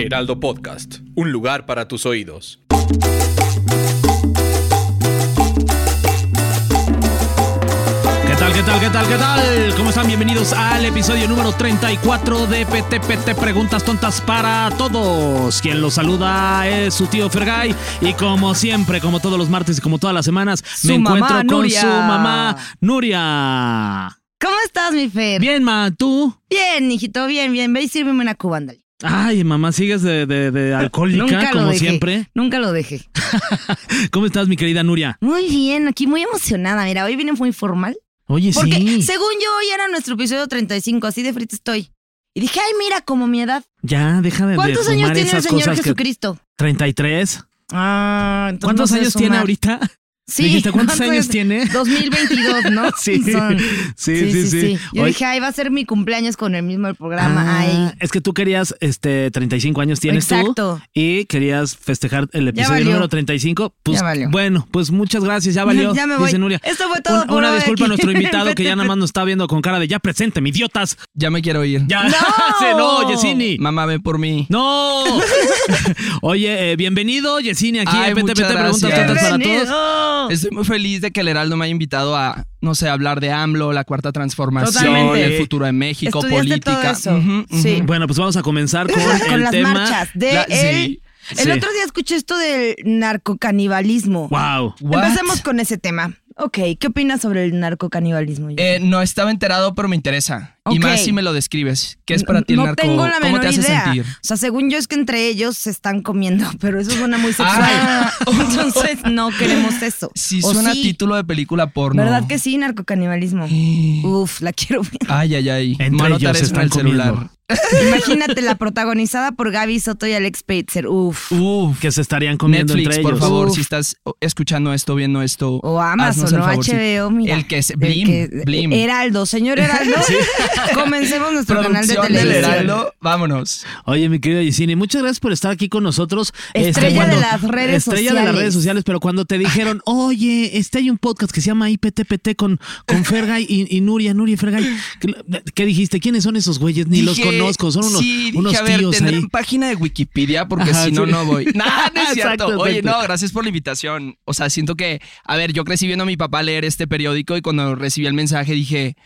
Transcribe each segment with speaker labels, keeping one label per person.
Speaker 1: Heraldo Podcast, un lugar para tus oídos.
Speaker 2: ¿Qué tal, qué tal, qué tal, qué tal? ¿Cómo están? Bienvenidos al episodio número 34 de PTPT Preguntas Tontas para Todos. Quien los saluda es su tío Fergay. Y como siempre, como todos los martes y como todas las semanas,
Speaker 3: Su
Speaker 2: me
Speaker 3: mamá,
Speaker 2: encuentro con
Speaker 3: Nuria.
Speaker 2: su mamá, Nuria.
Speaker 3: ¿Cómo estás, mi Fer?
Speaker 2: Bien, ma, ¿tú?
Speaker 3: Bien, hijito, bien, bien. Ve y sírveme una cuba, ándale.
Speaker 2: Ay, mamá, sigues de, de- de alcohólica,
Speaker 3: Nunca lo
Speaker 2: como
Speaker 3: dejé.
Speaker 2: siempre.
Speaker 3: Nunca lo dejé.
Speaker 2: ¿Cómo estás, mi querida Nuria?
Speaker 3: Muy bien, aquí muy emocionada. Mira, hoy viene muy formal.
Speaker 2: Oye,
Speaker 3: Porque
Speaker 2: sí.
Speaker 3: según yo, hoy era nuestro episodio 35, así de frita estoy. Y dije, ay, mira, como mi edad.
Speaker 2: Ya, deja de, de
Speaker 3: ¿Cuántos años
Speaker 2: fumar
Speaker 3: tiene el
Speaker 2: esas
Speaker 3: Señor
Speaker 2: cosas que-
Speaker 3: Jesucristo?
Speaker 2: 33.
Speaker 3: Ah, entonces
Speaker 2: ¿Cuántos
Speaker 3: no sé
Speaker 2: años tiene
Speaker 3: sumar.
Speaker 2: ahorita?
Speaker 3: Sí,
Speaker 2: Dijiste, ¿cuántos años tiene?
Speaker 3: 2022, ¿no?
Speaker 2: Sí.
Speaker 3: Son-
Speaker 2: Sí, sí, sí.
Speaker 3: Yo
Speaker 2: Hoy-
Speaker 3: dije, ay, va a ser mi cumpleaños con el mismo programa.
Speaker 2: Ah,
Speaker 3: ay.
Speaker 2: es que tú querías, este, 35 años tienes tú.
Speaker 3: Exacto.
Speaker 2: Y querías festejar el episodio
Speaker 3: valió.
Speaker 2: número 35. Pues,
Speaker 3: Ya valió.
Speaker 2: Bueno, pues muchas gracias, ya valió.
Speaker 3: Ya me voy.
Speaker 2: Dice Nuria.
Speaker 3: Esto fue todo
Speaker 2: Un-
Speaker 3: por
Speaker 2: una
Speaker 3: hoy
Speaker 2: disculpa a
Speaker 3: aquí.
Speaker 2: nuestro invitado que ya nada más nos está viendo con cara de ya presente, mi idiotas.
Speaker 4: Ya me quiero ir.
Speaker 2: Ya.
Speaker 3: ¡No!
Speaker 2: Sí, no, Yesini.
Speaker 4: Mamá, ve por mí.
Speaker 2: No. Oye, eh, bienvenido, Yesini, aquí
Speaker 4: Ay,
Speaker 2: en PTPT
Speaker 4: muchas
Speaker 2: Preguntas
Speaker 4: gracias.
Speaker 2: Tontas para
Speaker 3: Bienvenido.
Speaker 2: Todos.
Speaker 4: Estoy muy feliz de que el Heraldo me haya invitado a, no sé, hablar de AMLO, la cuarta transformación,
Speaker 2: Totalmente.
Speaker 4: el futuro de México,
Speaker 3: Estudiaste
Speaker 4: política.
Speaker 3: todo eso.
Speaker 4: Ujú, ujú.
Speaker 3: Sí.
Speaker 2: Bueno, pues vamos a comenzar con,
Speaker 3: con
Speaker 2: el
Speaker 3: las
Speaker 2: tema.
Speaker 3: marchas de
Speaker 4: La-
Speaker 3: él.
Speaker 4: sí,
Speaker 3: El
Speaker 2: sí.
Speaker 3: otro día escuché esto del narcocanibalismo.
Speaker 2: Wow.
Speaker 4: What?
Speaker 3: Empecemos con ese tema. Ok, ¿qué opinas sobre el narcocanibalismo? Yuri?
Speaker 4: Eh, no estaba enterado, pero me interesa. Y
Speaker 3: Ok.
Speaker 4: más si me lo describes. ¿Qué es para ti el
Speaker 3: no
Speaker 4: narco?
Speaker 3: tengo la
Speaker 4: ¿Cómo
Speaker 3: menor
Speaker 4: te hace
Speaker 3: idea.
Speaker 4: sentir?
Speaker 3: O sea, según yo es que entre ellos se están comiendo, pero eso suena muy sexual.
Speaker 4: Ah.
Speaker 3: Entonces no queremos eso.
Speaker 4: Sí,
Speaker 3: O
Speaker 4: suena
Speaker 3: sí.
Speaker 4: título de película porno. Eh.
Speaker 3: ¿Verdad que sí, narcocanibalismo? Uf, la quiero ver.
Speaker 4: Ay, ay, ay.
Speaker 2: Entre
Speaker 4: Mano
Speaker 2: ellos se
Speaker 4: Teresa en
Speaker 2: están
Speaker 4: el celular.
Speaker 2: comiendo.
Speaker 3: Imagínate la protagonizada por Gaby Soto y Alex Peitzer. Uf.
Speaker 4: Uf.
Speaker 2: Que se estarían comiendo
Speaker 4: Netflix,
Speaker 2: entre
Speaker 4: por
Speaker 2: ellos.
Speaker 4: favor,
Speaker 3: Uf.
Speaker 4: si estás escuchando esto, viendo esto.
Speaker 3: O Amazon,
Speaker 4: haznos el
Speaker 3: o
Speaker 4: favor, sí.
Speaker 3: HBO, mira.
Speaker 4: El que es
Speaker 3: El
Speaker 4: Blim.
Speaker 3: que-
Speaker 4: Blim.
Speaker 3: Heraldo, señor Heraldo. Comencemos nuestro canal de
Speaker 4: Producción del
Speaker 3: televisión.
Speaker 4: Heraldo, vámonos.
Speaker 2: Oye, mi querido Yesini, muchas gracias por estar aquí con nosotros. Este,
Speaker 3: Estrella de las redes
Speaker 2: Estrella de las
Speaker 3: sociales.
Speaker 2: redes sociales, pero cuando te dijeron, oye, este hay un podcast que se llama IPTPT con, con Fergay y, y Nuria, Nuria y Fergay, ¿qué, qué dijiste? ¿Quiénes son esos güeyes? Ni los
Speaker 4: Dije,
Speaker 2: conozco, son unos,
Speaker 4: sí, dije,
Speaker 2: unos
Speaker 4: a ver,
Speaker 2: tíos
Speaker 4: ¿tendrán
Speaker 2: ahí.
Speaker 4: página de Wikipedia? Porque
Speaker 2: Ajá,
Speaker 4: si no,
Speaker 2: sí.
Speaker 4: no voy. No, no es
Speaker 2: Exacto,
Speaker 4: cierto. Oye,
Speaker 2: exacto.
Speaker 4: no, gracias por la invitación. O sea, siento que, a ver, yo crecí viendo a mi papá leer este periódico y cuando recibí el mensaje dije,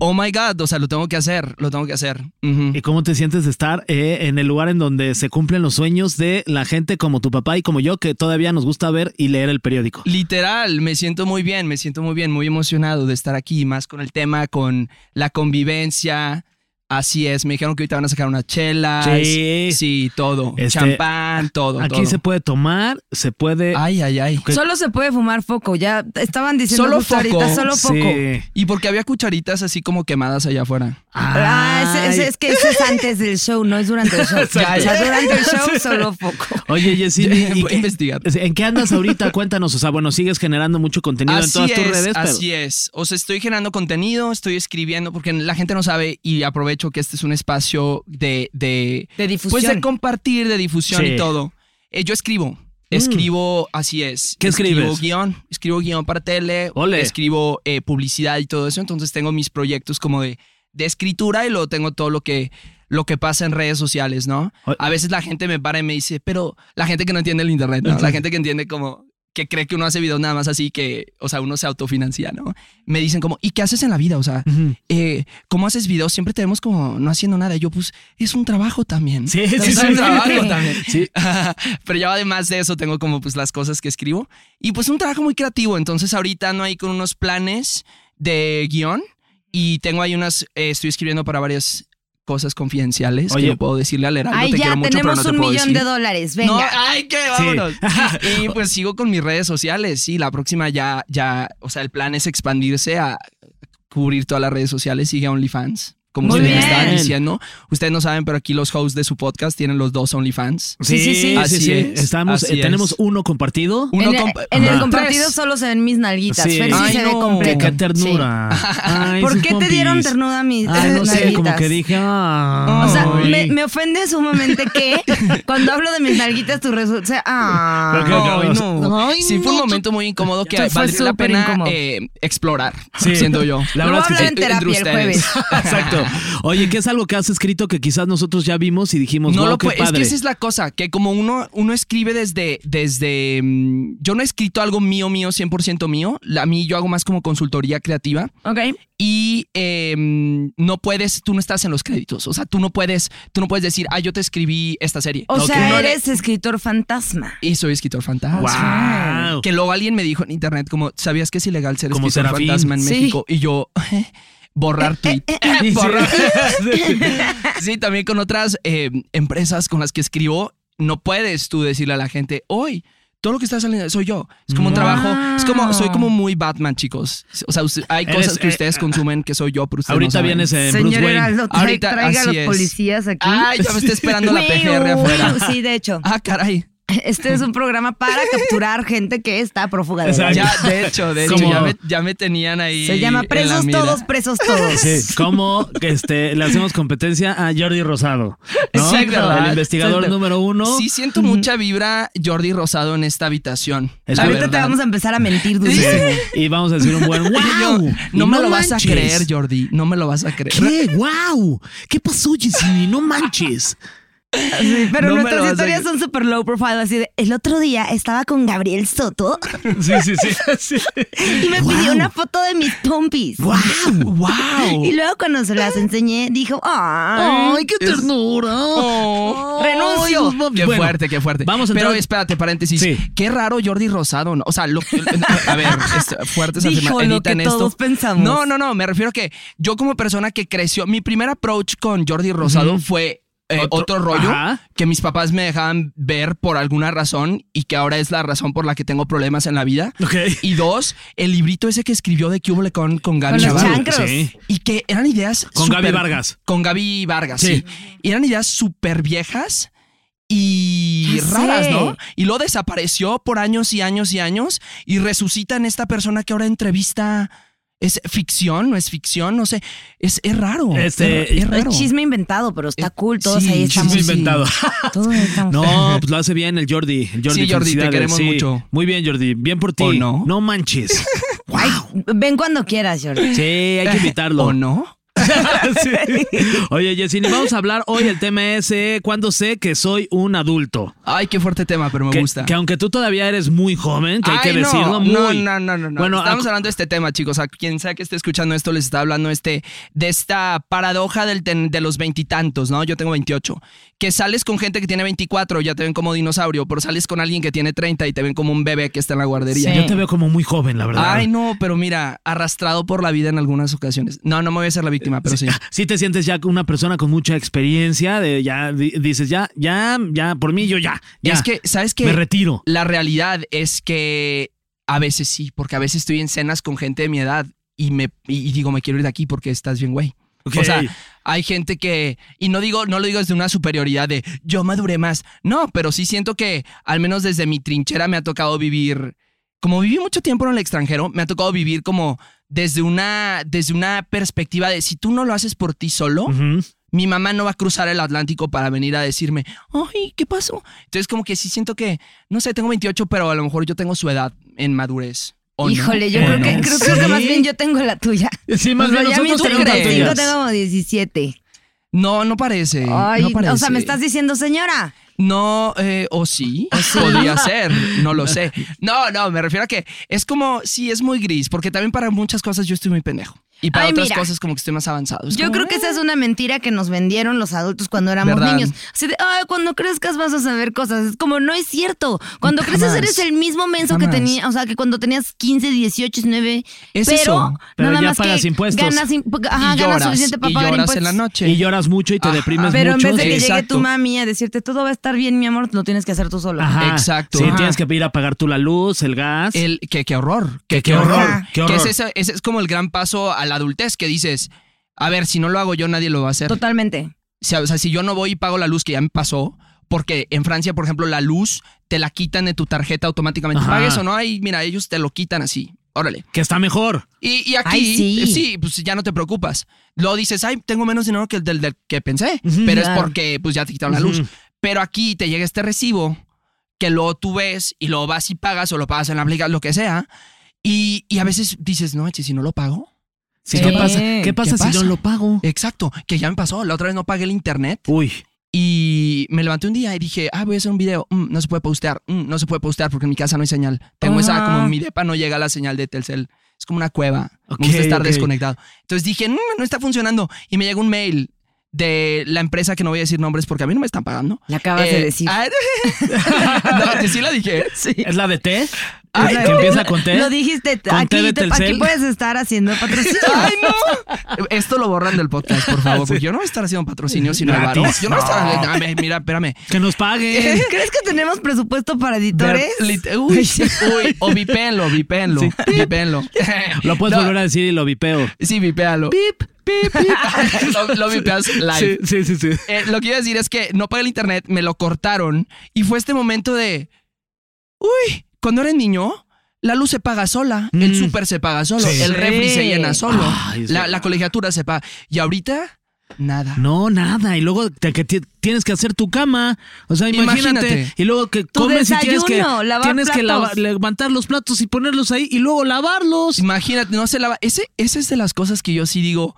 Speaker 4: oh my God, o sea, lo tengo que hacer, lo tengo que hacer. Ujú.
Speaker 2: ¿Y cómo te sientes de estar eh, en el lugar en donde se cumplen los sueños de la gente como tu papá y como yo, que todavía nos gusta ver y leer el periódico?
Speaker 4: Literal, me siento muy bien, me siento muy bien, muy emocionado de estar aquí, más con el tema, con la convivencia. Así es, me dijeron que ahorita van a sacar una chela.
Speaker 2: Sí.
Speaker 4: Sí, todo.
Speaker 2: Este,
Speaker 4: Champán, todo.
Speaker 2: Aquí
Speaker 4: todo.
Speaker 2: se puede tomar, se puede...
Speaker 4: Ay, ay, ay.
Speaker 2: ¿Qué?
Speaker 3: Solo se puede fumar foco, ya estaban diciendo
Speaker 4: Solo
Speaker 3: justo
Speaker 4: foco.
Speaker 3: ahorita, solo
Speaker 2: Sí.
Speaker 3: foco.
Speaker 4: Y porque había cucharitas así como quemadas allá afuera.
Speaker 3: Ah, ese- ese-
Speaker 2: Ay.
Speaker 3: es que ese es antes del show, no es durante el show. O sea,
Speaker 4: Ya, ya.
Speaker 3: durante el show solo foco.
Speaker 2: Oye, Yesini, ¿y
Speaker 4: Voy a
Speaker 2: qué-
Speaker 4: investigar.
Speaker 2: pues, ¿en qué andas ahorita? Cuéntanos. O sea, bueno, sigues generando mucho contenido en todas tus
Speaker 4: es,
Speaker 2: redes, pero.
Speaker 4: así es. O sea, estoy generando contenido, estoy escribiendo, porque la gente no sabe y aprovecho que este es un espacio de, de
Speaker 3: De
Speaker 4: pues
Speaker 3: difusión.
Speaker 4: de compartir, de difusión
Speaker 2: Sí. Mm.
Speaker 4: y todo. Eh, yo escribo, escribo, así es.
Speaker 2: ¿Qué
Speaker 4: Escribo
Speaker 2: escribes?
Speaker 4: guión, escribo guión para tele,
Speaker 2: Ole.
Speaker 4: escribo eh, publicidad y todo eso. Entonces tengo mis proyectos como de, de escritura y luego tengo todo lo que lo que pasa en redes sociales, ¿no?
Speaker 2: O-
Speaker 4: A veces la gente me para y me dice, pero la gente que no entiende el internet, ¿no? la gente que entiende como que cree que uno hace videos nada más así que, o sea, uno se autofinancia, ¿no? Me dicen como, ¿y qué haces en la vida? O sea,
Speaker 2: Ujú.
Speaker 4: eh, ¿cómo haces videos? Siempre te vemos como no haciendo nada. Y Yo, pues, es un trabajo también.
Speaker 2: Sí, sí,
Speaker 4: Es
Speaker 2: sí,
Speaker 4: un
Speaker 2: sí.
Speaker 4: trabajo también.
Speaker 2: Sí.
Speaker 4: Pero yo además de eso tengo como pues las cosas que escribo. Y pues un trabajo muy creativo. Entonces ahorita no hay con unos planes de guión. Y tengo ahí unas, eh, estoy escribiendo para varias cosas confidenciales
Speaker 2: Oye.
Speaker 4: que no puedo decirle al Heraldo.
Speaker 3: Ay,
Speaker 4: te
Speaker 3: ya
Speaker 4: quiero mucho,
Speaker 3: tenemos
Speaker 4: pero no te
Speaker 3: un
Speaker 4: puedo
Speaker 3: millón
Speaker 4: decir.
Speaker 3: de dólares,
Speaker 4: No, ah,
Speaker 3: venga.
Speaker 4: ay, qué vámonos. Y pues sigo con mis redes sociales. Sí, la próxima ya, ya, o sea, el plan es expandirse a cubrir todas las redes sociales, sigue a OnlyFans. Como
Speaker 3: Muy
Speaker 4: ustedes me
Speaker 3: bien.
Speaker 4: estaban diciendo, ustedes no saben, pero aquí los hosts de su podcast tienen los dos OnlyFans.
Speaker 3: Sí, sí, sí.
Speaker 4: Así es,
Speaker 2: Estamos,
Speaker 4: así
Speaker 2: eh, tenemos
Speaker 4: es.
Speaker 2: uno compartido.
Speaker 4: Uno
Speaker 3: en,
Speaker 4: compa-
Speaker 3: en el
Speaker 4: Ajá.
Speaker 3: compartido
Speaker 4: Tres.
Speaker 3: solo se ven mis nalguitas.
Speaker 2: Sí.
Speaker 3: Fer sí
Speaker 4: Ay,
Speaker 3: se ve
Speaker 4: no.
Speaker 2: Qué,
Speaker 3: completo.
Speaker 2: qué ternura.
Speaker 3: Sí.
Speaker 2: Ay,
Speaker 3: ¿Por
Speaker 2: sus
Speaker 3: qué te
Speaker 2: pompis.
Speaker 3: dieron ternura mis
Speaker 2: Ay, Ah, no sé,
Speaker 3: nalguitas?
Speaker 2: como que dije.
Speaker 3: O sea,
Speaker 4: Ay.
Speaker 3: me, me ofende sumamente que cuando hablo de mis nalguitas, tu resulta. sea, ah.
Speaker 2: Pero que-
Speaker 4: Ay, no.
Speaker 2: Ay,
Speaker 4: sí, fue un
Speaker 2: no,
Speaker 4: momento muy incómodo que
Speaker 3: Fue
Speaker 4: valdría la
Speaker 3: súper
Speaker 4: pena
Speaker 3: incómodo.
Speaker 4: eh, explorar,
Speaker 2: Sí.
Speaker 4: siendo yo.
Speaker 2: La verdad
Speaker 3: Lo voy a
Speaker 2: es que
Speaker 3: hablar en
Speaker 4: sí, entre
Speaker 3: terapia el
Speaker 4: ustedes.
Speaker 3: jueves.
Speaker 2: Exacto. Oye, ¿qué es algo que has escrito que quizás nosotros ya vimos y dijimos,
Speaker 4: No
Speaker 2: wow,
Speaker 4: lo
Speaker 2: qué
Speaker 4: puede- es
Speaker 2: padre?
Speaker 4: que esa es la cosa, que como uno, uno escribe desde, desde... mm, Yo no he escrito algo mío, mío, 100% mío. La- A mí yo hago más como consultoría creativa.
Speaker 3: Ok.
Speaker 4: y eh, no puedes, tú no estás en los créditos, o sea, tú no puedes, tú no puedes decir, ah, yo te escribí esta serie.
Speaker 3: O
Speaker 4: No, que no
Speaker 3: sea,
Speaker 4: le-
Speaker 3: eres
Speaker 2: eh,
Speaker 3: escritor fantasma.
Speaker 4: Y soy escritor fantasma.
Speaker 2: Wow.
Speaker 4: Que luego alguien me dijo en internet como, ¿sabías que es ilegal ser
Speaker 2: Como
Speaker 4: escritor
Speaker 2: Serafín.
Speaker 4: fantasma en
Speaker 3: Sí. Eh,
Speaker 4: México? Y yo, borrar tweet. borrar. sí, también con otras eh, empresas con las que escribo, no puedes tú decirle a la gente, hoy. Todo lo que está saliendo soy yo. Es como un
Speaker 2: Wow.
Speaker 4: trabajo. Es como, soy como muy Batman, chicos. O sea, usted- hay
Speaker 2: Eres,
Speaker 4: cosas que
Speaker 2: eh,
Speaker 4: ustedes consumen que soy yo, pero ustedes no
Speaker 2: Ahorita
Speaker 4: saben.
Speaker 2: vienes en eh, Bruce
Speaker 3: Señor
Speaker 2: Wayne.
Speaker 3: Heraldo, tra-
Speaker 4: Ahorita,
Speaker 3: traiga a los
Speaker 4: así es.
Speaker 3: policías aquí.
Speaker 4: Ah, ya me está esperando la
Speaker 3: Güey,
Speaker 4: PGR
Speaker 3: uh,
Speaker 4: afuera.
Speaker 3: Sí, de hecho,
Speaker 4: Ah, caray.
Speaker 3: este es un programa para capturar gente que está prófuga de la
Speaker 2: Exacto.
Speaker 3: ley.
Speaker 4: Ya, de hecho, de hecho,
Speaker 2: Como-
Speaker 4: ya me, ya me tenían ahí.
Speaker 3: Se llama
Speaker 4: en la
Speaker 3: Presos
Speaker 4: mira.
Speaker 3: Todos, Presos Todos.
Speaker 2: Sí, como este, le hacemos competencia a Jordi Rosado, ¿no?
Speaker 4: Sí, ¿verdad?
Speaker 2: el investigador
Speaker 4: Exacto.
Speaker 2: número uno.
Speaker 4: Sí, siento mucha vibra Jordi Rosado en esta habitación.
Speaker 2: Es
Speaker 4: la
Speaker 3: Ahorita te
Speaker 4: verdad.
Speaker 3: vamos a empezar a mentir,
Speaker 4: Sí.
Speaker 3: Dulce.
Speaker 2: Eh, Y vamos a decir un buen
Speaker 4: Y yo,
Speaker 2: wow.
Speaker 4: no
Speaker 2: Y
Speaker 4: me lo vas a
Speaker 2: manches.
Speaker 4: creer, Jordi. No me lo vas a creer.
Speaker 2: ¿Qué? ¡Wow! ¿Qué pasó, Jessy? No manches.
Speaker 3: Pero
Speaker 4: No me lo vas
Speaker 3: nuestras
Speaker 4: a
Speaker 3: historias
Speaker 4: creer.
Speaker 3: son súper low profile, así de, el otro día estaba con Gabriel Soto
Speaker 2: Sí, sí, sí.
Speaker 3: y me
Speaker 2: Guau.
Speaker 3: pidió una foto de mis pompis.
Speaker 2: ¡Wow!
Speaker 4: ¡Wow!
Speaker 3: Y luego cuando se las enseñé, dijo, ¡ah!
Speaker 2: ¡Ay, qué ternura!
Speaker 4: Oh.
Speaker 3: ¡Renuncio!
Speaker 2: Dios, Bob.
Speaker 4: Qué
Speaker 2: Bueno,
Speaker 4: fuerte, qué fuerte.
Speaker 2: vamos a entrar-
Speaker 4: Pero espérate, paréntesis.
Speaker 2: Sí.
Speaker 4: Qué raro Jordi Rosado. ¿no? O sea, lo, a ver, es fuerte esa
Speaker 3: Dijo lo que todos pensamos.
Speaker 4: No, no, no. Me refiero que yo como persona que creció, mi primer approach con Jordi Rosado fue eh, otro, rollo
Speaker 2: Ajá.
Speaker 4: que mis papás me dejaban ver por alguna razón y que ahora es la razón por la que tengo problemas en la vida.
Speaker 2: Ok.
Speaker 4: Y dos, el librito ese que escribió de Cúbole con, con Gaby
Speaker 3: Con los
Speaker 4: Navarro.
Speaker 3: chancros.
Speaker 2: Sí.
Speaker 4: Y que eran ideas.
Speaker 2: Con
Speaker 4: súper-
Speaker 2: Gaby Vargas.
Speaker 4: Con Gaby Vargas,
Speaker 2: Sí.
Speaker 4: sí. Y eran ideas súper viejas
Speaker 2: Ah,
Speaker 4: y
Speaker 3: Ya sé.
Speaker 4: raras, ¿no? Y luego desapareció por años y años y años y resucita en esta persona que ahora entrevista. ¿Es ficción? ¿No es ficción? No sé. Es, es raro.
Speaker 2: Este,
Speaker 4: es, es raro.
Speaker 3: Es chisme inventado, pero está
Speaker 4: Eh,
Speaker 3: cool, todos
Speaker 4: sí,
Speaker 3: ahí
Speaker 4: chisme
Speaker 3: estamos.
Speaker 2: inventado.
Speaker 3: Todos ahí estamos.
Speaker 2: No, pues lo hace bien el Jordi. El Jordi
Speaker 4: Sí, Jordi, te
Speaker 2: felicidades.
Speaker 4: queremos mucho.
Speaker 2: Muy bien, Jordi. Bien por ti.
Speaker 4: ¿O no?
Speaker 2: No manches.
Speaker 3: Ay, ven cuando quieras, Jordi.
Speaker 2: Sí, hay que invitarlo.
Speaker 4: ¿O no?
Speaker 2: Sí. Oye, Jessy, vamos a hablar hoy. El tema es eh, cuando sé que soy un adulto.
Speaker 4: Ay, qué fuerte tema, pero me
Speaker 2: que,
Speaker 4: gusta.
Speaker 2: que aunque tú todavía eres muy joven, que hay que
Speaker 4: Ay, no,
Speaker 2: decirlo
Speaker 4: no,
Speaker 2: muy.
Speaker 4: No, no, no, no.
Speaker 2: Bueno,
Speaker 4: Estamos
Speaker 2: ac-
Speaker 4: hablando de este tema, chicos. A quien sea que esté escuchando esto, les está hablando este, de esta paradoja del ten- de los veintitantos, ¿no? Yo tengo 28. Que sales con gente que tiene 24, ya te ven como dinosaurio, pero sales con alguien que tiene 30 y te ven como un bebé que está en la guardería.
Speaker 3: Sí.
Speaker 2: Yo te veo como muy joven, la verdad.
Speaker 4: Ay, no, pero mira, arrastrado por la vida en algunas ocasiones. No, no me voy a ser la víctima, pero sí.
Speaker 2: Si te sientes ya una persona con mucha experiencia, de ya di- dices ya, ya, ya, por mí yo ya, ya.
Speaker 4: Es que, ¿sabes qué?
Speaker 2: me retiro.
Speaker 4: La realidad es que a veces sí, porque a veces estoy en cenas con gente de mi edad y me y digo, me quiero ir de aquí porque estás bien, güey. O sea,
Speaker 2: Ok.
Speaker 4: hay gente que y no digo no lo digo desde una superioridad de yo maduré más. No, pero sí siento que al menos desde mi trinchera me ha tocado vivir como viví mucho tiempo en el extranjero, me ha tocado vivir como desde una desde una perspectiva de si tú no lo haces por ti solo,
Speaker 2: Ujú.
Speaker 4: mi mamá no va a cruzar el Atlántico para venir a decirme, ay, ¿qué pasó? Entonces como que sí siento que, no sé, tengo 28, pero a lo mejor yo tengo su edad en madurez. ¿o Oh, no?
Speaker 3: Híjole, yo
Speaker 4: ¿O
Speaker 3: creo,
Speaker 4: no?
Speaker 3: que, creo, creo que más bien yo tengo la tuya. Pues
Speaker 2: Sí,
Speaker 3: O
Speaker 2: más
Speaker 3: sea,
Speaker 2: bien
Speaker 3: ya a mis
Speaker 2: nosotros tenemos
Speaker 3: 35
Speaker 2: batallas.
Speaker 3: tengo como 17.
Speaker 4: No, no parece.
Speaker 3: Ay,
Speaker 4: no parece.
Speaker 3: o sea, me estás diciendo, señora.
Speaker 4: No, eh, o sí, podría ser, no lo sé. No, no, me refiero a que es como, sí, es muy gris, porque también para muchas cosas yo estoy muy pendejo. Y para
Speaker 3: Ay,
Speaker 4: otras
Speaker 3: mira.
Speaker 4: cosas como que estoy más avanzado. Es
Speaker 3: Yo
Speaker 4: como,
Speaker 3: creo que esa es una mentira que nos vendieron los adultos cuando éramos
Speaker 4: ¿Verdad?
Speaker 3: niños. Así de, "Ay, cuando crezcas vas a saber cosas. Es como, no es cierto. Cuando
Speaker 4: Jamás.
Speaker 3: creces eres el mismo menso que
Speaker 4: Jamás.
Speaker 3: tenía, o sea, que cuando tenías 15, 18, 19.
Speaker 4: Es
Speaker 3: pero
Speaker 4: eso.
Speaker 2: Pero
Speaker 3: nada
Speaker 2: ya
Speaker 3: más
Speaker 2: pagas
Speaker 3: que
Speaker 2: impuestos.
Speaker 3: ganas, imp- ajá,
Speaker 4: y
Speaker 3: ganas
Speaker 4: lloras,
Speaker 3: suficiente pues. para
Speaker 4: y
Speaker 3: pagar
Speaker 4: lloras
Speaker 3: impuestos.
Speaker 4: en la noche.
Speaker 2: Y lloras mucho y te
Speaker 4: Ajá.
Speaker 2: deprimes
Speaker 3: Pero
Speaker 2: mucho.
Speaker 3: en vez de que llegue
Speaker 4: Exacto.
Speaker 3: tu mami a decirte todo va a estar bien, mi amor, lo tienes que hacer tú solo.
Speaker 2: Ajá.
Speaker 4: Exacto.
Speaker 2: Sí,
Speaker 4: Ajá.
Speaker 2: tienes que ir a pagar tú la luz, el gas.
Speaker 4: El, que, qué horror. Que,
Speaker 2: qué horror, qué
Speaker 4: Que
Speaker 2: horror.
Speaker 4: es ese, ese es como el gran paso a la adultez que dices, a ver, si no lo hago yo, nadie lo va a hacer.
Speaker 3: Totalmente.
Speaker 4: Si- o sea, si yo no voy y pago la luz que ya me pasó, porque en Francia, por ejemplo, la luz te la quitan de tu tarjeta automáticamente.
Speaker 2: Ajá.
Speaker 4: Pagues o no, ahí, mira, ellos te lo quitan así. Órale.
Speaker 2: Que está mejor.
Speaker 4: Y, y aquí,
Speaker 3: Ay, sí.
Speaker 4: eh, pues ya no te preocupas. Lo dices, ay, tengo menos dinero que el del, del que pensé,
Speaker 2: Ujú,
Speaker 4: pero es
Speaker 3: claro.
Speaker 4: porque pues ya te quitaron la
Speaker 2: Ujú.
Speaker 4: luz. Pero aquí te llega este recibo que luego tú ves y luego vas y pagas o lo pagas en la aplicación, lo que sea. Y, y a veces dices, no, manches, si no lo pago.
Speaker 2: Sí,
Speaker 3: Sí.
Speaker 2: ¿Qué pasa, ¿Qué
Speaker 3: ¿Qué
Speaker 2: pasa si
Speaker 4: pasa?
Speaker 2: yo no lo pago?
Speaker 4: Exacto, que ya me pasó. La otra vez no pagué el internet
Speaker 2: Uy.
Speaker 4: y me levanté un día y dije, ah, voy a hacer un video. Mm, no se puede postear, Mm, no se puede postear porque en mi casa no hay señal. Tengo esa,
Speaker 3: Ajá.
Speaker 4: como en mi depa no llega la señal de Telcel. Es como una cueva.
Speaker 2: Ok,
Speaker 4: Me gusta estar
Speaker 2: ok.
Speaker 4: desconectado. Entonces dije, no, no está funcionando. Y me llegó un mail de la empresa que no voy a decir nombres porque a mí no me están pagando.
Speaker 3: La acabas
Speaker 4: Eh,
Speaker 3: de decir.
Speaker 4: ah, no, que sí la dije.
Speaker 2: ¿Es la de T?
Speaker 4: Ay,
Speaker 2: ¿Que empieza con T?
Speaker 3: Lo dijiste.
Speaker 2: Con
Speaker 3: Aquí,
Speaker 2: T de
Speaker 3: te-
Speaker 2: Telcel.
Speaker 3: aquí puedes estar haciendo patrocinio.
Speaker 4: ¡Ay, no! Esto lo borran del podcast, por favor, porque yo no voy a estar haciendo patrocinio si no hay
Speaker 2: Gratis.
Speaker 4: varo. Yo no voy a estar.
Speaker 2: No.
Speaker 4: Dame, mira, espérame.
Speaker 2: Que nos paguen.
Speaker 3: ¿Crees que tenemos presupuesto para editores?
Speaker 4: Ver- lit- Uy, sí, uy, o vipéenlo, vipéenlo, vipéenlo.
Speaker 2: Lo puedes
Speaker 4: No,
Speaker 2: volver a decir y lo vipeo.
Speaker 4: Sí, vipéalo. Pip, pip, pip. lo, lo vipeas live.
Speaker 2: Sí, sí, sí. sí.
Speaker 4: Eh, lo que iba a decir es que no pagué el internet, me lo cortaron y fue este momento de. Uy, cuando eres niño, la luz se paga sola,
Speaker 2: Mm.
Speaker 4: el súper se paga solo,
Speaker 2: Sí.
Speaker 4: el refri se llena solo,
Speaker 2: Ay, es
Speaker 4: la,
Speaker 2: verdad.
Speaker 4: la colegiatura se paga. Y ahorita, nada.
Speaker 2: No, nada. Y luego te- que ti- tienes que hacer tu cama. O sea, imagínate.
Speaker 4: Imagínate.
Speaker 2: Y luego que comes y tienes que,
Speaker 3: desayuno, lavar
Speaker 2: tienes que
Speaker 3: platos.
Speaker 2: lava- levantar los platos y ponerlos ahí y luego lavarlos.
Speaker 4: Imagínate, no se lava. Ese, esa es de las cosas que yo sí digo.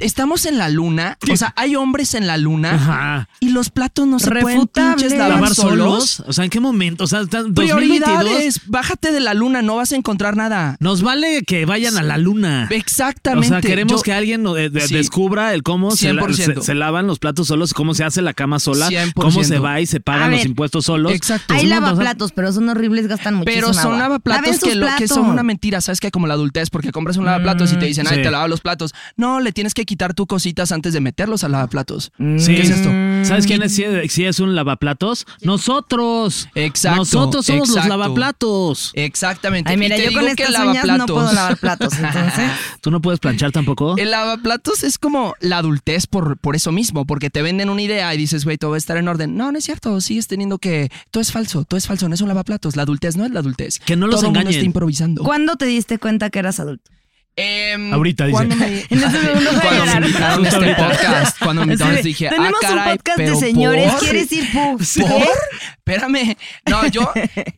Speaker 4: Estamos en la luna, o sea, hay hombres en la luna
Speaker 2: Ajá.
Speaker 4: y los platos no se pueden
Speaker 3: Refutable.
Speaker 4: pinches lavar,
Speaker 2: ¿Lavar
Speaker 4: solos.
Speaker 2: solos? O sea, ¿en qué momento? O sea, está- 2022.
Speaker 4: Prioridades, bájate de la luna, no vas a encontrar nada.
Speaker 2: Nos vale que vayan a la luna. O
Speaker 4: Exactamente.
Speaker 2: sea, queremos
Speaker 4: Yo-
Speaker 2: que alguien no- de- de-
Speaker 4: Sí.
Speaker 2: descubra el cómo se, la-
Speaker 4: 100%.
Speaker 2: se- se lavan los platos solos, cómo se hace la cama sola,
Speaker 4: 100%.
Speaker 2: cómo se va y se pagan
Speaker 3: A
Speaker 2: los
Speaker 3: ver.
Speaker 2: impuestos solos.
Speaker 4: Exacto.
Speaker 3: Hay
Speaker 2: Pues, no, o sea,
Speaker 3: lavaplatos, pero son horribles, gastan muchísimo
Speaker 4: Pero son
Speaker 3: agua. Laven
Speaker 4: lavaplatos
Speaker 3: sus
Speaker 4: que, lo, que
Speaker 3: platos.
Speaker 4: son una mentira, ¿sabes? Que como la adultez, porque compras un lavaplatos y te dicen, ay,
Speaker 2: sí.
Speaker 4: te lava los platos. No, le tienes que quitar tus cositas antes de meterlos al lavaplatos.
Speaker 3: Mm.
Speaker 2: Sí.
Speaker 4: ¿Qué es esto?
Speaker 2: ¿Sabes quién es, si es- si es un lavaplatos? Nosotros.
Speaker 4: Exacto,
Speaker 2: Nosotros somos
Speaker 4: exacto. Eh,
Speaker 2: los lavaplatos.
Speaker 4: Exactamente.
Speaker 3: Ay, mira,
Speaker 4: Y te
Speaker 3: yo con
Speaker 4: digo que
Speaker 3: estas
Speaker 4: el
Speaker 3: uñas no puedo
Speaker 4: lavaplatos-
Speaker 3: lavar platos, entonces.
Speaker 2: ¿Tú no puedes planchar tampoco?
Speaker 4: El lavaplatos es como la adultez por, por eso mismo, porque te venden una idea y dices, güey, todo va a estar en orden. No, no es cierto, sigues teniendo que... Todo es falso, todo es falso, no es un lavaplatos. La adultez no es la adultez.
Speaker 2: Que no los
Speaker 4: todo el mundo
Speaker 2: engañen.
Speaker 4: está improvisando.
Speaker 3: ¿Cuándo te diste cuenta que eras adulto?
Speaker 4: Em,
Speaker 2: Ahorita, dice.
Speaker 4: cuando me-
Speaker 3: En ese segundo voy a
Speaker 4: cuando me
Speaker 3: llorar.
Speaker 4: invitaron a este podcast, cuando me invitaron
Speaker 3: Así de,
Speaker 4: dije,
Speaker 3: Tenemos
Speaker 4: ah, caray,
Speaker 3: un podcast de
Speaker 4: pero
Speaker 3: señores,
Speaker 4: ¿por?
Speaker 3: ¿quieres ir pub?
Speaker 4: ¿Por? Espérame. No, yo,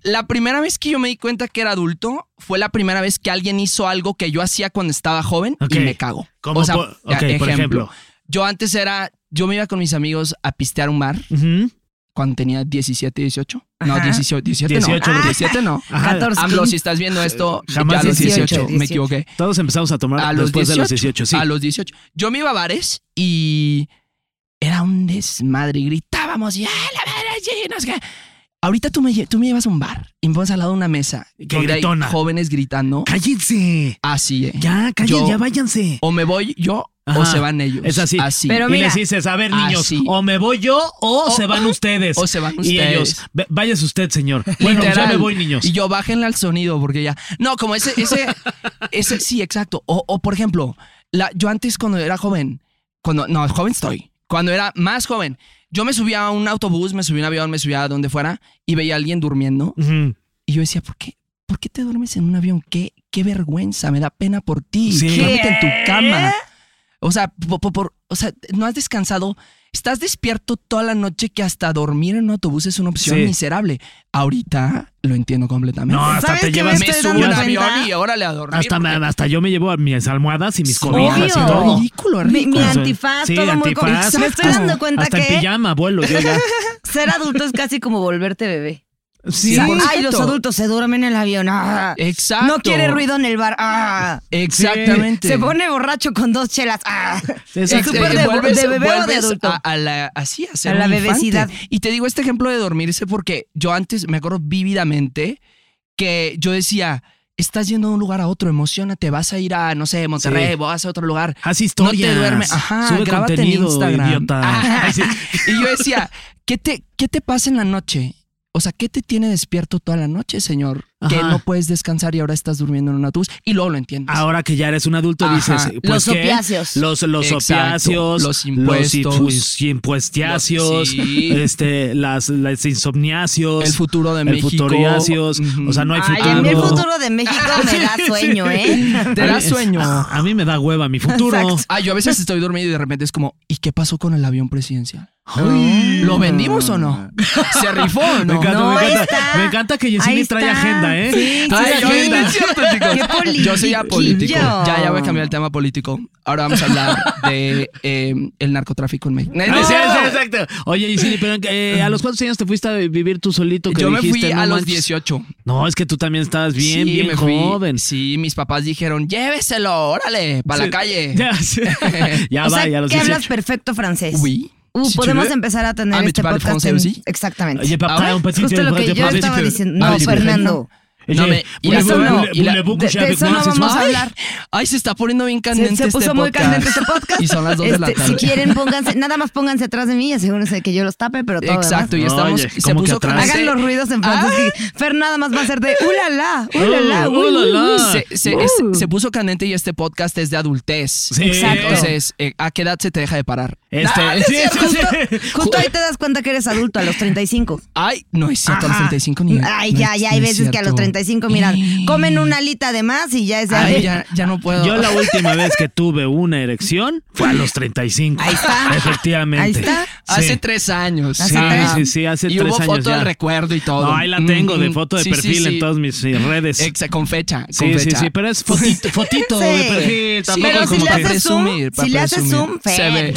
Speaker 4: la primera vez que yo me di cuenta que era adulto fue la primera vez que alguien hizo algo que yo hacía cuando estaba joven
Speaker 2: Ok.
Speaker 4: y me cago.
Speaker 2: Como por- ok, por ejemplo.
Speaker 4: Yo antes era, yo me iba con mis amigos a pistear a un bar
Speaker 2: Ujú.
Speaker 4: cuando tenía 17, 18. No,
Speaker 3: Ajá.
Speaker 4: 18, 17
Speaker 2: 18,
Speaker 4: no.
Speaker 2: Ah.
Speaker 4: 17 no.
Speaker 2: Ajá.
Speaker 3: 14.
Speaker 4: AMLO, si estás viendo esto,
Speaker 2: Jamás
Speaker 4: ya a los
Speaker 2: 18,
Speaker 4: 18, me
Speaker 3: 18.
Speaker 4: equivoqué.
Speaker 2: Todos empezamos a tomar
Speaker 4: A los
Speaker 2: después
Speaker 4: 18,
Speaker 2: de los 18, sí.
Speaker 4: A los 18. Yo me iba a bares y era un desmadre. y Gritábamos y ¡ah, la madre! sí, no sé qué. Ahorita tú me, lle- tú me llevas a un bar y me pones al lado de una mesa. donde hay
Speaker 2: gritona.
Speaker 4: Jóvenes gritando.
Speaker 2: ¡Cállense!
Speaker 4: Así, eh.
Speaker 2: Ya, cállense,
Speaker 4: Yo-
Speaker 2: ya váyanse.
Speaker 4: O me voy yo
Speaker 2: Ajá.
Speaker 4: o se van ellos.
Speaker 2: Es así.
Speaker 4: Así.
Speaker 3: Pero
Speaker 2: y
Speaker 3: mira,
Speaker 2: les dices, a ver, niños,
Speaker 4: así.
Speaker 2: o me voy yo o, se van ustedes.
Speaker 4: o se van
Speaker 2: Y
Speaker 4: ustedes.
Speaker 2: ellos, "Ve- váyase usted, señor. Bueno, ya
Speaker 4: Literal.
Speaker 2: me voy, niños.
Speaker 4: Y yo bájenle al sonido porque ya. No, como ese, ese, ese, sí, exacto. O, o, por ejemplo, la, yo antes cuando era joven, cuando, no, joven estoy, cuando era más joven, yo me subía a un autobús, me subía a un avión, me subía a donde fuera y veía a alguien durmiendo
Speaker 2: Ujú.
Speaker 4: y yo decía, ¿por qué? ¿Por qué te duermes en un avión? ¿Qué, qué vergüenza? Me da pena por ti.
Speaker 2: Sí.
Speaker 4: Duérmete en tu cama. O sea, po- po- por- o sea, no has descansado. Estás despierto toda la noche que hasta dormir en un autobús es una opción
Speaker 2: Sí.
Speaker 4: miserable. Ahorita lo entiendo completamente.
Speaker 2: No, hasta
Speaker 3: ¿Sabes
Speaker 2: te
Speaker 3: qué
Speaker 2: llevas.
Speaker 3: me
Speaker 4: me
Speaker 3: estoy
Speaker 4: subo
Speaker 3: dando
Speaker 4: a un
Speaker 3: cuenta?
Speaker 4: avión y órale a dormir.
Speaker 2: Hasta, me-
Speaker 4: porque-
Speaker 2: hasta yo me llevo a mis almohadas y mis
Speaker 4: Sí,
Speaker 2: cobijas y
Speaker 3: obvio.
Speaker 2: todo.
Speaker 4: Ridículo,
Speaker 3: Mi, mi
Speaker 4: ridículo.
Speaker 3: antifaz,
Speaker 2: Sí,
Speaker 3: todo muy... co-
Speaker 2: antifaz.
Speaker 3: Me estoy dando cuenta
Speaker 2: hasta en
Speaker 3: que
Speaker 2: pijama, abuelo. yo ya.
Speaker 3: ser adulto es casi como volverte bebé.
Speaker 4: Sí,
Speaker 3: O sea,
Speaker 4: exacto.
Speaker 3: Ay, los adultos se duermen en el avión. ah.
Speaker 4: Exacto.
Speaker 3: No quiere ruido en el bar. ah.
Speaker 4: Exactamente.
Speaker 3: Se pone borracho con dos chelas. ah.
Speaker 2: Exacto.
Speaker 3: Y
Speaker 4: Exacto,
Speaker 3: tú puedes de,
Speaker 4: eh, vuelves-
Speaker 3: de bebé o de
Speaker 4: vuelves
Speaker 3: adulto.
Speaker 4: A, a la, así, a ser
Speaker 3: A la
Speaker 4: un infante.
Speaker 3: bebesidad.
Speaker 4: Y te digo este ejemplo de dormirse porque yo antes me acuerdo vívidamente que yo decía, estás yendo de un lugar a otro, emocionate, vas a ir a, no sé, Monterrey,
Speaker 2: Sí.
Speaker 4: vas a otro lugar.
Speaker 2: Haz historias.
Speaker 4: No te duermes. Ajá,
Speaker 2: Sube
Speaker 4: grábate
Speaker 2: contenido,
Speaker 4: en Instagram.
Speaker 2: idiota.
Speaker 4: Ajá.
Speaker 2: Ay, sí.
Speaker 4: Y yo decía, ¿qué te, ¿qué te pasa en la noche? O sea, ¿qué te tiene despierto toda la noche, señor? que
Speaker 2: Ajá.
Speaker 4: no puedes descansar y ahora estás durmiendo en un autobús. Y luego lo entiendes.
Speaker 2: Ahora que ya eres un adulto,
Speaker 4: Ajá.
Speaker 2: dices. Pues,
Speaker 3: Los
Speaker 2: ¿qué?
Speaker 3: opiáceos.
Speaker 2: Los, los
Speaker 4: Exacto.
Speaker 2: opiáceos.
Speaker 4: Los impuestos.
Speaker 2: Los infus- impuestiáceos.
Speaker 4: Los- sí.
Speaker 2: Este, las, las insomniáceos.
Speaker 4: el futuro de
Speaker 2: el
Speaker 4: México.
Speaker 2: futuriáceos. O sea, no hay
Speaker 3: Ay,
Speaker 2: futuro.
Speaker 3: a mí el futuro de México me da sueño, ¿eh?
Speaker 4: Te
Speaker 2: A mí-
Speaker 4: da sueño.
Speaker 2: A, a mí me da hueva mi futuro.
Speaker 3: Exacto.
Speaker 4: Ah, yo a veces estoy dormido y de repente es como, ¿y qué pasó con el avión presidencial?
Speaker 2: Ay.
Speaker 4: ¿Lo vendimos o no? ¿Se rifó o
Speaker 2: Me
Speaker 4: no?
Speaker 2: encanta,
Speaker 3: No,
Speaker 2: me,
Speaker 3: ahí
Speaker 2: encanta
Speaker 3: está.
Speaker 2: me encanta que
Speaker 3: Ahí
Speaker 2: Yesini
Speaker 3: está.
Speaker 2: trae agenda, ¿eh?
Speaker 3: Sí, sí,
Speaker 4: Ay,
Speaker 3: sí.
Speaker 4: yo, es cierto,
Speaker 3: Qué
Speaker 4: chicos.
Speaker 3: politiquillo.
Speaker 4: Yo soy apolítico. Ya, ya voy a cambiar el tema político. Ahora vamos a hablar de eh, el narcotráfico en México.
Speaker 2: Ah, sí, sí, exacto. Oye, Yesini, pero eh, ¿a los cuántos años te fuiste a vivir tú solito? Que
Speaker 4: Yo me
Speaker 2: dijiste,
Speaker 4: fui
Speaker 2: "No
Speaker 4: a los
Speaker 2: manches"?
Speaker 4: 18.
Speaker 2: No, es que tú también estabas bien,
Speaker 4: Sí,
Speaker 2: bien
Speaker 4: me fui.
Speaker 2: joven.
Speaker 4: Sí, mis papás dijeron, lléveselo, órale, para
Speaker 2: Sí.
Speaker 4: la calle.
Speaker 2: Ya, sí. ya
Speaker 3: o
Speaker 2: va,
Speaker 3: sea,
Speaker 2: ya los
Speaker 3: que hablas
Speaker 2: 18.
Speaker 3: perfecto francés.
Speaker 4: Oui.
Speaker 3: Uh,
Speaker 4: Si tu
Speaker 3: podemos
Speaker 4: veux.
Speaker 3: empezar a tener
Speaker 4: Ah, mais
Speaker 3: este
Speaker 4: tu parles
Speaker 3: podcast.
Speaker 4: français
Speaker 3: en-
Speaker 4: aussi?
Speaker 3: Exactamente.
Speaker 2: Oye, papá,
Speaker 4: Ah,
Speaker 2: un petit
Speaker 3: Justo lo
Speaker 2: peu,
Speaker 3: que
Speaker 2: petit
Speaker 3: yo
Speaker 2: peu.
Speaker 3: estaba
Speaker 4: pero-
Speaker 3: diciendo.
Speaker 4: Ah,
Speaker 3: No,
Speaker 4: sí,
Speaker 3: Fernando.
Speaker 4: No,
Speaker 2: Oye,
Speaker 4: me- y
Speaker 2: voulez-vous-
Speaker 4: eso no,
Speaker 2: voulez-
Speaker 3: y la-
Speaker 2: voulez-vous
Speaker 3: de-
Speaker 2: coucher
Speaker 3: de
Speaker 2: avec
Speaker 3: eso
Speaker 2: moi
Speaker 3: no
Speaker 2: ce
Speaker 3: vamos
Speaker 2: soir?
Speaker 3: a hablar.
Speaker 4: Ay, se está poniendo bien
Speaker 3: Se,
Speaker 4: candente
Speaker 3: se puso
Speaker 4: este
Speaker 3: muy
Speaker 4: podcast.
Speaker 3: candente este podcast.
Speaker 4: Y son las dos de la
Speaker 3: Este,
Speaker 4: tarde.
Speaker 3: Si quieren, pónganse, nada más pónganse atrás de mí, asegúrense que yo los tape, pero todo
Speaker 4: Exacto, y
Speaker 2: Oye,
Speaker 4: estamos. se
Speaker 2: ¿cómo que
Speaker 4: puso
Speaker 2: atrás?
Speaker 3: demás.
Speaker 4: candente.
Speaker 3: Hagan los ruidos en francés. que Fer nada más va a ser de ulala, ulala,
Speaker 2: Oh, ulala.
Speaker 4: Se, se-
Speaker 2: Uh.
Speaker 4: es- se puso candente y este podcast es de adultez.
Speaker 2: Sí.
Speaker 3: Exacto.
Speaker 4: Entonces, eh, ¿a qué edad se te deja de parar?
Speaker 2: Este,
Speaker 4: Ah,
Speaker 2: sí, sí,
Speaker 3: Justo,
Speaker 2: sí.
Speaker 3: justo ahí te das cuenta que eres adulto a los 35.
Speaker 4: Ay, no es cierto, a los
Speaker 3: Ajá.
Speaker 4: 35 ni.
Speaker 3: Ay,
Speaker 4: no
Speaker 3: ya,
Speaker 4: es-
Speaker 3: ya
Speaker 4: no
Speaker 3: hay
Speaker 4: es
Speaker 3: veces que a los
Speaker 4: cierto. Eh.
Speaker 3: 35, miran, comen una alita de más y ya es de-
Speaker 4: Ay, ya, ya no puedo.
Speaker 2: Yo la última vez que tuve una erección fue a los 35.
Speaker 3: Ahí está.
Speaker 2: Efectivamente.
Speaker 3: Ahí está.
Speaker 2: Sí.
Speaker 4: Hace tres años.
Speaker 2: Hace
Speaker 4: Ah,
Speaker 2: tres. Sí, sí, sí, hace
Speaker 4: y
Speaker 2: tres
Speaker 4: hubo
Speaker 2: años
Speaker 4: foto
Speaker 2: ya.
Speaker 4: del recuerdo y todo.
Speaker 2: No, ahí la tengo de
Speaker 4: Mm,
Speaker 2: foto de
Speaker 4: sí, sí,
Speaker 2: perfil
Speaker 4: sí.
Speaker 2: en todas mis eh, redes.
Speaker 4: Exa- con fecha. con
Speaker 2: Sí, sí,
Speaker 4: fecha.
Speaker 2: sí, pero es fotito, fotito de
Speaker 3: Sí.
Speaker 2: perfil.
Speaker 4: Sí,
Speaker 2: Tampoco
Speaker 3: Pero si
Speaker 2: como
Speaker 3: le
Speaker 4: para
Speaker 2: que-
Speaker 3: haces zoom,
Speaker 4: presumir, para
Speaker 3: si le haces
Speaker 4: presumir.
Speaker 3: zoom,
Speaker 4: Se
Speaker 3: Fer.
Speaker 4: ve.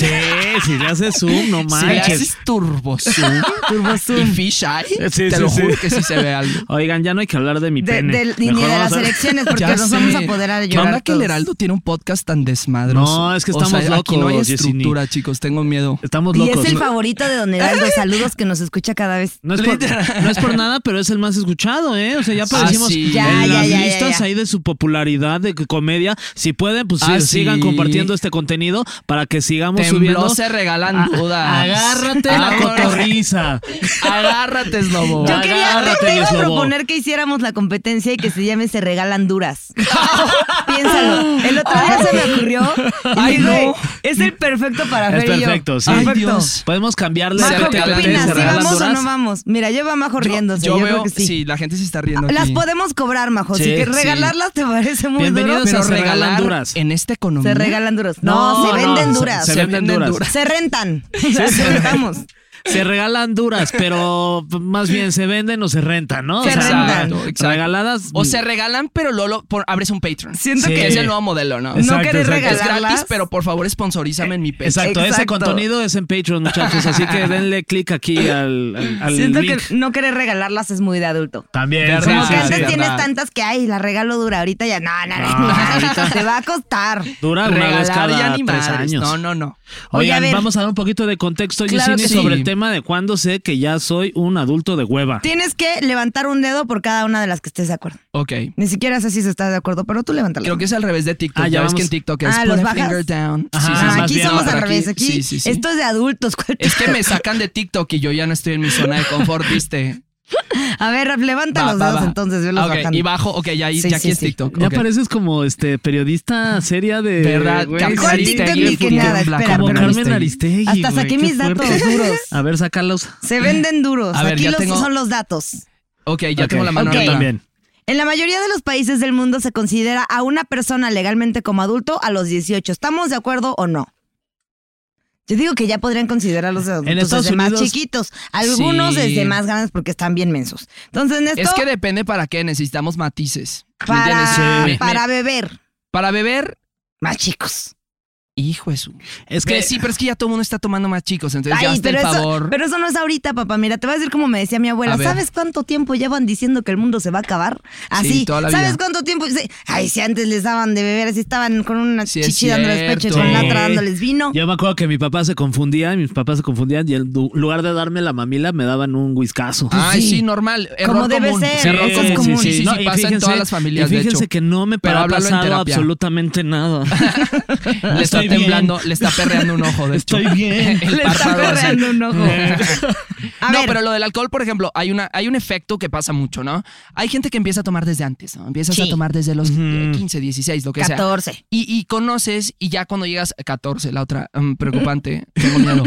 Speaker 2: Sí, si le haces zoom, no
Speaker 4: Si le
Speaker 2: manches.
Speaker 4: haces turbo zoom, turbo y fisheye,
Speaker 2: Sí,
Speaker 4: te
Speaker 2: sí,
Speaker 4: lo
Speaker 2: sí.
Speaker 4: juro que sí se ve algo.
Speaker 2: Oigan, ya no hay que hablar de mi
Speaker 3: de,
Speaker 2: pene.
Speaker 3: del- ni
Speaker 2: Mejor
Speaker 3: de
Speaker 2: vamos
Speaker 3: las
Speaker 2: a-
Speaker 3: elecciones, porque
Speaker 4: Ya
Speaker 3: nos
Speaker 4: sé.
Speaker 3: vamos a poder a
Speaker 4: ¿Qué
Speaker 3: llorar.
Speaker 4: onda que el
Speaker 3: todos.
Speaker 4: Heraldo tiene un podcast tan desmadroso?
Speaker 2: No, es que
Speaker 4: O sea,
Speaker 2: estamos
Speaker 4: Aquí no hay
Speaker 2: locos, Yesenia.
Speaker 4: estructura, chicos. Tengo miedo.
Speaker 2: Estamos
Speaker 3: Y
Speaker 2: locos.
Speaker 3: es el
Speaker 2: ¿no?
Speaker 3: favorito de Don Heraldo. Saludos que nos escucha cada vez.
Speaker 2: No es, por,
Speaker 4: Literal.
Speaker 2: no es por nada, pero es el más escuchado, ¿eh? O sea, ya
Speaker 4: Ah,
Speaker 2: aparecimos
Speaker 4: sí.
Speaker 2: en
Speaker 4: Ya,
Speaker 3: ya,
Speaker 2: las
Speaker 3: ya, ya,
Speaker 2: listas
Speaker 3: ya.
Speaker 2: ahí de su popularidad de comedia. Si pueden, pues sí,
Speaker 4: Ah,
Speaker 2: sigan
Speaker 4: sí.
Speaker 2: compartiendo este contenido para que sigamos
Speaker 4: Tembló,
Speaker 2: subiendo.
Speaker 4: se regalan dudas.
Speaker 2: Agárrate la
Speaker 4: Ahora-
Speaker 2: cotorriza.
Speaker 4: Agárrate, Slobo.
Speaker 3: Yo quería, te-
Speaker 2: Agárrate,
Speaker 3: te, iba a
Speaker 2: Slobo.
Speaker 3: proponer que hiciéramos la competencia y que se llame Se Regalan Duras. Piénsalo. El otro día se me ocurrió. y
Speaker 4: Ay,
Speaker 3: dije,
Speaker 4: no.
Speaker 3: Es el perfecto para
Speaker 2: Es
Speaker 3: Fer y yo.
Speaker 2: perfecto, sí.
Speaker 4: Ay,
Speaker 3: Perfecto.
Speaker 4: Dios.
Speaker 2: Podemos cambiarle
Speaker 4: Se
Speaker 3: Majo, ¿qué
Speaker 4: regalan
Speaker 3: opinas? ¿Sí
Speaker 4: duras, se regalan
Speaker 3: vamos o
Speaker 4: duras.
Speaker 3: no vamos? Mira, lleva a Majo riéndose. Yo, creo
Speaker 4: veo,
Speaker 3: que sí.
Speaker 4: la gente se está riendo.
Speaker 3: Las
Speaker 4: aquí.
Speaker 3: podemos cobrar, Majo.
Speaker 2: Sí,
Speaker 3: Así que
Speaker 2: sí.
Speaker 3: regalarlas te parece muy duro.
Speaker 2: Bienvenidos
Speaker 4: Pero
Speaker 2: se regalan
Speaker 4: regalar
Speaker 2: duras.
Speaker 4: En esta economía.
Speaker 3: Se regalan duras. No,
Speaker 2: No,
Speaker 3: se venden
Speaker 2: no,
Speaker 3: duras.
Speaker 2: Se,
Speaker 4: Se
Speaker 2: venden
Speaker 4: venden
Speaker 2: duras.
Speaker 4: duras.
Speaker 3: Se rentan. O sea, se rentamos.
Speaker 2: Se regalan duras, pero más bien se venden o se rentan, ¿no?
Speaker 3: Se rentan.
Speaker 4: Exacto, exacto.
Speaker 2: Regaladas. mm.
Speaker 4: O se regalan, pero Lolo por, abres un Patreon.
Speaker 3: Siento
Speaker 2: Sí.
Speaker 4: Que
Speaker 3: que
Speaker 4: es el nuevo modelo, ¿no?
Speaker 2: Exacto,
Speaker 3: no querés
Speaker 2: exacto.
Speaker 4: Es gratis,
Speaker 3: regalarlas.
Speaker 4: pero por favor sponsorízame en mi Patreon.
Speaker 2: Exacto, ese
Speaker 3: Exacto.
Speaker 2: contenido es en Patreon, muchachos. Así que denle clic aquí al, al, al
Speaker 3: Siento
Speaker 2: link.
Speaker 3: que no querer regalarlas es muy de adulto.
Speaker 2: También.
Speaker 4: Como
Speaker 3: Como
Speaker 4: Ah,
Speaker 3: que
Speaker 4: sí,
Speaker 3: antes
Speaker 4: verdad.
Speaker 3: tienes tantas que, ay, la regalo dura. Ahorita ya, no, no, no.
Speaker 2: No,
Speaker 3: ahorita te va a costar.
Speaker 2: Dura una vez
Speaker 4: Regalar
Speaker 2: cada
Speaker 4: ya ni
Speaker 2: tres
Speaker 4: madres.
Speaker 2: años.
Speaker 4: No, no, no.
Speaker 3: Oye,
Speaker 2: Oigan,
Speaker 3: a ver.
Speaker 2: vamos a dar un poquito de contexto,
Speaker 4: Claro
Speaker 2: Yesenia,
Speaker 4: que sí.
Speaker 2: sobre el tema de cuándo sé que ya soy un adulto de hueva.
Speaker 3: Tienes que levantar un dedo por cada una de las que estés de acuerdo.
Speaker 4: Ok.
Speaker 3: Ni siquiera sé si se está de acuerdo, pero tú levántala.
Speaker 4: Creo que es al revés de TikTok.
Speaker 2: Ah, ya
Speaker 4: ya ves
Speaker 2: vamos.
Speaker 4: que en TikTok es
Speaker 3: Ah,
Speaker 4: put
Speaker 3: ¿los
Speaker 4: a
Speaker 3: bajas?
Speaker 4: finger down.
Speaker 2: Ajá.
Speaker 4: Sí, sí,
Speaker 3: Ah,
Speaker 4: sí.
Speaker 2: más
Speaker 3: aquí
Speaker 2: bien,
Speaker 3: somos
Speaker 2: no,
Speaker 3: al
Speaker 4: pero
Speaker 3: revés. Aquí,
Speaker 4: sí, sí, sí.
Speaker 3: esto es de adultos. ¿cuál te-
Speaker 4: Es que me sacan de TikTok y yo ya no estoy en mi zona de confort, ¿viste?
Speaker 3: A ver, Raf, levanta
Speaker 4: Va,
Speaker 3: los
Speaker 4: va,
Speaker 3: dedos
Speaker 4: va.
Speaker 3: entonces, velos
Speaker 4: Ah, ok,
Speaker 3: bajando.
Speaker 4: Y bajo, ok, ya, ahí-
Speaker 3: Sí,
Speaker 4: ya aquí
Speaker 3: sí,
Speaker 4: es
Speaker 3: sí.
Speaker 4: TikTok.
Speaker 2: Ya
Speaker 4: ok.
Speaker 2: pareces como este periodista seria de.
Speaker 4: ¿Verdad?
Speaker 2: güey,
Speaker 4: Carmen
Speaker 3: ¿Cuál
Speaker 2: sí.
Speaker 3: TikTok
Speaker 4: Aristegui,
Speaker 3: ni que
Speaker 4: Futur
Speaker 3: nada?
Speaker 4: Black,
Speaker 3: Espera,
Speaker 2: Como
Speaker 3: pero-
Speaker 2: Carmen Aristegui.
Speaker 3: Hasta
Speaker 2: güey,
Speaker 3: saqué
Speaker 2: qué
Speaker 3: mis
Speaker 2: fuerte.
Speaker 3: datos duros.
Speaker 2: A ver, sácalos.
Speaker 3: Se venden duros.
Speaker 4: A ver,
Speaker 3: Aquí
Speaker 4: ya
Speaker 3: los
Speaker 4: tengo-
Speaker 3: son los datos.
Speaker 4: Ok, ya
Speaker 2: Ok,
Speaker 4: tengo la mano
Speaker 3: ok.
Speaker 2: Yo
Speaker 4: arriba.
Speaker 2: también.
Speaker 3: En la mayoría de los países del mundo se considera a una persona legalmente como adulto a los 18. ¿Estamos de acuerdo o no? Yo digo que ya podrían considerarlos de adultos
Speaker 2: Estados
Speaker 3: desde más
Speaker 2: Unidos-
Speaker 3: chiquitos. Algunos
Speaker 4: Sí.
Speaker 3: desde más grandes porque están bien mensos. Entonces, en esto,
Speaker 4: Es que depende para qué, necesitamos matices. ¿Me
Speaker 3: para,
Speaker 4: entiendes? Me- me-
Speaker 3: para beber,
Speaker 4: para beber,
Speaker 3: más chicos.
Speaker 4: hijo de su.
Speaker 2: Es
Speaker 4: Es que
Speaker 2: que.
Speaker 4: sí, pero es que ya todo el mundo está tomando más chicos, entonces ya
Speaker 3: Ay,
Speaker 4: hazte el
Speaker 3: pero, eso,
Speaker 4: favor.
Speaker 3: pero eso no es ahorita, papá. Mira, te voy a decir como me decía mi abuela.
Speaker 4: A ver.
Speaker 3: ¿Sabes cuánto tiempo llevan diciendo que el mundo se va a acabar? Así.
Speaker 4: toda la
Speaker 3: ¿Sabes
Speaker 4: vida.
Speaker 3: cuánto tiempo? Sí. Ay, si antes les daban de beber, si estaban con una
Speaker 4: Sí, es
Speaker 3: chichi dándoles pecho y
Speaker 4: cierto.
Speaker 3: con la
Speaker 2: Sí.
Speaker 3: otra dándoles vino.
Speaker 2: Yo me acuerdo que mi papá se confundía, y mis papás se confundían, y en du- lugar de darme la mamila, me daban un whiskazo.
Speaker 4: Ay, Pues Ah, sí,
Speaker 3: sí.
Speaker 4: normal. Error
Speaker 3: Como debe
Speaker 4: común.
Speaker 3: ser,
Speaker 4: Error
Speaker 3: sí,
Speaker 4: común.
Speaker 3: común.
Speaker 4: Sí, sí, sí,
Speaker 2: No, y
Speaker 4: pasa en
Speaker 2: fíjense-
Speaker 4: todas las familias,
Speaker 2: Y
Speaker 4: de
Speaker 2: fíjense
Speaker 4: hecho.
Speaker 2: que no me
Speaker 4: Pero
Speaker 2: ha
Speaker 4: háblalo en
Speaker 2: pasado
Speaker 4: terapia.
Speaker 2: absolutamente nada.
Speaker 4: Les
Speaker 2: Hasta Estoy bien.
Speaker 4: temblando, le está perreando un ojo, de hecho.
Speaker 2: Estoy bien.
Speaker 4: El
Speaker 3: Le está
Speaker 4: párpado así.
Speaker 3: perreando un ojo.
Speaker 2: eh,
Speaker 3: A
Speaker 4: no,
Speaker 3: ver,
Speaker 4: pero lo del alcohol, por ejemplo, hay, una, hay un efecto que pasa mucho, ¿no? Hay gente que empieza a tomar desde antes, ¿no? Empiezas
Speaker 3: Sí.
Speaker 4: a tomar desde los eh, 15, 16, lo que sea.
Speaker 3: 14.
Speaker 4: Y, y conoces, y ya cuando llegas a 14, la otra mm, preocupante, tengo miedo.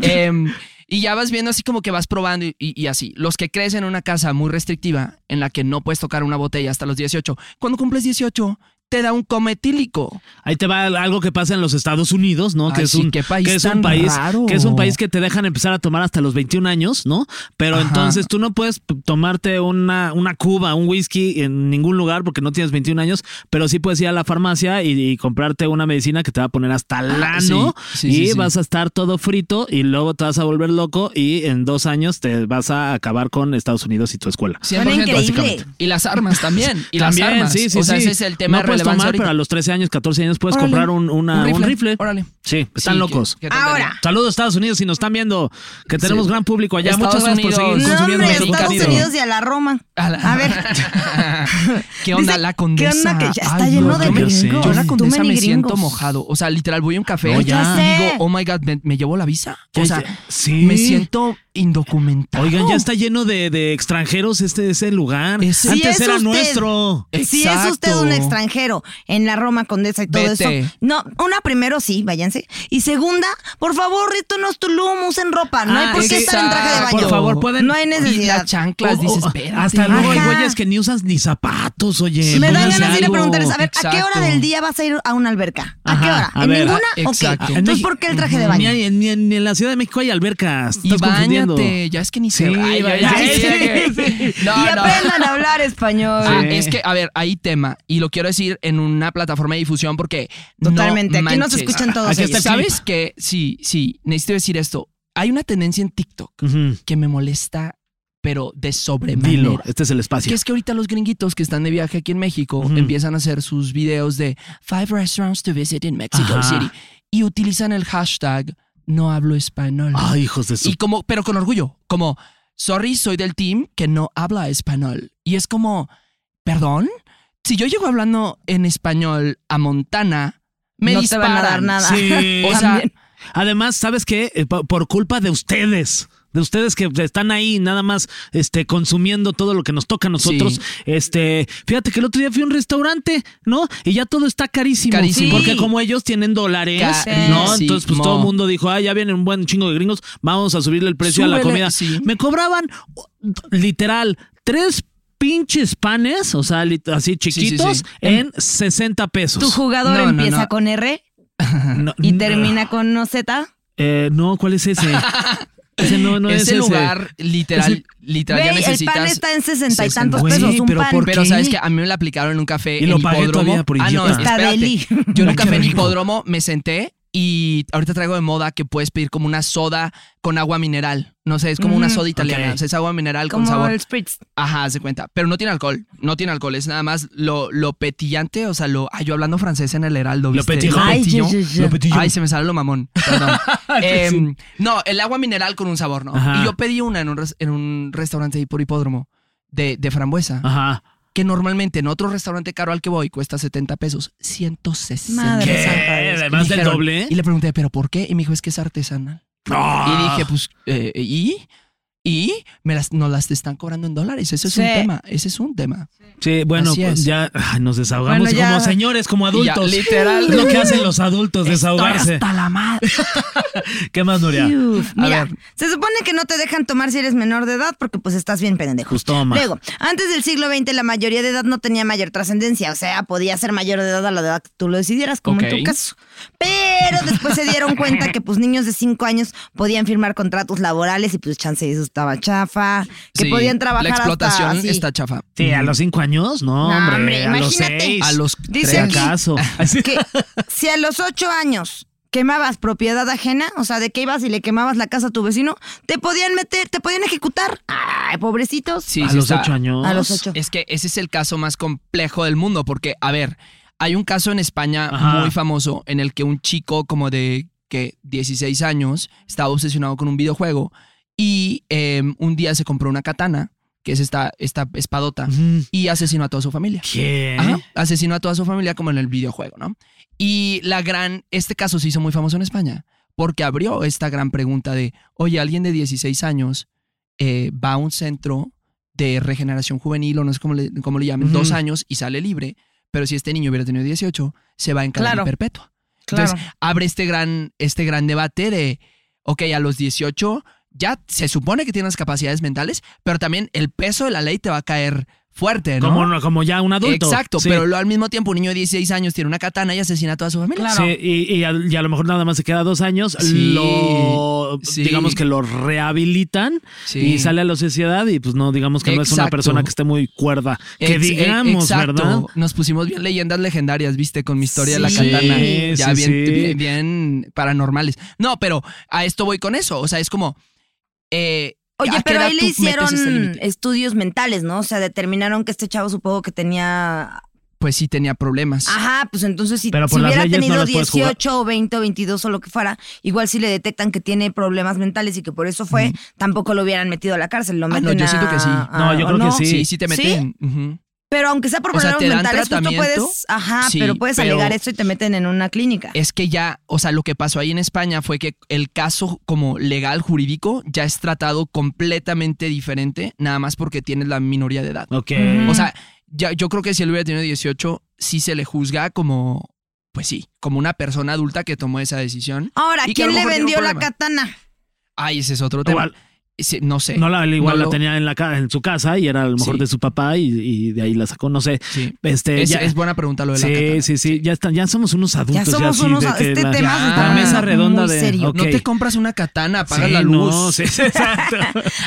Speaker 4: Em, y ya vas viendo así como que vas probando y, y- y así. Los que crecen en una casa muy restrictiva, en la que no puedes tocar una botella hasta los 18, cuando cumples 18, te da un cometílico.
Speaker 2: Ahí te va algo que pasa en los Estados Unidos, ¿no?
Speaker 4: Ay,
Speaker 2: que es
Speaker 4: sí,
Speaker 2: un
Speaker 4: qué país
Speaker 2: que es
Speaker 4: tan
Speaker 2: un país
Speaker 4: raro.
Speaker 2: que es un país que te dejan empezar a tomar hasta los 21 años, ¿no? Pero
Speaker 4: Ajá.
Speaker 2: entonces tú no puedes p- tomarte una una cuba, un whisky en ningún lugar porque no tienes 21 años, pero sí puedes ir a la farmacia y, y comprarte una medicina que te va a poner hasta el
Speaker 4: Ah,
Speaker 2: ano
Speaker 4: sí, sí,
Speaker 2: y
Speaker 4: sí, sí.
Speaker 2: vas a estar todo frito y luego te vas a volver loco y en dos años te vas a acabar con Estados Unidos y tu escuela.
Speaker 4: 100%,
Speaker 3: Suena increíble.
Speaker 4: básicamente. Y las armas también. Y las armas.
Speaker 2: sí, sí,
Speaker 4: o sea,
Speaker 2: sí.
Speaker 4: ese es el tema
Speaker 2: no
Speaker 4: de
Speaker 2: puedes
Speaker 4: relevancia
Speaker 2: tomar,
Speaker 4: ahorita.
Speaker 2: pero a los 13 años, 14 años puedes
Speaker 4: Órale.
Speaker 2: comprar un, una- un rifle.
Speaker 4: Órale.
Speaker 2: Sí, están
Speaker 4: Sí,
Speaker 2: locos.
Speaker 4: qué- qué tontería.
Speaker 3: Ahora,
Speaker 2: Saludos Estados Unidos si nos están viendo, que tenemos gran público allá.
Speaker 4: Estados
Speaker 2: Muchas gracias por seguir
Speaker 4: Unidos.
Speaker 3: no,
Speaker 2: consumiendo
Speaker 3: hombre,
Speaker 2: nuestro
Speaker 3: Estados
Speaker 2: contenido.
Speaker 3: Unidos y a la Roma.
Speaker 4: A, la-
Speaker 3: A ver.
Speaker 4: ¿Qué onda
Speaker 3: Dice,
Speaker 4: la
Speaker 3: ¿qué
Speaker 4: condesa?
Speaker 3: onda que ya está
Speaker 4: Ay,
Speaker 3: lleno
Speaker 4: no,
Speaker 3: de
Speaker 4: yo me-
Speaker 2: gringos?
Speaker 4: Yo en la
Speaker 3: Tú,
Speaker 4: condesa
Speaker 3: meni
Speaker 4: me siento
Speaker 3: gringos.
Speaker 4: mojado. O sea, literal, voy a un café
Speaker 2: No,
Speaker 4: y
Speaker 2: ya.
Speaker 3: sé.
Speaker 4: digo, oh my God, me, me llevo la visa.
Speaker 2: Ya,
Speaker 4: O sea,
Speaker 2: ya. Sí.
Speaker 4: me siento indocumentado.
Speaker 2: Oigan, ya está lleno de, de extranjeros este, ese lugar.
Speaker 4: Ese-
Speaker 2: Antes
Speaker 3: Sí, es
Speaker 2: era
Speaker 3: usted.
Speaker 2: nuestro.
Speaker 3: Si es usted
Speaker 4: Exacto.
Speaker 3: un extranjero en la Roma Condesa y todo
Speaker 4: Vete.
Speaker 3: eso. No, una primero sí, váyanse. Y segunda, por favor, retónos Tulum, usen ropa. No
Speaker 2: Ah,
Speaker 3: hay por qué estar en traje de
Speaker 4: exacto.
Speaker 3: baño.
Speaker 2: Por favor, pueden.
Speaker 3: No hay
Speaker 4: Y
Speaker 3: necesidad.
Speaker 4: las chanclas,
Speaker 2: Oh, oh,
Speaker 4: dices, espérate.
Speaker 2: Hasta luego hay
Speaker 3: Ajá.
Speaker 2: güeyes que ni usan ni zapatos, oye.
Speaker 3: Me dan
Speaker 2: pónganse
Speaker 3: ganas de ir a
Speaker 2: algo.
Speaker 3: preguntarles, a ver, ¿a qué hora
Speaker 4: Exacto.
Speaker 3: del día vas a ir a una alberca? ¿A
Speaker 2: Ajá,
Speaker 3: qué hora?
Speaker 2: a
Speaker 3: ¿En
Speaker 2: ver,
Speaker 3: ninguna?
Speaker 4: ah,
Speaker 3: Ok.
Speaker 4: exacto.
Speaker 2: En
Speaker 3: Entonces,
Speaker 2: Mex-
Speaker 3: ¿por qué el traje de
Speaker 2: Ni,
Speaker 3: baño?
Speaker 2: hay- ni- ni en la Ciudad de México hay albercas.
Speaker 4: Y
Speaker 2: Estás confundiendo.
Speaker 4: bañate, ya es que ni se
Speaker 2: Sí,
Speaker 4: Ay, ya- ya-
Speaker 2: bañate.
Speaker 4: ya- ya-
Speaker 3: y
Speaker 4: No, no.
Speaker 3: aprendan a hablar español.
Speaker 4: Ah,
Speaker 2: Ah, Sí.
Speaker 4: es que, a ver, hay tema, y lo quiero decir en una plataforma de difusión porque. no
Speaker 3: Totalmente, aquí nos
Speaker 4: manches.
Speaker 3: escuchan todos
Speaker 2: Aquí está
Speaker 3: ellos.
Speaker 2: el
Speaker 4: ¿Sabes que Sí, sí, necesito decir esto. Hay una tendencia en TikTok
Speaker 2: Ujú.
Speaker 4: que me molesta, pero de sobremanera.
Speaker 2: Dilo, este es el espacio.
Speaker 4: Que es que ahorita los gringuitos que están de viaje aquí en México
Speaker 2: Ujú.
Speaker 4: empiezan a hacer sus videos de Five Restaurants to Visit in Mexico
Speaker 2: Ajá.
Speaker 4: City y utilizan el hashtag no hablo español.
Speaker 2: Ay, hijos de su.
Speaker 4: y como, pero con orgullo, como sorry, soy del team que no habla español. Y es como, perdón, si yo llego hablando en español a Montana, me
Speaker 3: no
Speaker 4: disparan.
Speaker 3: te van a dar nada.
Speaker 2: Sí.
Speaker 4: O sea,
Speaker 3: También.
Speaker 2: Además, ¿sabes qué? Eh, po- Por culpa de ustedes. De ustedes que están ahí nada más este, consumiendo todo lo que nos toca a nosotros.
Speaker 4: Sí.
Speaker 2: Este, fíjate que el otro día fui a un restaurante, ¿no? Y ya todo está carísimo.
Speaker 4: Carísimo.
Speaker 2: Porque como ellos tienen dólares, ¿no?
Speaker 4: Carísimo.
Speaker 2: Entonces, pues todo el mundo dijo, ah, ya vienen un buen chingo de gringos, vamos a subirle el precio a la
Speaker 4: Súbele,
Speaker 2: comida.
Speaker 4: sí.
Speaker 2: Me cobraban oh, literal tres pinches panes, o sea, lit- así
Speaker 4: sí, sí.
Speaker 2: chiquitos, en 60 pesos.
Speaker 3: Tu jugador
Speaker 4: Pues, No, no,
Speaker 3: empieza
Speaker 4: no. Mm.
Speaker 3: con R
Speaker 2: No,
Speaker 3: y
Speaker 2: no.
Speaker 3: termina con no Z.
Speaker 2: Eh, no, ¿cuál es ese? ese no, no es
Speaker 4: ese
Speaker 2: ese.
Speaker 4: lugar literal,
Speaker 2: Ese-
Speaker 4: literal, ya
Speaker 3: Ve, el
Speaker 4: necesitas.
Speaker 3: pan está en sesenta y
Speaker 4: sesenta.
Speaker 3: tantos
Speaker 2: Güey,
Speaker 3: pesos. Un
Speaker 2: pero
Speaker 3: pan.
Speaker 2: ¿por
Speaker 4: Pero
Speaker 2: qué?
Speaker 4: sabes que a mí me la aplicaron en un café
Speaker 2: Y
Speaker 4: en
Speaker 2: lo pagué todavía
Speaker 4: hipódromo.
Speaker 2: por
Speaker 4: ah, no,
Speaker 2: idiota.
Speaker 3: Está
Speaker 4: espérate.
Speaker 3: deli.
Speaker 4: Yo
Speaker 2: Ay,
Speaker 4: en un
Speaker 2: qué
Speaker 4: café en
Speaker 2: rico.
Speaker 4: hipódromo me senté y ahorita traigo de moda que puedes pedir como una soda con agua mineral. No sé, es como una
Speaker 3: Ujú.
Speaker 4: soda italiana.
Speaker 2: Ok.
Speaker 4: O sea, es agua mineral con
Speaker 3: Como
Speaker 4: sabor.
Speaker 3: el Spritz.
Speaker 4: Ajá, haz de cuenta. Pero no tiene alcohol. No tiene alcohol. Es nada más lo, lo petillante. O sea, lo. Ay, yo hablando francés en el Heraldo.
Speaker 2: Lo
Speaker 4: ¿viste?
Speaker 2: petillon.
Speaker 3: Ay,
Speaker 4: petillon.
Speaker 3: ya, ya, ya.
Speaker 2: Lo petillon.
Speaker 4: Ay, se me sale lo mamón. Perdón. Em, no, el agua mineral con un sabor, ¿no?
Speaker 2: pues Ajá.
Speaker 4: Y yo pedí una en un, res- en un restaurante ahí por hipódromo de, de frambuesa,
Speaker 2: Ajá.
Speaker 4: que normalmente en otro restaurante caro al que voy cuesta 70 pesos, 160.
Speaker 3: Madre
Speaker 2: ¿Qué?
Speaker 3: santa. Dios.
Speaker 2: Además del
Speaker 4: Dijeron-
Speaker 2: doble.
Speaker 4: Y le pregunté, ¿pero por qué? Y me dijo, es que es artesanal. Y
Speaker 2: Ah.
Speaker 4: dije, pues, eh, ¿y? ¿Y? Me las, nos las están cobrando en dólares. Ese es un
Speaker 3: Sí.
Speaker 4: tema. Ese es un tema.
Speaker 2: Sí, bueno,
Speaker 4: Así
Speaker 2: pues
Speaker 4: es.
Speaker 2: ya ay, nos desahogamos
Speaker 3: Bueno, ya.
Speaker 2: como señores, como
Speaker 4: Y ya,
Speaker 2: adultos.
Speaker 4: literal.
Speaker 2: Es lo que hacen los adultos,
Speaker 4: Estoy
Speaker 2: desahogarse.
Speaker 4: hasta la madre.
Speaker 2: ¿Qué más, Nuria?
Speaker 3: Uf,
Speaker 4: A
Speaker 3: Mira,
Speaker 4: ver.
Speaker 3: se supone que no te dejan tomar si eres menor de edad porque pues estás bien pendejo.
Speaker 2: Pues toma.
Speaker 3: Luego, antes del siglo XX la mayoría de edad no tenía mayor trascendencia, o sea, podía ser mayor de edad a la edad que tú lo decidieras, como en
Speaker 4: Ok.
Speaker 3: tu caso. Pero después se dieron cuenta que pues niños de 5 años podían firmar contratos laborales y pues chance eso estaba chafa, que
Speaker 4: Sí,
Speaker 3: podían trabajar
Speaker 4: La explotación
Speaker 3: hasta así.
Speaker 4: está chafa.
Speaker 2: Sí, a los cinco años, no,
Speaker 3: No,
Speaker 2: hombre,
Speaker 3: hombre,
Speaker 2: a los
Speaker 3: imagínate.
Speaker 2: seis.
Speaker 4: A los
Speaker 3: Dice
Speaker 2: ¿Si
Speaker 4: tres.
Speaker 3: aquí-
Speaker 2: acaso? Así-
Speaker 3: que si a los ocho años quemabas propiedad ajena, o sea, de que ibas y le quemabas la casa a tu vecino, te podían meter, te podían ejecutar. Ay, pobrecitos.
Speaker 4: Sí,
Speaker 2: a
Speaker 4: sí
Speaker 2: los
Speaker 4: está-
Speaker 2: ocho años.
Speaker 3: A los ocho.
Speaker 4: Es que ese es el caso más complejo del mundo, porque, a ver, hay un caso en España
Speaker 2: Ajá.
Speaker 4: muy famoso en el que un chico como de que 16 em, años estaba obsesionado con un videojuego y eh, un día se compró una katana que es esta, esta espadota, y asesinó a toda su familia.
Speaker 2: ¿Qué?
Speaker 4: Ajá, asesinó a toda su familia como en el videojuego, ¿no? Y la gran, este caso se hizo muy famoso en España porque abrió esta gran pregunta de, oye, alguien de 16 años eh, va a un centro de regeneración juvenil o no sé cómo le, cómo le llamen,
Speaker 2: Ujú.
Speaker 4: dos años y sale libre, pero si este niño hubiera tenido 18, se va en cadena
Speaker 3: Claro.
Speaker 4: perpetua.
Speaker 3: Claro.
Speaker 4: Entonces, abre este gran, este gran debate de, ok, a los 18 ya se supone que tienes capacidades mentales, pero también el peso de la ley te va a caer fuerte, ¿no?
Speaker 2: Como, no- como ya un adulto.
Speaker 4: Exacto,
Speaker 2: Sí.
Speaker 4: pero lo- al mismo tiempo un niño de 16 años tiene una katana y asesina a toda su familia.
Speaker 2: Sí, y, y a, y a lo mejor nada más se queda dos años,
Speaker 4: Sí,
Speaker 2: lo
Speaker 4: sí.
Speaker 2: digamos que lo rehabilitan
Speaker 4: Sí.
Speaker 2: y sale a la sociedad y pues no, digamos que no es una
Speaker 4: Exacto.
Speaker 2: persona que esté muy cuerda. Que
Speaker 4: Ex- e-
Speaker 2: digamos,
Speaker 4: exacto.
Speaker 2: ¿verdad?
Speaker 4: Nos pusimos bien leyendas legendarias, viste, con mi historia de la
Speaker 2: Sí,
Speaker 4: katana.
Speaker 2: sí,
Speaker 4: ya bien,
Speaker 2: sí.
Speaker 4: bien, bien paranormales. No, pero a esto voy con eso. O sea, es como. eh, ¿a
Speaker 3: Oye,
Speaker 4: qué
Speaker 3: pero
Speaker 4: edad
Speaker 3: ahí le
Speaker 4: tú metes ese
Speaker 3: hicieron
Speaker 4: límite?
Speaker 3: estudios mentales, ¿no? O sea, determinaron que este chavo supongo que tenía...
Speaker 4: Pues sí, tenía problemas.
Speaker 3: Ajá, pues entonces si,
Speaker 2: Pero por
Speaker 3: si
Speaker 2: las
Speaker 3: hubiera
Speaker 2: leyes no
Speaker 3: tenido
Speaker 2: las puedes jugar.
Speaker 3: 18 o 20 o 22 o lo que fuera, igual si le detectan que tiene problemas mentales y que por eso fue, tampoco lo hubieran metido a la cárcel. Lo
Speaker 4: no,
Speaker 3: meten
Speaker 4: yo siento
Speaker 3: a-
Speaker 4: que sí.
Speaker 3: a-
Speaker 2: No, Ah, yo
Speaker 3: ¿o
Speaker 2: creo que sí.
Speaker 4: Sí, sí te meten. Ujú.
Speaker 3: Pero aunque sea por
Speaker 4: O
Speaker 3: problemas
Speaker 4: sea, te dan
Speaker 3: mentales, pues tú
Speaker 4: tratamiento.
Speaker 3: puedes... Ajá,
Speaker 4: Sí,
Speaker 3: pero puedes
Speaker 4: pero- Eh,
Speaker 3: alegar esto y te meten en una clínica.
Speaker 4: es que ya, o sea, lo que pasó ahí en España fue que el caso como legal jurídico ya es tratado completamente diferente, nada más porque tienes la minoría de edad.
Speaker 2: Ok.
Speaker 4: O sea, ya, yo creo que si él hubiera tenido 18, sí se le juzga como, pues sí, como una persona adulta que tomó esa decisión.
Speaker 3: Ahora,
Speaker 4: Y que a
Speaker 3: ¿quién
Speaker 4: lo
Speaker 3: le
Speaker 4: mejor tiene un
Speaker 3: vendió la
Speaker 4: problema.
Speaker 3: katana?
Speaker 4: Ay, ese es otro tema.
Speaker 2: Igual-
Speaker 4: Ese- no sé.
Speaker 2: No la, igual la
Speaker 4: No lo-
Speaker 2: tenía en la ca- en su casa y era a lo mejor
Speaker 4: Sí.
Speaker 2: de su papá y, y de ahí la sacó, no sé.
Speaker 4: Sí.
Speaker 2: Este,
Speaker 4: es,
Speaker 2: ya-
Speaker 4: es buena pregunta lo de la
Speaker 2: sí,
Speaker 4: katana.
Speaker 2: sí, sí, ya están, ya somos unos adultos.
Speaker 3: Ya somos
Speaker 2: sí,
Speaker 3: unos...
Speaker 2: de que
Speaker 3: Este
Speaker 2: la-
Speaker 3: tema se está
Speaker 4: Ya. La
Speaker 3: poniendo
Speaker 4: mesa
Speaker 2: redonda
Speaker 3: muy
Speaker 2: de-
Speaker 3: serio.
Speaker 2: ok.
Speaker 4: No te compras una katana, apaga
Speaker 2: Sí,
Speaker 4: la luz.
Speaker 2: no, sí, sí, exacto.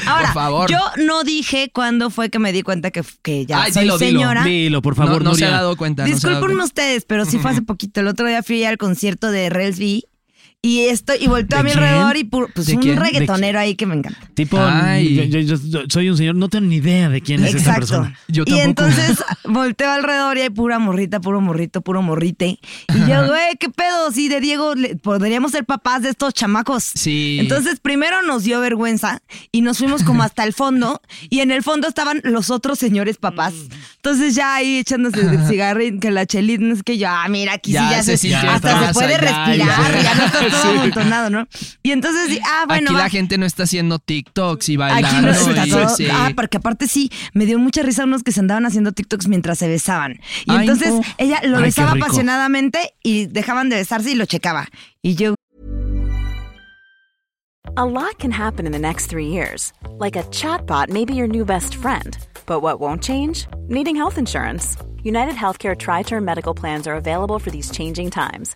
Speaker 3: Ahora,
Speaker 4: favor.
Speaker 3: yo no dije cuándo fue que me di cuenta que, que ya
Speaker 4: Ay,
Speaker 3: soy
Speaker 4: dilo, dilo,
Speaker 3: señora.
Speaker 2: Dilo, por
Speaker 4: No,
Speaker 2: favor,
Speaker 4: no se ha
Speaker 2: Nuria.
Speaker 4: dado cuenta. no se ha dado
Speaker 3: Disculpenme
Speaker 4: cuenta.
Speaker 3: ustedes, pero sí fue hace poquito. El otro día fui al concierto de Rels B y esto, y volteó a
Speaker 2: ¿De
Speaker 3: mi
Speaker 2: quién?
Speaker 3: alrededor y pu- pues
Speaker 4: ¿De
Speaker 3: un
Speaker 4: quién? ¿De
Speaker 3: reggaetonero ahí que me encanta.
Speaker 2: Tipo,
Speaker 4: Ay.
Speaker 2: yo- yo- yo soy un señor, no tengo ni idea de quién es esta
Speaker 3: Exacto.
Speaker 2: persona.
Speaker 4: Yo
Speaker 3: y
Speaker 4: tampoco.
Speaker 3: entonces volteo alrededor y hay pura morrita, puro morrito, puro morrite. Y yo, güey, qué pedo, sí, de Diego, le- podríamos ser papás de estos chamacos.
Speaker 4: Sí.
Speaker 3: Entonces, primero nos dio vergüenza y nos fuimos como hasta el fondo y en el fondo estaban los otros señores papás.
Speaker 4: Mm.
Speaker 3: Entonces, ya ahí echándose el cigarrín, que la chelit, no es que yo, ah, mira, aquí sí
Speaker 4: Ya
Speaker 3: ya
Speaker 4: se
Speaker 3: se,
Speaker 4: sintió
Speaker 3: hasta
Speaker 4: en
Speaker 3: se
Speaker 4: casa,
Speaker 3: puede
Speaker 4: ya,
Speaker 3: respirar,
Speaker 4: ya.
Speaker 3: ya, no está todo amontonado, ¿no? Y entonces, sí, ah, bueno,
Speaker 4: Aquí
Speaker 3: va.
Speaker 4: la gente no está haciendo TikToks y bailando.
Speaker 3: Aquí no está
Speaker 4: y-
Speaker 3: todo.
Speaker 4: sí.
Speaker 3: Ah, porque aparte sí, me dio mucha risa unos que se andaban haciendo TikToks mientras se besaban. Y
Speaker 4: Ay,
Speaker 3: entonces
Speaker 4: no.
Speaker 3: ella lo
Speaker 2: Ay, qué
Speaker 3: besaba
Speaker 2: rico.
Speaker 3: apasionadamente y dejaban de besarse y lo checaba. Y yo,
Speaker 5: A lot can happen in the next three years. Like a chatbot may be your new best friend. But what won't change? Needing health insurance. United Healthcare Tri Term Medical Plans are available for these changing times.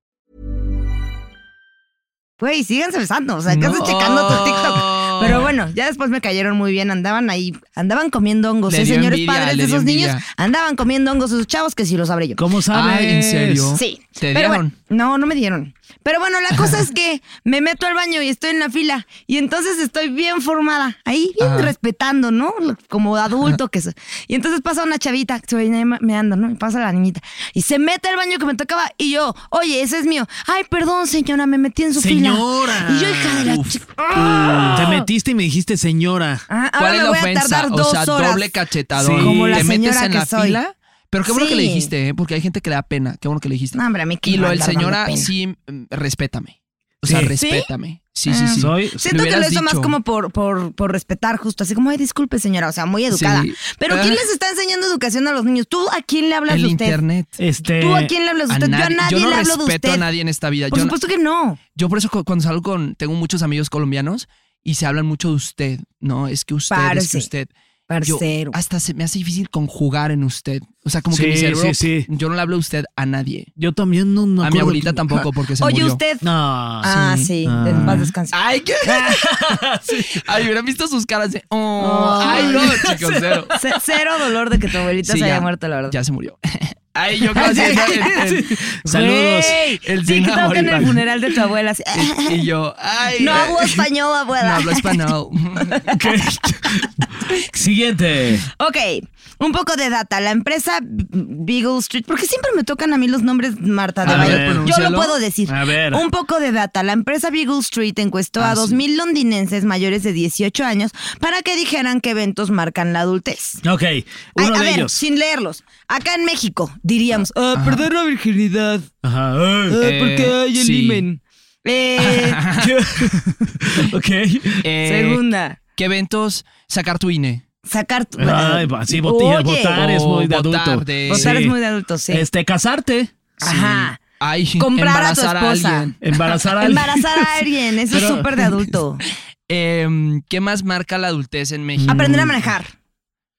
Speaker 3: güey, síganse besando, o sea, que
Speaker 4: No.
Speaker 3: andas checando tu TikTok. Pero bueno, ya después me cayeron muy bien, andaban ahí, andaban comiendo hongos.
Speaker 4: Le
Speaker 3: Sí,
Speaker 4: dio
Speaker 3: señores
Speaker 4: envidia,
Speaker 3: padres
Speaker 4: le
Speaker 3: de
Speaker 4: dio
Speaker 3: esos niños
Speaker 4: envidia.
Speaker 3: andaban comiendo hongos esos chavos que si lo sabré yo.
Speaker 2: ¿Cómo sabes?
Speaker 4: Ay, ¿en serio?
Speaker 3: Sí.
Speaker 4: ¿Te
Speaker 3: pero
Speaker 4: dieron?
Speaker 3: bueno, no, no me dieron. Pero bueno, la cosa es que me meto al baño y estoy en la fila. Y entonces estoy bien formada. Ahí, bien respetando, ¿no? Lo- Como adulto que soy. Y entonces pasa una chavita, que se ve, me me anda, ¿no? Y pasa la niñita. Y se mete al baño que me tocaba. Y yo, oye, ese es mío. Ay, perdón, señora, me metí en su
Speaker 2: Señora.
Speaker 3: fila. Y yo, hija de la ¡Ah!
Speaker 2: Uf.
Speaker 3: chica.
Speaker 2: Te metiste y me dijiste señora.
Speaker 4: ¿Cuál es
Speaker 3: me
Speaker 4: la
Speaker 3: voy a
Speaker 4: ofensa?
Speaker 3: tardar
Speaker 4: O
Speaker 3: dos
Speaker 4: sea,
Speaker 3: horas.
Speaker 4: doble cachetadón.
Speaker 2: Sí. Como la
Speaker 4: Te metes
Speaker 3: señora
Speaker 4: en
Speaker 3: que
Speaker 4: la
Speaker 3: soy.
Speaker 4: fila. Pero qué bueno que le
Speaker 3: Sí.
Speaker 4: dijiste, ¿eh? porque hay gente que le da pena. Qué bueno que le dijiste.
Speaker 3: No, hombre, a mí que
Speaker 4: y
Speaker 3: me
Speaker 4: lo
Speaker 3: va a
Speaker 4: del
Speaker 3: andar dando
Speaker 4: señora,
Speaker 3: pena.
Speaker 4: sí, mm, respétame. O sea,
Speaker 2: Sí.
Speaker 4: respétame. Sí, sí, sí.
Speaker 2: Soy-
Speaker 3: Ah. Siento
Speaker 4: Le
Speaker 3: que lo
Speaker 4: hubieras
Speaker 3: hizo más
Speaker 4: dicho.
Speaker 3: como por, por, por respetar, justo así como, ay, disculpe, señora, o sea, muy educada.
Speaker 4: Sí.
Speaker 3: Pero ¿quién
Speaker 4: Ah.
Speaker 3: les está enseñando educación a los niños? ¿Tú a quién le hablas
Speaker 4: El
Speaker 3: de usted?
Speaker 4: internet.
Speaker 2: Este,
Speaker 3: ¿Tú a quién le hablas de
Speaker 4: A
Speaker 3: usted? Yo a
Speaker 4: nadie-
Speaker 3: nadie
Speaker 4: no
Speaker 3: le hablo de
Speaker 4: respeto
Speaker 3: usted.
Speaker 4: a nadie en esta vida.
Speaker 3: Por
Speaker 4: yo, no-
Speaker 3: supuesto que no.
Speaker 4: yo por eso cu- cuando salgo con, tengo muchos amigos colombianos y se hablan mucho de usted, ¿no? Es que usted, es
Speaker 3: Parce.
Speaker 4: que usted. Yo-
Speaker 3: Parcero.
Speaker 4: hasta se me hace difícil conjugar en usted. O sea, como que mi
Speaker 2: Sí,
Speaker 4: cerebro,
Speaker 2: sí, sí.
Speaker 4: yo no le hablo a usted a nadie.
Speaker 2: Yo también no, no
Speaker 4: a mi
Speaker 2: acuerdo
Speaker 4: abuelita
Speaker 2: que-
Speaker 4: tampoco porque se
Speaker 3: Oye,
Speaker 4: murió.
Speaker 3: usted.
Speaker 2: No,
Speaker 3: Ah, sí. En paz descanse.
Speaker 4: Ay, qué. Ay, hubieran visto sus caras de. Oh,
Speaker 3: Oh.
Speaker 4: ay, no, chicos, cero.
Speaker 3: C- Cero dolor de que tu abuelita
Speaker 4: Sí,
Speaker 3: se haya
Speaker 4: ya,
Speaker 3: muerto, la verdad.
Speaker 4: Ya se murió. Ay, yo casi.
Speaker 2: Saludos.
Speaker 3: Güey,
Speaker 4: El
Speaker 3: sí, que
Speaker 4: Sina
Speaker 3: tocan en
Speaker 4: Bolívar.
Speaker 3: el funeral de tu abuela. así,
Speaker 4: Y, y yo, ay.
Speaker 3: No hablo español,
Speaker 4: No
Speaker 3: abuela.
Speaker 4: hablo español.
Speaker 2: Siguiente.
Speaker 3: Ok, un poco de data. La empresa Beagle Street, porque siempre me tocan a mí los nombres Marta de
Speaker 2: A
Speaker 3: Baile.
Speaker 2: ver,
Speaker 3: Yo
Speaker 4: pronúncialo.
Speaker 3: lo puedo decir.
Speaker 2: A ver.
Speaker 3: Un poco de data. La empresa Beagle Street encuestó
Speaker 4: Ah,
Speaker 3: a
Speaker 4: sí.
Speaker 3: 2.000 londinenses mayores de 18 años para que dijeran qué eventos marcan la adultez.
Speaker 2: Ok, uno
Speaker 3: Ay, a
Speaker 2: de
Speaker 3: ver,
Speaker 2: ellos.
Speaker 3: sin leerlos. Acá en México diríamos, ah, perder la virginidad. Ah,
Speaker 2: Ajá.
Speaker 3: Uh.
Speaker 2: eh,
Speaker 4: Eh, sí.
Speaker 3: Eh,
Speaker 2: ok.
Speaker 4: Eh,
Speaker 3: segunda,
Speaker 4: ¿Qué eventos? Sacar tu E? INE.
Speaker 3: sacar tu...
Speaker 2: Ay, va, sí, vot- y
Speaker 3: Oye, oh,
Speaker 2: votar es
Speaker 4: O
Speaker 2: muy de
Speaker 4: votar
Speaker 2: adulto.
Speaker 4: de-
Speaker 3: votar
Speaker 2: Sí.
Speaker 3: es muy de adulto, sí.
Speaker 2: Este, casarte,
Speaker 3: Ajá.
Speaker 4: Ay,
Speaker 3: Comprar a tu
Speaker 4: embarazar
Speaker 3: esposa.
Speaker 4: alguien.
Speaker 2: embarazar a alguien.
Speaker 3: Embarazar a alguien, eso es
Speaker 2: Pero-
Speaker 3: súper de adulto.
Speaker 4: Em, ¿Qué más marca la adultez en México?
Speaker 3: Aprender a manejar.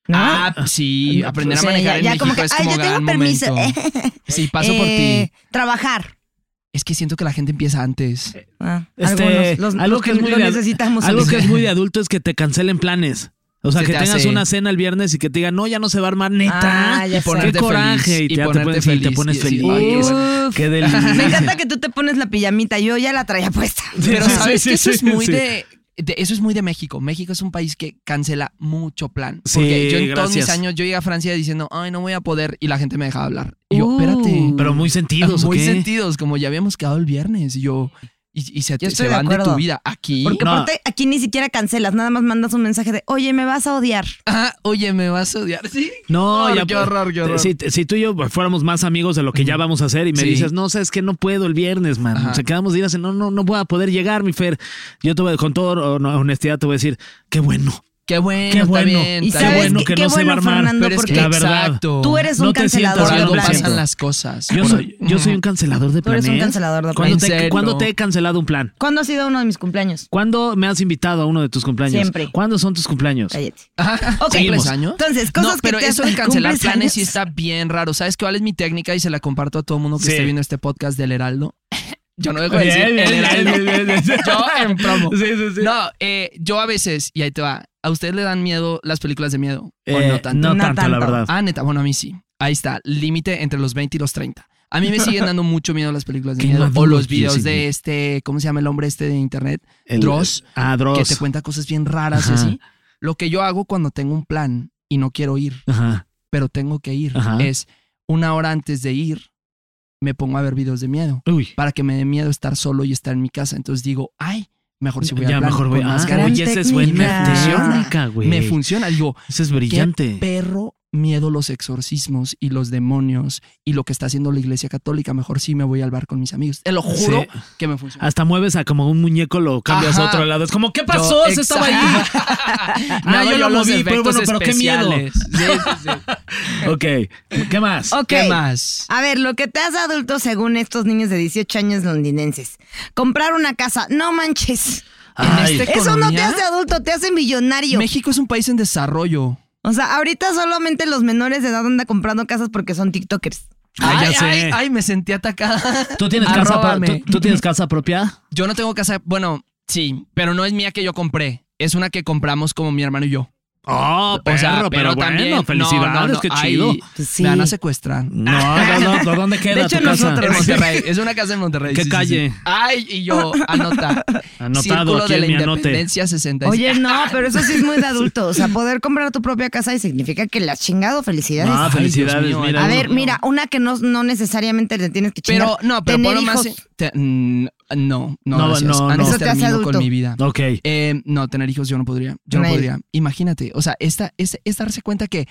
Speaker 3: ¿no?
Speaker 4: Ah, sí, aprender a
Speaker 3: O sea,
Speaker 4: manejar
Speaker 3: ya-
Speaker 4: en
Speaker 3: ya
Speaker 4: México
Speaker 3: como que,
Speaker 4: es
Speaker 3: ay,
Speaker 4: como
Speaker 3: ya tengo
Speaker 4: gran
Speaker 3: permiso.
Speaker 4: momento. Sí, paso por
Speaker 3: Eh,
Speaker 4: ti.
Speaker 3: Trabajar.
Speaker 4: Es que siento que la gente empieza antes.
Speaker 3: Ah,
Speaker 2: Este,
Speaker 3: algunos, los-
Speaker 2: algo
Speaker 3: los
Speaker 2: que es muy
Speaker 3: lo
Speaker 2: de,
Speaker 3: necesitamos.
Speaker 2: Algo que es muy de adulto es que te cancelen planes. O sea,
Speaker 4: Se
Speaker 2: que
Speaker 4: te
Speaker 2: tengas
Speaker 4: hace-
Speaker 2: una cena el viernes y que te digan, no, ya no se va a armar, neta.
Speaker 3: Ah, ya
Speaker 2: y
Speaker 3: sé.
Speaker 2: ponerte
Speaker 4: Ponerte
Speaker 2: Qué coraje.
Speaker 4: feliz,
Speaker 2: y,
Speaker 4: y
Speaker 2: ya te
Speaker 4: ponerte
Speaker 2: pones feliz. Te
Speaker 4: feliz,
Speaker 2: pones
Speaker 4: y así,
Speaker 2: feliz.
Speaker 4: ay, es-
Speaker 3: Uf.
Speaker 2: Qué delicia.
Speaker 3: Me encanta que tú te pones la pijamita, yo ya la traía puesta.
Speaker 2: Sí,
Speaker 4: Pero
Speaker 2: sí,
Speaker 4: sabes
Speaker 2: sí,
Speaker 4: que eso
Speaker 2: sí,
Speaker 4: es muy
Speaker 2: sí.
Speaker 4: de, de- Eso es muy de México. México es un país que cancela mucho plan.
Speaker 2: Sí,
Speaker 4: Porque yo en todos mis
Speaker 2: gracias.
Speaker 4: años, yo llegué a Francia diciendo, ay, no voy a poder. Y la gente me dejaba hablar. Y yo,
Speaker 3: Uh.
Speaker 4: espérate.
Speaker 2: Pero muy sentidos, ¿o
Speaker 4: muy
Speaker 2: qué?
Speaker 4: sentidos, como ya habíamos quedado el viernes. Y yo. Y, y se, te-
Speaker 3: estoy
Speaker 4: se
Speaker 3: de
Speaker 4: van de, tu
Speaker 3: acuerdo.
Speaker 4: vida. Aquí.
Speaker 3: Porque
Speaker 2: No.
Speaker 3: aparte aquí ni siquiera cancelas, nada más mandas un mensaje de, oye, me vas a odiar.
Speaker 4: Ah, oye, me vas a odiar. Sí.
Speaker 2: No,
Speaker 4: Horror,
Speaker 2: ya. pues,
Speaker 4: qué horror, qué horror.
Speaker 2: Si, si tú y yo fuéramos más amigos de lo que ya vamos a hacer y me
Speaker 4: Sí.
Speaker 2: dices, no, sabes que no puedo el viernes, man.
Speaker 4: Ajá.
Speaker 2: O sea, quedamos de ir a hacer- no, no, no voy a poder llegar, mi Fer. Yo te voy, con toda honestidad te voy a decir, qué bueno.
Speaker 4: Qué bueno.
Speaker 2: Qué
Speaker 4: está
Speaker 2: bueno.
Speaker 4: bien,
Speaker 3: Y
Speaker 4: está
Speaker 2: Qué
Speaker 3: sabes
Speaker 4: bien.
Speaker 2: bueno que
Speaker 3: qué- qué
Speaker 2: no se va a
Speaker 3: bueno,
Speaker 2: armar.
Speaker 3: Fernando,
Speaker 4: Pero es que
Speaker 3: porque
Speaker 2: la verdad,
Speaker 4: exacto.
Speaker 3: tú eres un
Speaker 2: no te sientas
Speaker 3: cancelador
Speaker 4: Por
Speaker 3: de
Speaker 4: algo
Speaker 2: adolescente.
Speaker 3: planes.
Speaker 4: pasan las cosas.
Speaker 2: Yo
Speaker 4: Por-
Speaker 2: soy, yo soy un cancelador de
Speaker 3: Tú eres
Speaker 2: planes.
Speaker 3: un cancelador de
Speaker 2: ¿Cuándo
Speaker 4: planes. ¿En
Speaker 2: te,
Speaker 4: serio?
Speaker 2: ¿Cuándo te he cancelado un plan?
Speaker 3: ¿Cuándo ha sido uno de mis cumpleaños?
Speaker 2: ¿Cuándo me has invitado a uno de tus cumpleaños?
Speaker 3: Siempre.
Speaker 2: ¿Cuándo son tus cumpleaños?
Speaker 3: Cállate.
Speaker 4: Ajá.
Speaker 3: Ok.
Speaker 4: ¿Cumples
Speaker 3: Seguimos.
Speaker 4: años?
Speaker 3: Entonces, cosas
Speaker 4: no, pero
Speaker 3: que te
Speaker 4: eso de cancelar
Speaker 3: ¿cumples
Speaker 4: planes
Speaker 3: años?
Speaker 4: sí está bien raro. ¿Sabes cuál es mi técnica? Y se la comparto a todo mundo que
Speaker 2: Sí.
Speaker 4: esté viendo este podcast del Heraldo. Yo no dejo de decir pues, el Heraldo.
Speaker 2: bien, bien, bien.
Speaker 4: Yo en promo.
Speaker 2: Sí, sí, sí.
Speaker 4: No, eh, yo a veces, y ahí te va, ¿a ustedes le dan miedo las películas de miedo? ¿O
Speaker 2: Eh,
Speaker 4: no tanto?
Speaker 2: no
Speaker 3: No
Speaker 2: tanto, la
Speaker 3: tanto.
Speaker 2: verdad.
Speaker 4: Ah, neta, bueno, a mí sí. Ahí está, límite entre los 20 y los 30. A mí me siguen dando mucho miedo las películas de
Speaker 2: Que
Speaker 4: miedo
Speaker 2: no
Speaker 4: o
Speaker 2: dudo
Speaker 4: los
Speaker 2: que
Speaker 4: videos
Speaker 2: sí.
Speaker 4: de este, ¿cómo se llama el hombre este de internet?
Speaker 2: El-
Speaker 4: Dross,
Speaker 2: Ah,
Speaker 4: que
Speaker 2: Dross.
Speaker 4: te cuenta cosas bien raras y
Speaker 2: Ajá.
Speaker 4: así. Lo que yo hago cuando tengo un plan y no quiero ir,
Speaker 2: Ajá.
Speaker 4: pero tengo que ir.
Speaker 2: Ajá.
Speaker 4: Es una hora antes de ir, me pongo a ver videos de miedo
Speaker 2: Uy.
Speaker 4: para que me dé miedo estar solo y estar en mi casa. Entonces digo, ay, mejor si voy
Speaker 2: ya
Speaker 4: al plan
Speaker 2: mejor voy.
Speaker 4: con
Speaker 2: Ah,
Speaker 4: más ganas.
Speaker 3: gran
Speaker 2: oye, esa es buena
Speaker 3: técnica.
Speaker 2: técnica, güey.
Speaker 4: Me funciona. Digo,
Speaker 2: Esa es
Speaker 4: qué
Speaker 2: brillante.
Speaker 4: perro miedo los exorcismos y los demonios y lo que está haciendo la iglesia católica. Mejor sí me voy al bar con mis amigos. Te lo juro
Speaker 2: Sí.
Speaker 4: que me funciona.
Speaker 2: Hasta mueves a como un muñeco, lo cambias a
Speaker 4: Ajá.
Speaker 2: otro lado. Es como, ¿qué
Speaker 4: Yo-
Speaker 2: pasó? Se estaba ahí.
Speaker 4: Exacto.
Speaker 2: Ah,
Speaker 4: No,
Speaker 2: yo lo
Speaker 4: los
Speaker 2: moví, pero bueno, pero
Speaker 4: efectos
Speaker 2: qué miedo.
Speaker 4: especiales. Sí, sí, sí.
Speaker 2: ok. ¿Qué más?
Speaker 3: Ok.
Speaker 4: ¿Qué más?
Speaker 3: A ver, lo que te hace adulto según estos niños de 18 años londinenses. Comprar una casa, no manches.
Speaker 2: Ay,
Speaker 4: este-
Speaker 3: Eso no te
Speaker 4: ¿Economía?
Speaker 3: hace adulto, te hace millonario.
Speaker 4: México es un país en desarrollo.
Speaker 3: O sea, ahorita solamente los menores de edad andan comprando casas porque son TikTokers.
Speaker 2: Ah, ya
Speaker 4: ay,
Speaker 2: sé.
Speaker 4: ay, ay, me sentí atacada.
Speaker 2: ¿Tú, tienes casa pro-
Speaker 4: Arróbame.
Speaker 2: ¿tú, tú tienes casa propia?
Speaker 4: Yo no tengo casa. Bueno, sí, pero no es mía que yo compré. Es una que compramos como mi hermano y yo.
Speaker 2: Oh,
Speaker 4: O sea, pero, también. no,
Speaker 2: felicidades,
Speaker 4: no, no,
Speaker 2: qué
Speaker 4: ay,
Speaker 2: chido.
Speaker 3: Pues sí.
Speaker 4: Me van a secuestrar.
Speaker 2: No, no, no, ¿dónde queda
Speaker 3: De hecho,
Speaker 2: tu casa?
Speaker 3: nosotros-
Speaker 4: En Monterrey. Es una casa en Monterrey.
Speaker 2: ¿Qué
Speaker 4: sí, sí,
Speaker 2: calle?
Speaker 4: sí. Ay, y yo, anota.
Speaker 2: Anotado
Speaker 4: Círculo
Speaker 2: aquí
Speaker 4: de
Speaker 2: en
Speaker 4: la
Speaker 2: mi anote. Ah,
Speaker 4: Independencia 60.
Speaker 3: Oye,
Speaker 4: ah.
Speaker 3: no, pero eso sí es muy de adulto. O sea, poder comprar tu propia casa y significa que la has chingado, felicidades.
Speaker 2: Ah,
Speaker 4: Ay,
Speaker 2: felicidades,
Speaker 4: Dios mío,
Speaker 2: mira.
Speaker 3: a
Speaker 4: no,
Speaker 3: ver,
Speaker 4: no.
Speaker 3: mira, una que no, no necesariamente le tienes que chingar.
Speaker 4: Pero, no, pero
Speaker 3: Tener
Speaker 4: por lo más.
Speaker 3: hijos.
Speaker 4: te- mm, no, no,
Speaker 2: No,
Speaker 4: gracias.
Speaker 2: no,
Speaker 4: Antes
Speaker 2: no. Eso
Speaker 3: te hace
Speaker 4: termino
Speaker 3: adulto.
Speaker 4: con mi vida.
Speaker 2: Ok.
Speaker 4: Eh, no, tener hijos yo no podría. Yo no
Speaker 3: Nel.
Speaker 4: podría. Imagínate. O sea, esta, es, es darse cuenta que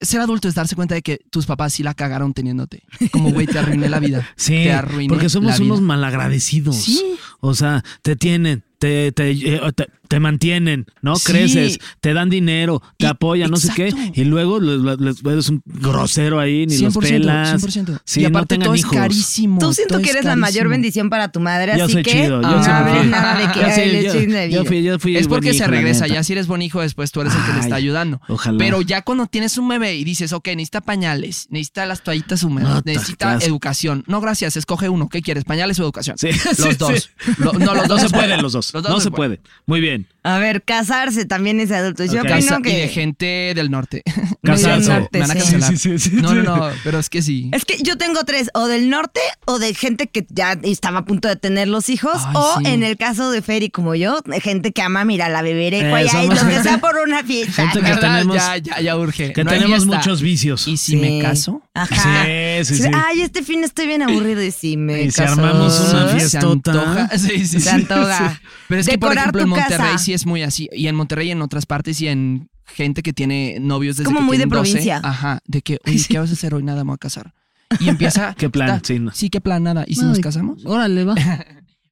Speaker 4: Ser adulto es darse cuenta de que tus papás sí la cagaron teniéndote. Como, güey, te arruiné la vida.
Speaker 2: Sí,
Speaker 4: te arruiné
Speaker 2: porque
Speaker 4: la
Speaker 2: somos
Speaker 4: vida.
Speaker 2: unos malagradecidos.
Speaker 4: Sí.
Speaker 2: O sea, te tienen, te, te, eh, te- te mantienen, ¿no?
Speaker 4: Sí.
Speaker 2: Creces, te dan dinero, te
Speaker 4: Y-
Speaker 2: apoyan, no sé qué.
Speaker 4: exacto.
Speaker 2: Y luego les, les- eres un grosero ahí, ni los
Speaker 4: 100%,
Speaker 2: pelas.
Speaker 4: 100%.
Speaker 2: Sí,
Speaker 4: y
Speaker 2: no
Speaker 4: aparte
Speaker 2: tengan
Speaker 4: todo
Speaker 2: hijos.
Speaker 4: es carísimo.
Speaker 3: Tú siento
Speaker 4: todo
Speaker 3: que
Speaker 4: es
Speaker 3: eres la mayor
Speaker 4: carísimo.
Speaker 3: bendición para tu madre,
Speaker 2: Yo
Speaker 3: así
Speaker 2: soy
Speaker 3: que
Speaker 2: chido, yo
Speaker 4: soy
Speaker 3: nada,
Speaker 4: chido.
Speaker 3: nada de que
Speaker 2: Ya
Speaker 3: ay,
Speaker 2: sé,
Speaker 3: el
Speaker 2: yo-
Speaker 3: chisme de
Speaker 2: yo
Speaker 3: vida.
Speaker 2: fui- yo fui
Speaker 4: Es porque
Speaker 2: buen
Speaker 4: se
Speaker 2: hijo, la
Speaker 4: regresa.
Speaker 2: neta.
Speaker 4: Ya si eres buen hijo, después tú eres el que le está
Speaker 2: Ay,
Speaker 4: ayudando.
Speaker 2: ojalá.
Speaker 4: Pero ya cuando tienes un bebé y dices, ok, necesita pañales, necesita las toallitas húmedas,
Speaker 2: No,
Speaker 4: necesita
Speaker 2: tas-
Speaker 4: educación. No, gracias, escoge uno. ¿Qué quieres? ¿Pañales o educación?
Speaker 2: Sí,
Speaker 4: los
Speaker 2: sí,
Speaker 4: dos.
Speaker 2: sí.
Speaker 4: Lo- no, los
Speaker 2: No
Speaker 4: dos
Speaker 2: se pueden los dos. no se puede. Muy bien.
Speaker 3: A ver, casarse también es adulto. Yo
Speaker 2: Ok.
Speaker 3: opino
Speaker 4: Casa-
Speaker 3: que
Speaker 4: Y de gente del norte.
Speaker 2: Casarse.
Speaker 3: Medio norte,
Speaker 4: Me van a
Speaker 3: sí.
Speaker 4: cancelar.
Speaker 2: Sí, sí, sí, sí,
Speaker 4: no,
Speaker 2: sí.
Speaker 4: no, no, pero es que sí.
Speaker 3: Es que yo tengo tres, o del norte, o de gente que ya estaba a punto de tener los hijos,
Speaker 4: Ay,
Speaker 3: o
Speaker 4: sí.
Speaker 3: en el caso de Ferry como yo, gente que ama mirar la bebereco
Speaker 2: Eh,
Speaker 3: y ay,
Speaker 2: somos
Speaker 3: lo que
Speaker 2: gente-
Speaker 3: sea por una fiesta.
Speaker 2: gente que
Speaker 4: La verdad,
Speaker 2: tenemos-
Speaker 4: ya, ya, ya urge.
Speaker 2: Que
Speaker 4: No hay
Speaker 2: tenemos
Speaker 4: fiesta.
Speaker 2: muchos vicios.
Speaker 4: ¿Y si
Speaker 3: Sí.
Speaker 4: me caso?
Speaker 3: Ajá.
Speaker 2: Sí, sí,
Speaker 3: Sí,
Speaker 2: sí.
Speaker 3: Ay, este fin estoy bien aburrido y si me
Speaker 2: Y si
Speaker 3: caso-
Speaker 2: armamos una
Speaker 4: Ah, Se
Speaker 2: fiestota.
Speaker 4: antoja. Sí, sí,
Speaker 3: Se
Speaker 4: sí.
Speaker 3: antoja.
Speaker 4: Pero es que, por
Speaker 3: Decorar
Speaker 4: ejemplo, en
Speaker 3: tu
Speaker 4: Monterrey
Speaker 3: casa.
Speaker 4: sí es muy así. Y en Monterrey y en otras partes y en gente que tiene novios desde
Speaker 3: Como
Speaker 4: que
Speaker 3: muy de
Speaker 4: tienen 12,
Speaker 3: provincia.
Speaker 4: Ajá, de que, oye, ¿qué vas a hacer hoy? Nada, me voy a casar. Y empieza...
Speaker 2: ¿Qué plan?
Speaker 4: esta-
Speaker 2: Sí, no.
Speaker 4: qué plan, nada. ¿Y si nos casamos?
Speaker 2: Órale, va.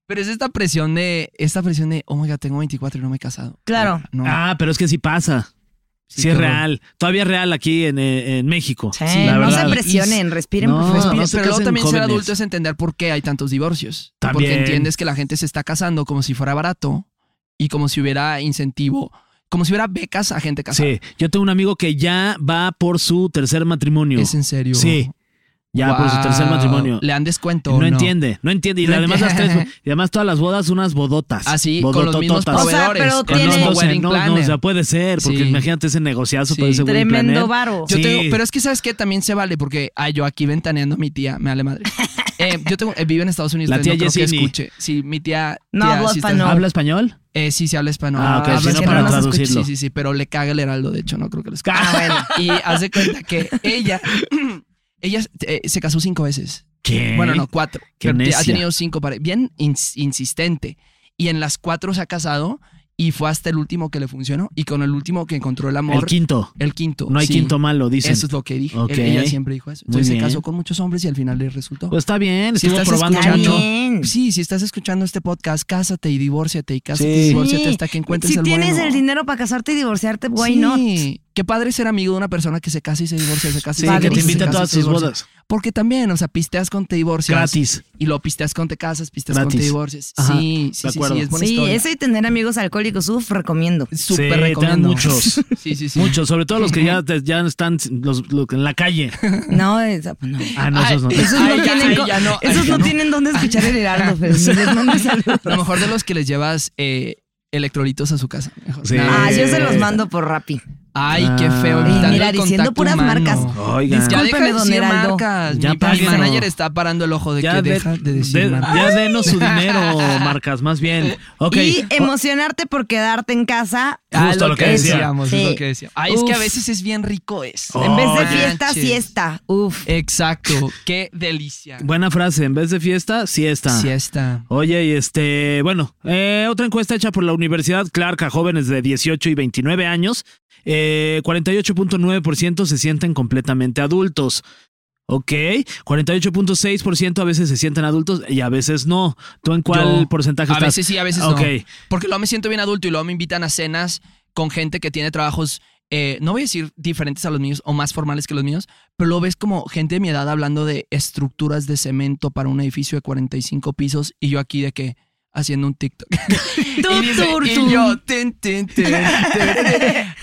Speaker 4: Pero es esta presión de... Esta presión de, oh my God, tengo 24 y no me he casado.
Speaker 3: Claro.
Speaker 4: No,
Speaker 2: Ah, pero es que sí pasa. Sí,
Speaker 4: qué
Speaker 2: es
Speaker 4: horror.
Speaker 2: real. Todavía es real aquí en, eh, en México.
Speaker 3: Sí,
Speaker 2: la
Speaker 3: no se
Speaker 2: verdad.
Speaker 3: presionen, respiren
Speaker 2: No,
Speaker 3: por favor.
Speaker 4: Respira,
Speaker 2: no se
Speaker 4: pero luego
Speaker 2: casen
Speaker 4: también ser
Speaker 2: jóvenes.
Speaker 4: adulto es entender por qué hay tantos divorcios.
Speaker 2: También.
Speaker 4: Porque entiendes que la gente se está casando como si fuera barato y como si hubiera incentivo, como si hubiera becas a gente casada.
Speaker 2: Sí, yo tengo un amigo que ya va por su tercer matrimonio.
Speaker 4: ¿Es en serio?
Speaker 2: Sí, ya por su tercer
Speaker 4: Wow.
Speaker 2: matrimonio.
Speaker 4: Le dan descuento.
Speaker 2: no,
Speaker 4: o
Speaker 2: entiende, no entiende. Y
Speaker 4: No
Speaker 2: además las tres,
Speaker 4: entiende.
Speaker 2: y además todas las bodas unas bodotas.
Speaker 4: Así, con los mismos
Speaker 2: bodotototas.
Speaker 3: O sea,
Speaker 4: proveedores.
Speaker 3: pero
Speaker 2: no,
Speaker 4: con los
Speaker 3: tiene-
Speaker 2: no,
Speaker 4: mismos
Speaker 2: o sea,
Speaker 4: wedding
Speaker 2: no, no,
Speaker 4: planner.
Speaker 2: o sea, puede ser, porque
Speaker 4: Sí.
Speaker 2: imagínate ese negociazo para
Speaker 4: Sí.
Speaker 2: ese wedding
Speaker 3: Tremendo
Speaker 2: planner.
Speaker 3: varo.
Speaker 4: Yo
Speaker 2: Sí.
Speaker 4: tengo- pero es que sabes que también se vale porque, ay, yo aquí ventaneando a mi tía, me vale madre. Eh, yo tengo, eh, vive en Estados Unidos,
Speaker 2: La
Speaker 4: entonces
Speaker 2: tía
Speaker 4: no creo que
Speaker 2: Yesini.
Speaker 4: escuche. Sí, mi tía.
Speaker 3: No
Speaker 4: tía,
Speaker 3: habla
Speaker 4: sí está-
Speaker 3: español.
Speaker 2: ¿Habla español?
Speaker 4: Eh, sí, se habla español.
Speaker 2: Ah, ok,
Speaker 4: Habla
Speaker 2: sí, no
Speaker 4: español,
Speaker 3: para
Speaker 4: no se escucha.
Speaker 2: traducirlo.
Speaker 4: Sí, sí, sí, pero le caga el heraldo, de hecho, no creo que lo escuche.
Speaker 2: Ah,
Speaker 4: Y hace cuenta que ella, ella eh, se casó cinco veces.
Speaker 2: ¿Qué?
Speaker 4: Bueno, no, cuatro.
Speaker 2: Qué
Speaker 4: Pero te-
Speaker 2: necia.
Speaker 4: ha tenido cinco pare- Bien ins- insistente. Y en las cuatro se ha casado y fue hasta el último que le funcionó. Y con el último que encontró el amor.
Speaker 2: El quinto.
Speaker 4: el quinto,
Speaker 2: No hay
Speaker 4: sí.
Speaker 2: quinto malo, dicen.
Speaker 4: Eso es lo que dije.
Speaker 2: Ok.
Speaker 4: Ella siempre dijo eso.
Speaker 2: Muy
Speaker 4: Entonces se
Speaker 2: bien.
Speaker 4: casó con muchos hombres y al final le resultó.
Speaker 2: Pues está bien,
Speaker 4: Si
Speaker 2: estuvo
Speaker 4: estás
Speaker 2: probando
Speaker 4: escuchando-
Speaker 2: mucho.
Speaker 3: Bien.
Speaker 4: Sí, si estás escuchando este podcast, cásate y divórciate y cásate
Speaker 2: Sí.
Speaker 4: y
Speaker 3: Sí.
Speaker 4: divórciate hasta que encuentres
Speaker 3: si
Speaker 4: el
Speaker 3: tienes
Speaker 4: bueno.
Speaker 3: el dinero para casarte y divorciarte, why
Speaker 4: Sí.
Speaker 3: not?
Speaker 4: Qué padre ser amigo de una persona que se casa y se divorcia, se casa
Speaker 2: Sí,
Speaker 4: y se
Speaker 2: que te
Speaker 4: divorcia,
Speaker 2: invita
Speaker 4: se
Speaker 2: a
Speaker 4: casa y
Speaker 2: todas
Speaker 4: se
Speaker 2: sus
Speaker 4: divorcia.
Speaker 2: bodas.
Speaker 4: Porque también, o sea, pisteas con te divorcias.
Speaker 2: Gratis.
Speaker 4: Y lo pisteas con te casas, pisteas con
Speaker 2: Gratis.
Speaker 4: te divorcias.
Speaker 2: Ajá,
Speaker 4: Sí,
Speaker 2: de
Speaker 4: sí, sí,
Speaker 2: acuerdo.
Speaker 4: sí, es buena
Speaker 3: Sí,
Speaker 4: historia.
Speaker 3: eso y tener amigos alcohólicos, uff, recomiendo.
Speaker 2: Sí,
Speaker 4: Súper
Speaker 2: te dan
Speaker 4: recomiendo.
Speaker 2: muchos.
Speaker 4: Sí, sí, sí.
Speaker 2: Muchos, sobre todo los que ya, te- ya están los- los que en la calle.
Speaker 3: No, esa- no.
Speaker 2: Ah, no, esos no.
Speaker 4: Ay,
Speaker 3: Esos
Speaker 4: ay,
Speaker 3: no,
Speaker 4: ya,
Speaker 3: tienen,
Speaker 4: ay,
Speaker 3: co-
Speaker 4: ya no, Eh, ay,
Speaker 3: esos
Speaker 4: ya
Speaker 3: no tienen dónde escuchar el heraldo, pero les mando saludos.
Speaker 4: A lo mejor de los que les llevas eh, electrolitos a su casa. Mejor.
Speaker 2: Sí.
Speaker 4: Nah.
Speaker 3: Ah, yo se los mando por Rappi.
Speaker 4: Ay, qué feo.
Speaker 2: Ah.
Speaker 4: evitando
Speaker 3: Mira,
Speaker 4: el
Speaker 3: diciendo
Speaker 4: contacto
Speaker 3: puras
Speaker 4: humano.
Speaker 3: marcas.
Speaker 2: Oigan.
Speaker 4: Ya
Speaker 3: Disculpe,
Speaker 4: deja de
Speaker 3: don
Speaker 4: decir
Speaker 3: Heraldo.
Speaker 4: marcas.
Speaker 2: Ya
Speaker 4: Mi- mi
Speaker 2: páguenlo.
Speaker 4: manager está parando el ojo de
Speaker 2: Ya
Speaker 4: que
Speaker 2: de-
Speaker 4: deja de decir
Speaker 2: de-
Speaker 4: marcas.
Speaker 2: ya denos su dinero, marcas, más bien. Ok.
Speaker 4: eh
Speaker 3: Y emocionarte por quedarte en casa.
Speaker 4: Ah,
Speaker 2: Justo lo que decía.
Speaker 4: decíamos, es
Speaker 3: Sí.
Speaker 4: lo que decía. Ay, es que a
Speaker 3: Uf.
Speaker 4: veces es bien rico eso.
Speaker 2: Oh,
Speaker 3: En vez de
Speaker 2: manches.
Speaker 3: fiesta, siesta.
Speaker 4: Eh,
Speaker 3: Uf.
Speaker 4: Exacto, qué delicia.
Speaker 2: Buena frase, en vez de fiesta, siesta.
Speaker 4: Siesta.
Speaker 2: Oye, y este, bueno, eh, otra encuesta hecha por la Universidad Clark a jóvenes de 18 y 29 años. Eh, 48.9% se sienten completamente adultos. Ok, 48.6% a veces se sienten adultos y a veces no. ¿Tú en cuál
Speaker 4: Yo,
Speaker 2: porcentaje
Speaker 4: A
Speaker 2: estás?
Speaker 4: veces sí, a veces
Speaker 2: Ok.
Speaker 4: no. Porque luego me siento bien adulto y luego me invitan a cenas con gente que tiene trabajos, eh, no voy a decir diferentes a los míos o más formales que los míos, pero lo ves como gente de mi edad hablando de estructuras de cemento para un edificio de 45 pisos y yo aquí de que haciendo un TikTok.
Speaker 3: Tú,
Speaker 4: y, dice-
Speaker 3: tú,
Speaker 4: y
Speaker 3: tú.
Speaker 4: yo, tin, tin, tin, tin, tin.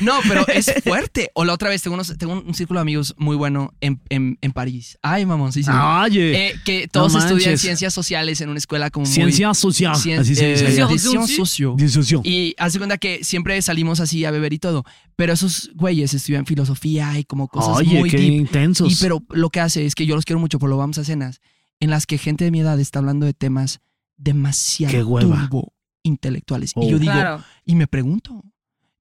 Speaker 4: No, pero es fuerte. O la otra vez, tengo, unos- tengo un, un círculo de amigos muy bueno en, en- en París. Ay, mamón, sí, sí.
Speaker 2: Ah, Oye,
Speaker 4: Eh, que todos
Speaker 2: No
Speaker 4: estudian
Speaker 2: manches.
Speaker 4: ciencias sociales en una escuela como muy-
Speaker 2: ciencia social.
Speaker 4: Cien-
Speaker 2: así se
Speaker 4: eh,
Speaker 2: dice.
Speaker 4: de
Speaker 2: allá.
Speaker 4: ciencia socio.
Speaker 2: Disociación.
Speaker 4: Y hace cuenta que siempre salimos así a beber y todo. Pero esos güeyes estudian filosofía y como cosas
Speaker 2: Oye,
Speaker 4: muy
Speaker 2: qué
Speaker 4: deep.
Speaker 2: intensos.
Speaker 4: Y pero lo que hace es que yo los quiero mucho, por lo vamos a cenas en las que gente de mi edad está hablando de temas demasiado
Speaker 2: Qué hueva.
Speaker 4: turbo intelectuales.
Speaker 2: Oh.
Speaker 4: Y yo digo,
Speaker 3: Claro.
Speaker 4: y me pregunto,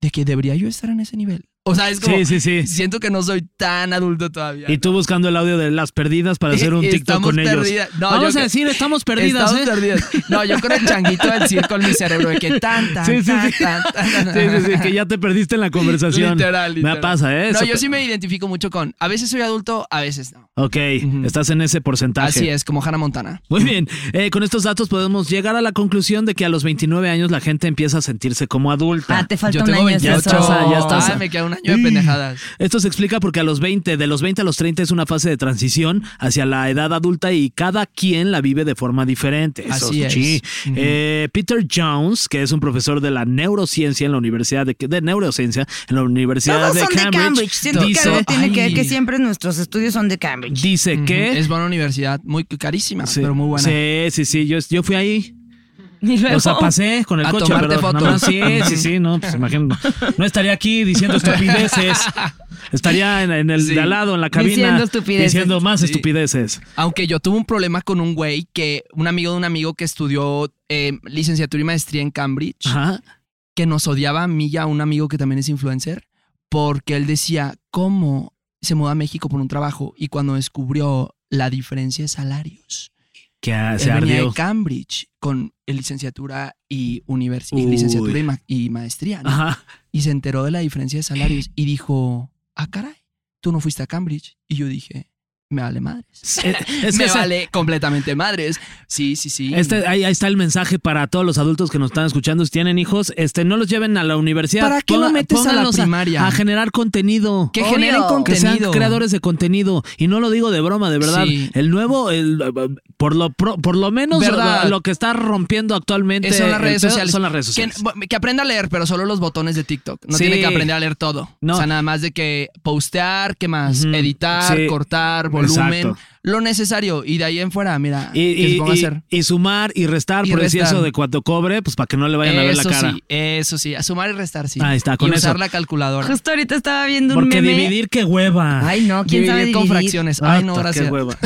Speaker 4: ¿de que debería yo estar en ese nivel? O sea, es como.
Speaker 2: Sí, sí, sí.
Speaker 4: Siento que no soy tan adulto todavía.
Speaker 2: Y tú buscando el audio de las perdidas para hacer un TikTok
Speaker 4: Estamos
Speaker 2: con
Speaker 4: perdida-
Speaker 2: ellos.
Speaker 4: No,
Speaker 2: Vamos
Speaker 4: yo-
Speaker 2: a decir, estamos perdidas,
Speaker 4: Estamos
Speaker 2: ¿eh?
Speaker 4: perdidas. No, yo con el changuito del circo en mi cerebro de que tan, tan,
Speaker 2: Sí, sí,
Speaker 4: tan,
Speaker 2: sí.
Speaker 4: tan, tan, tan,
Speaker 2: Sí, sí, sí, que ya te perdiste en la conversación.
Speaker 4: Literal, literal.
Speaker 2: Me pasa, ¿eh?
Speaker 4: No,
Speaker 2: Eso
Speaker 4: yo
Speaker 2: te-
Speaker 4: sí me identifico mucho con. A veces soy adulto, a veces no.
Speaker 2: Ok, estás en ese porcentaje.
Speaker 4: Así es, como Hannah Montana.
Speaker 2: Muy bien, Eh, con estos datos podemos llegar a la conclusión de que a los 29 años la gente empieza a sentirse como adulta.
Speaker 3: Ah, te falta
Speaker 4: Yo
Speaker 3: un
Speaker 4: tengo
Speaker 3: año.
Speaker 4: 28.
Speaker 3: César.
Speaker 2: estás, ya estás.
Speaker 4: Ay, Ah, me queda un año de pendejadas.
Speaker 2: Esto se explica porque a los 20, de los 20 a los 30 es una fase de transición hacia la edad adulta y cada quien la vive de forma diferente. Eso
Speaker 4: Así es.
Speaker 2: sí. Eh, Peter Jones, que es un profesor de la neurociencia en la Universidad de, de neurociencia en la Universidad
Speaker 3: Todos
Speaker 2: de
Speaker 3: son
Speaker 2: Cambridge,
Speaker 3: de Cambridge. Siento que
Speaker 2: dice,
Speaker 3: algo tiene que ver
Speaker 4: ay.
Speaker 3: que siempre nuestros estudios son de Cambridge.
Speaker 2: dice que
Speaker 4: Es buena universidad, muy carísima,
Speaker 2: Sí.
Speaker 4: pero muy buena.
Speaker 2: Sí, sí, sí, yo, yo fui ahí.
Speaker 3: Y luego-
Speaker 2: O sea, pasé con el
Speaker 4: A
Speaker 2: coche,
Speaker 4: tomarte
Speaker 2: pero
Speaker 4: fotos.
Speaker 2: nada más- sí, sí, sí, no, pues imagino. No estaría aquí diciendo estupideces. Estaría en, en el
Speaker 4: Sí.
Speaker 2: de al lado, en la cabina.
Speaker 3: Diciendo estupideces.
Speaker 2: diciendo más
Speaker 4: Sí.
Speaker 2: estupideces.
Speaker 4: Aunque yo tuve un problema con un güey que, un amigo de un amigo que estudió eh, licenciatura y maestría en Cambridge,
Speaker 2: Ajá.
Speaker 4: que nos odiaba a mí y a un amigo que también es influencer, porque él decía, ¿cómo se mudó a México por un trabajo? Y cuando descubrió la diferencia de salarios,
Speaker 2: Que ah,
Speaker 4: él
Speaker 2: se
Speaker 4: venía
Speaker 2: ardió.
Speaker 4: de Cambridge con eh, licenciatura y, univers- y
Speaker 2: Uy.
Speaker 4: licenciatura y, ma- y maestría, ¿no?
Speaker 2: Ajá.
Speaker 4: y se enteró de la diferencia de salarios y dijo, ah, caray, tú no fuiste a Cambridge. Y yo dije, me vale madres.
Speaker 2: Es, es que
Speaker 4: me
Speaker 2: ese-
Speaker 4: vale completamente madres. Sí, sí, sí.
Speaker 2: este- ahí, ahí está el mensaje para todos los adultos que nos están escuchando. Si tienen hijos, este, no los lleven a la universidad.
Speaker 4: ¿Para qué
Speaker 2: Ponga-
Speaker 4: lo metes a la
Speaker 2: pónganlos
Speaker 4: primaria?
Speaker 2: A, generar contenido.
Speaker 4: que
Speaker 3: Obvio.
Speaker 4: generen
Speaker 3: Que sean
Speaker 2: que
Speaker 4: contenido.
Speaker 2: sean creadores de contenido. Y no lo digo de broma, de verdad.
Speaker 4: Sí.
Speaker 2: El nuevo, el, por, lo, pro- por lo menos
Speaker 4: ¿Verdad?
Speaker 2: lo que está rompiendo actualmente
Speaker 4: Eh, son las
Speaker 2: el
Speaker 4: redes
Speaker 2: pedo
Speaker 4: sociales.
Speaker 2: son las redes
Speaker 4: Que,
Speaker 2: sociales.
Speaker 4: que aprenda a leer, pero solo los botones de TikTok. No
Speaker 2: Sí.
Speaker 4: tiene que aprender a leer todo.
Speaker 2: No.
Speaker 4: O sea, nada más de que postear, ¿qué más?
Speaker 2: Ujú.
Speaker 4: Editar,
Speaker 2: Sí.
Speaker 4: cortar, volumen.
Speaker 2: Exacto.
Speaker 4: Lo necesario. Y de ahí en fuera, mira,
Speaker 2: Y,
Speaker 4: que se
Speaker 2: y-
Speaker 4: ponga a
Speaker 2: y-
Speaker 4: hacer.
Speaker 2: y sumar y restar,
Speaker 4: Y
Speaker 2: por decir
Speaker 4: restar.
Speaker 2: eso de cuando cobre, pues para que no le vayan a ver la
Speaker 4: eso
Speaker 2: cara.
Speaker 4: sí, eso sí. A sumar y restar, sí.
Speaker 2: Ahí está, con
Speaker 4: y usar
Speaker 2: eso.
Speaker 4: la calculadora.
Speaker 3: Justo ahorita estaba viendo un
Speaker 2: Porque
Speaker 3: meme.
Speaker 2: dividir, qué hueva.
Speaker 3: Ay, no, quién sabe
Speaker 4: Dividir con
Speaker 3: dividir?
Speaker 4: fracciones. Ay, no,
Speaker 2: Ata,
Speaker 4: gracias.
Speaker 2: Ah, Qué hueva.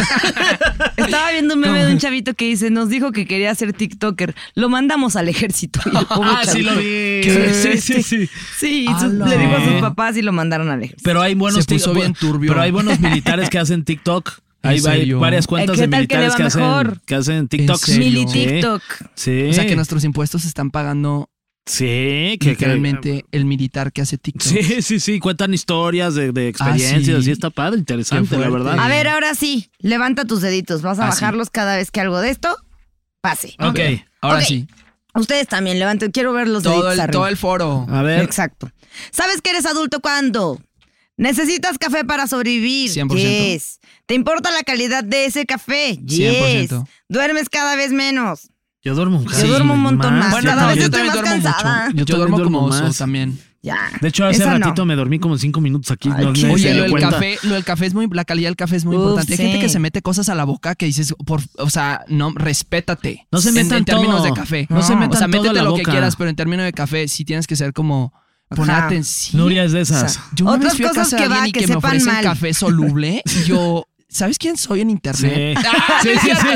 Speaker 3: Estaba viendo un meme de un chavito que dice, nos dijo que quería ser TikToker. Lo mandamos al ejército. Y el pobre
Speaker 2: ah, sí
Speaker 3: chavito-
Speaker 2: lo vi.
Speaker 4: ¿Qué?
Speaker 2: Sí, sí, sí.
Speaker 3: Sí, y su-
Speaker 4: Ala.
Speaker 3: le dijo a sus papás y lo mandaron al ejército.
Speaker 2: Pero hay buenos
Speaker 4: Se puso
Speaker 2: tic-
Speaker 4: bien turbio.
Speaker 2: Pero hay buenos militares que hacen TikTok.
Speaker 4: ¿En
Speaker 2: Hay, hay
Speaker 4: serio?
Speaker 2: varias cuentas
Speaker 3: ¿Qué
Speaker 2: de
Speaker 3: tal que le
Speaker 2: militares
Speaker 3: va
Speaker 2: que, hacen,
Speaker 3: mejor?
Speaker 2: que hacen TikToks.
Speaker 4: serio?
Speaker 3: Mili
Speaker 2: Sí.
Speaker 3: TikTok.
Speaker 2: Sí.
Speaker 4: O sea, que nuestros impuestos se están pagando
Speaker 2: Sí, que
Speaker 4: literalmente el militar que hace TikTok.
Speaker 2: Sí, sí, sí, cuentan historias de, de experiencias,
Speaker 4: Ah, sí.
Speaker 2: y está padre, interesante,
Speaker 4: Qué
Speaker 2: la
Speaker 4: fuerte.
Speaker 2: verdad.
Speaker 3: A ver, ahora sí, levanta tus deditos. Vas a
Speaker 4: Ah, sí.
Speaker 3: bajarlos cada vez que algo de esto pase.
Speaker 2: ok.
Speaker 4: Ahora
Speaker 3: Ok.
Speaker 4: sí.
Speaker 3: Ustedes también levanten. Quiero ver los
Speaker 4: Todo
Speaker 3: deditos
Speaker 4: el,
Speaker 3: arriba.
Speaker 4: todo el foro.
Speaker 2: A ver,
Speaker 3: Exacto. ¿Sabes que eres adulto cuando? Necesitas café para sobrevivir.
Speaker 4: 100%.
Speaker 3: Yes. ¿Te importa la calidad de ese café? Yes.
Speaker 4: 100%.
Speaker 3: Duermes cada vez menos.
Speaker 2: yo duermo un
Speaker 3: Yo duermo un montón
Speaker 2: Ah,
Speaker 3: más.
Speaker 4: Bueno,
Speaker 3: cada
Speaker 4: no,
Speaker 3: vez
Speaker 4: yo
Speaker 3: estoy
Speaker 4: también
Speaker 3: más
Speaker 4: duermo mucho.
Speaker 3: cansada.
Speaker 4: Yo,
Speaker 2: Yo
Speaker 4: duermo
Speaker 2: también
Speaker 4: como
Speaker 2: duermo
Speaker 4: oso
Speaker 2: más.
Speaker 4: también.
Speaker 3: Ya.
Speaker 2: De hecho, hace
Speaker 3: Esa no.
Speaker 2: ratito me dormí como cinco minutos aquí.
Speaker 3: Ay,
Speaker 2: no,
Speaker 3: qué
Speaker 2: nadie se
Speaker 4: Oye,
Speaker 2: dio
Speaker 4: lo del,
Speaker 2: cuenta.
Speaker 4: café, lo del café es muy, la calidad del café es muy
Speaker 3: Uf,
Speaker 4: importante. Hay gente
Speaker 3: sí.
Speaker 4: que se mete cosas a la boca que dices, por, o sea, no, respétate.
Speaker 2: No se
Speaker 4: En-
Speaker 2: metan
Speaker 4: en, términos
Speaker 2: todo.
Speaker 4: de café.
Speaker 2: No se metan
Speaker 4: O sea,
Speaker 2: todo a
Speaker 4: métete
Speaker 2: la
Speaker 4: lo que
Speaker 2: boca.
Speaker 4: quieras, pero en términos de café sí tienes que ser como poner
Speaker 3: Ajá.
Speaker 4: atención.
Speaker 2: Nuria es de
Speaker 3: O
Speaker 2: esas.
Speaker 3: sea,
Speaker 4: Yo una
Speaker 3: Otras
Speaker 4: vez fui a
Speaker 3: cosas
Speaker 4: casa de
Speaker 3: que va,
Speaker 4: alguien y
Speaker 3: que
Speaker 4: que, me
Speaker 3: sepan
Speaker 4: ofrecen
Speaker 3: mal.
Speaker 4: café soluble y yo, ¿sabes quién soy en internet?
Speaker 2: Sí.
Speaker 4: Ah, no es cierto.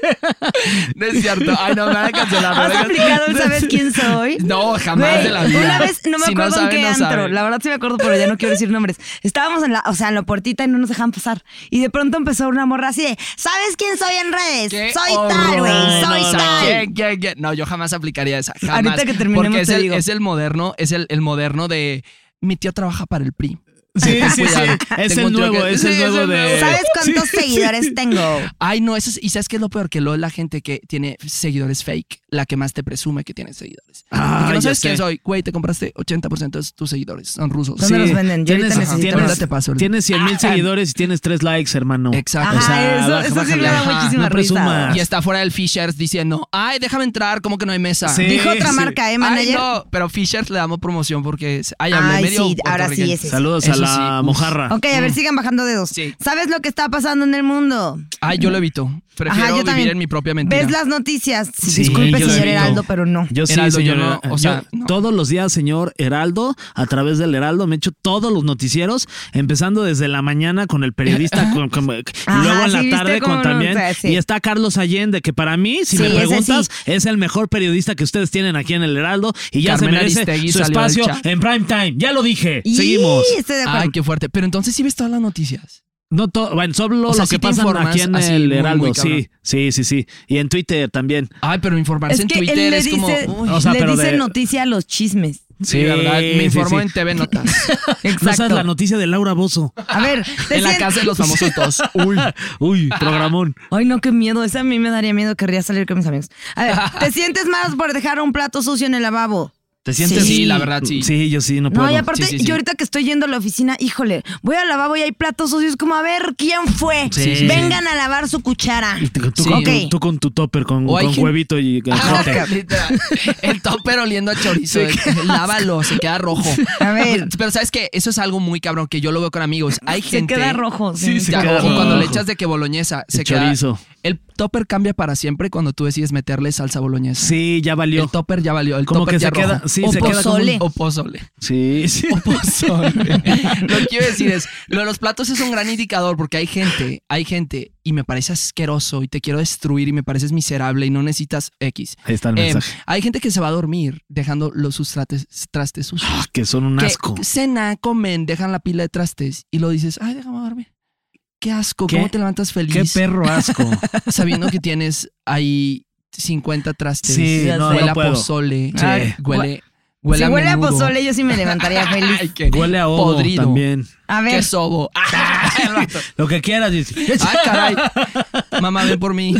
Speaker 4: No es cierto. Ay, no, me van a cancelar. me van
Speaker 3: ¿Has
Speaker 4: a cancelar.
Speaker 3: aplicado el sabes quién soy?
Speaker 4: No, jamás
Speaker 3: Güey,
Speaker 4: de la vida.
Speaker 3: Una vez, no me
Speaker 4: Si
Speaker 3: acuerdo en
Speaker 4: saben,
Speaker 3: qué
Speaker 4: no
Speaker 3: antro.
Speaker 4: saben.
Speaker 3: La verdad sí me acuerdo, pero ya no quiero decir nombres. Estábamos en la, o sea, en la puertita y no nos dejaban pasar. Y de pronto empezó una morra así de, ¿sabes quién soy en redes?
Speaker 4: ¡Qué
Speaker 3: Soy
Speaker 4: horror!
Speaker 3: tal, güey, soy
Speaker 4: O sea,
Speaker 3: tal.
Speaker 4: ¿quién, quién, quién? No, yo jamás aplicaría esa. Jamás.
Speaker 3: Ahorita que terminemos
Speaker 4: Porque es
Speaker 3: te
Speaker 4: el,
Speaker 3: digo.
Speaker 4: es el moderno, es el, el moderno de mi tío trabaja para el PRI.
Speaker 2: Sí, sí, sí.
Speaker 4: Cuidado.
Speaker 2: Es
Speaker 4: Tengo
Speaker 2: el
Speaker 4: un tío
Speaker 2: nuevo,
Speaker 4: que-
Speaker 2: es
Speaker 4: Sí,
Speaker 2: el nuevo de.
Speaker 3: ¿Sabes cuántos seguidores tengo?
Speaker 4: Ay, no, eso es, y sabes qué es lo peor que lo la gente que tiene seguidores fake, la que más te presume que tiene seguidores.
Speaker 2: Ah,
Speaker 4: Y que no
Speaker 2: ya
Speaker 4: sabes
Speaker 2: sé.
Speaker 4: quién soy, güey, te compraste 80% de tus seguidores, son rusos.
Speaker 3: ¿Dónde los venden? Yo ahorita
Speaker 2: tienes,
Speaker 3: necesito
Speaker 2: tienes,
Speaker 4: Ahorita te paso el-
Speaker 2: Tienes 100 mil
Speaker 4: Ah.
Speaker 2: seguidores y tienes 3 likes, hermano.
Speaker 4: Exacto.
Speaker 3: Ajá, eso-
Speaker 2: baja-
Speaker 3: eso sí me da
Speaker 2: bájale.
Speaker 3: muchísima
Speaker 2: No
Speaker 3: risa.
Speaker 2: presumas.
Speaker 4: Y está fuera del Fishers diciendo, ay, déjame entrar, como que no hay mesa.
Speaker 2: Sí,
Speaker 3: Dijo otra
Speaker 2: sí.
Speaker 3: marca, ¿eh,
Speaker 4: Ay,
Speaker 3: manager?
Speaker 4: no, pero Fishers le damos promoción porque es- ay, hablé
Speaker 3: Ay,
Speaker 4: medio
Speaker 3: sí, ahora sí
Speaker 4: puertorriqueño.
Speaker 3: ese.
Speaker 2: Saludos a
Speaker 4: Eso
Speaker 2: la
Speaker 4: sí, uf.
Speaker 2: mojarra.
Speaker 3: Ok, a ver, sigan bajando dedos.
Speaker 4: Mm. Sí.
Speaker 3: ¿Sabes lo que está pasando en el mundo?
Speaker 4: Ay, yo lo evito. Prefiero
Speaker 3: yo
Speaker 4: vivir
Speaker 3: también.
Speaker 4: en mi propia mentira.
Speaker 3: ¿Ves las noticias?
Speaker 2: Sí,
Speaker 3: Disculpe,
Speaker 4: yo
Speaker 3: señor
Speaker 4: he visto.
Speaker 3: Heraldo, pero no.
Speaker 2: Yo sí,
Speaker 4: Heraldo, yo
Speaker 2: señor. eh,
Speaker 4: no, o
Speaker 2: Yo
Speaker 4: sea, no.
Speaker 2: Todos los días, señor Heraldo, a través del Heraldo, me echo todos los noticieros, empezando desde la mañana con el periodista, con- con- y
Speaker 3: Ajá,
Speaker 2: luego en
Speaker 3: sí,
Speaker 2: la
Speaker 3: ¿viste
Speaker 2: tarde
Speaker 3: cómo
Speaker 2: con
Speaker 3: no?
Speaker 2: también.
Speaker 3: O sea, sí.
Speaker 2: Y está Carlos Allende, que para mí, si
Speaker 3: Sí,
Speaker 2: me
Speaker 3: ese
Speaker 2: preguntas,
Speaker 3: sí.
Speaker 2: es el mejor periodista que ustedes tienen aquí en el Heraldo y ya
Speaker 4: Carmen
Speaker 2: se merece
Speaker 4: Aristegui
Speaker 2: su
Speaker 4: salió del
Speaker 2: espacio
Speaker 4: chat.
Speaker 2: en prime time. Ya lo dije.
Speaker 3: Y-
Speaker 2: Seguimos.
Speaker 3: Estoy de acuerdo.
Speaker 4: Ay, qué fuerte. Pero entonces sí ves todas las noticias.
Speaker 2: No todo, bueno, solo
Speaker 4: O sea,
Speaker 2: lo
Speaker 4: sí
Speaker 2: que
Speaker 4: te
Speaker 2: pasa
Speaker 4: informas
Speaker 2: aquí en
Speaker 4: así,
Speaker 2: el
Speaker 4: muy,
Speaker 2: Heraldo.
Speaker 4: muy cabrón.
Speaker 2: sí, sí, sí, sí. Y en Twitter también.
Speaker 4: Ay, pero informarse
Speaker 3: es
Speaker 4: en
Speaker 3: que
Speaker 4: Twitter
Speaker 3: él le
Speaker 4: es como.
Speaker 3: dice,
Speaker 4: uy,
Speaker 2: O sea,
Speaker 3: le
Speaker 2: pero
Speaker 3: dice
Speaker 2: de-
Speaker 3: noticia a los chismes.
Speaker 4: sí, verdad. Me
Speaker 2: sí,
Speaker 4: informo
Speaker 2: sí.
Speaker 4: en TV Notas.
Speaker 2: No
Speaker 3: Exacto.
Speaker 2: sabes la noticia de Laura Bozo.
Speaker 3: a ver, te
Speaker 4: en la
Speaker 3: sien-
Speaker 4: casa de los famosos dos.
Speaker 2: Uy, uy, programón.
Speaker 3: Ay, no, qué miedo. Esa a mí me daría miedo. Querría salir con mis amigos. A ver, ¿te sientes mal por dejar un plato sucio en el lavabo?
Speaker 2: ¿Te
Speaker 4: sientes- Sí, la verdad, sí.
Speaker 2: Sí, yo sí, no
Speaker 3: No,
Speaker 2: puedo.
Speaker 3: y aparte,
Speaker 4: Sí, sí, sí.
Speaker 3: yo ahorita que estoy yendo a la oficina, híjole, voy al lavabo y hay platos sucios. Como, a ver, ¿quién fue?
Speaker 4: Sí, sí,
Speaker 3: Vengan a lavar su cuchara.
Speaker 2: Y tú, tú
Speaker 4: Sí.
Speaker 2: con, tú con tu topper, con,
Speaker 4: O hay
Speaker 2: con
Speaker 4: gente-
Speaker 2: huevito y
Speaker 4: Ajá,
Speaker 2: ajote.
Speaker 4: literal. El topper oliendo a chorizo.
Speaker 2: Sí, qué asco.
Speaker 4: Lávalo, se queda rojo.
Speaker 3: A ver.
Speaker 4: Pero sabes que eso es algo muy cabrón que yo lo veo con amigos. Hay
Speaker 3: Se
Speaker 4: gente.
Speaker 3: queda rojo, sí.
Speaker 4: Sí, se
Speaker 2: Se
Speaker 4: queda
Speaker 2: queda
Speaker 4: rojo. Cuando le
Speaker 2: rojo.
Speaker 4: echas de que boloñesa,
Speaker 2: Y
Speaker 4: se queda.
Speaker 2: chorizo.
Speaker 4: El topper cambia para siempre cuando tú decides meterle salsa boloñesa.
Speaker 2: Sí, ya valió.
Speaker 4: El topper ya valió. El
Speaker 2: Como
Speaker 4: topper
Speaker 2: que
Speaker 4: ya
Speaker 2: se queda-
Speaker 4: rojo.
Speaker 2: sí,
Speaker 4: o
Speaker 2: se
Speaker 3: queda como un-
Speaker 4: pozole. O pozole.
Speaker 2: Sí, sí.
Speaker 4: O pozole. lo que quiero decir es, lo de los platos es un gran indicador porque hay gente, hay gente, y me parece asqueroso y te quiero destruir y me pareces miserable y no necesitas X.
Speaker 2: Ahí está el
Speaker 4: Eh,
Speaker 2: mensaje.
Speaker 4: hay gente que se va a dormir dejando los sus trates- trastes sucios.
Speaker 2: Ah, que son un
Speaker 4: Que pues,
Speaker 2: asco.
Speaker 4: cena, comen, dejan la pila de trastes y lo dices, ay, déjame dormir. Qué asco,
Speaker 2: ¿Qué?
Speaker 4: ¿cómo te levantas feliz?
Speaker 2: Qué perro asco.
Speaker 4: sabiendo que tienes ahí 50 trastes.
Speaker 2: Sí,
Speaker 3: Ya
Speaker 2: no,
Speaker 3: sé.
Speaker 4: huele
Speaker 2: no
Speaker 4: a
Speaker 2: puedo.
Speaker 4: pozole.
Speaker 2: Sí.
Speaker 4: Ay, Huele, huele
Speaker 3: si
Speaker 4: a
Speaker 3: huele a
Speaker 4: menudo.
Speaker 3: pozole, yo sí me levantaría
Speaker 4: Ay,
Speaker 3: feliz.
Speaker 4: qué
Speaker 2: Huele a ovo
Speaker 4: podrido.
Speaker 2: también.
Speaker 3: A ver,
Speaker 4: Qué sobo.
Speaker 2: Lo que quieras. dice.
Speaker 4: Ah, caray. Mamá, ven por mí.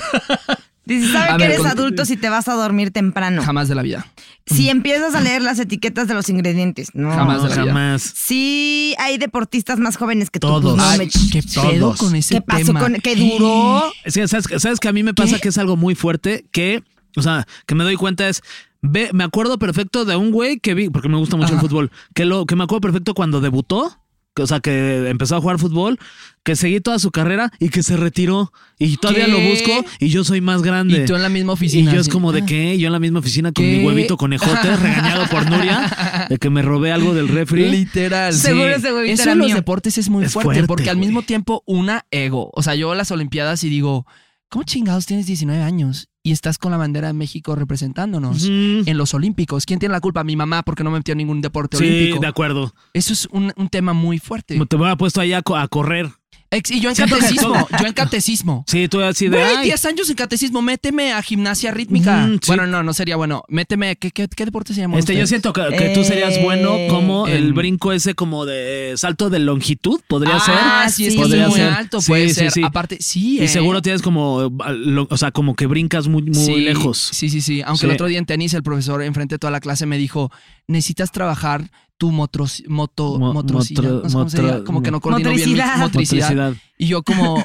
Speaker 3: dice, ¿sabe
Speaker 4: A
Speaker 3: que
Speaker 4: ver,
Speaker 3: eres
Speaker 4: con-
Speaker 3: adulto si te vas a dormir temprano?
Speaker 4: Jamás de la vida.
Speaker 3: Si empiezas a leer las etiquetas de los ingredientes. No.
Speaker 2: No,
Speaker 4: Jamás. de la vida.
Speaker 2: jamás.
Speaker 3: Sí, hay deportistas más jóvenes que tú.
Speaker 2: Todos.
Speaker 3: pues, no
Speaker 4: Ay,
Speaker 3: me-
Speaker 4: qué pedo
Speaker 2: Todos.
Speaker 4: con ese
Speaker 3: ¿Qué pasó
Speaker 4: tema.
Speaker 3: con- qué duró?
Speaker 2: Es que, ¿sabes, sabes que a mí me pasa que es algo muy fuerte que, o sea, que me doy cuenta es. Ve, me acuerdo perfecto de un güey que vi, porque me gusta mucho el fútbol, que lo que me acuerdo perfecto cuando debutó, que, o sea, que empezó a jugar fútbol, que seguí toda su carrera y que se retiró. Y todavía
Speaker 4: ¿Qué?
Speaker 2: lo busco y yo soy más grande.
Speaker 4: Y tú en la misma oficina,
Speaker 2: Y yo es
Speaker 4: sí.
Speaker 2: como de qué, yo en la misma oficina con
Speaker 4: ¿Qué?
Speaker 2: mi huevito conejote, regañado por Nuria, de que me robé algo del
Speaker 4: Ah.
Speaker 2: refri.
Speaker 4: Literal.
Speaker 3: Seguro ese huevito
Speaker 4: Eso
Speaker 3: era
Speaker 4: en los
Speaker 3: mío.
Speaker 4: deportes es muy
Speaker 2: Es
Speaker 4: fuerte,
Speaker 2: fuerte,
Speaker 4: porque al
Speaker 2: güey.
Speaker 4: mismo tiempo una ego. O sea, yo a las Olimpiadas y digo, ¿cómo chingados tienes 19 años y estás con la bandera de México representándonos?
Speaker 2: Ujú.
Speaker 4: En los Olímpicos, ¿quién tiene la culpa? Mi mamá, porque no me metió en ningún deporte
Speaker 2: Sí,
Speaker 4: olímpico.
Speaker 2: de acuerdo.
Speaker 4: Eso es un, un tema muy fuerte.
Speaker 2: Te voy a puesto ahí a, co- a correr.
Speaker 4: Ex- y yo en
Speaker 2: Siento que
Speaker 4: catecismo,
Speaker 2: todo-
Speaker 4: yo en catecismo.
Speaker 2: Sí, tú así de.
Speaker 4: Güey,
Speaker 2: ay,
Speaker 4: 10 años en catecismo, méteme a gimnasia rítmica.
Speaker 2: Mm, sí.
Speaker 4: Bueno, no, no sería bueno. Méteme, ¿qué, qué, qué deporte se llama?
Speaker 2: Este, yo siento que, que tú serías bueno como
Speaker 4: Eh,
Speaker 2: el brinco ese como de salto de longitud, podría ser.
Speaker 4: Ah, sí, es que
Speaker 2: Podría
Speaker 4: es muy
Speaker 2: ser.
Speaker 4: alto,
Speaker 2: Sí,
Speaker 4: puede
Speaker 2: sí,
Speaker 4: ser.
Speaker 2: sí.
Speaker 4: Aparte, sí.
Speaker 2: Y
Speaker 4: eh.
Speaker 2: seguro tienes como, eh, lo- o sea, como que brincas muy, muy
Speaker 4: Sí,
Speaker 2: lejos.
Speaker 4: Sí, sí, sí. Aunque el
Speaker 2: Sí.
Speaker 4: otro día en tenis, el profesor enfrente de toda la clase me dijo: Necesitas trabajar tu motros- moto,
Speaker 2: Mo-
Speaker 4: motrocilla".
Speaker 2: motro-
Speaker 4: No sé cómo se
Speaker 2: motro-
Speaker 4: diga, Como que no coordino bien
Speaker 3: Motricidad.
Speaker 4: mi motricidad.
Speaker 2: Motricidad.
Speaker 4: Y yo, como,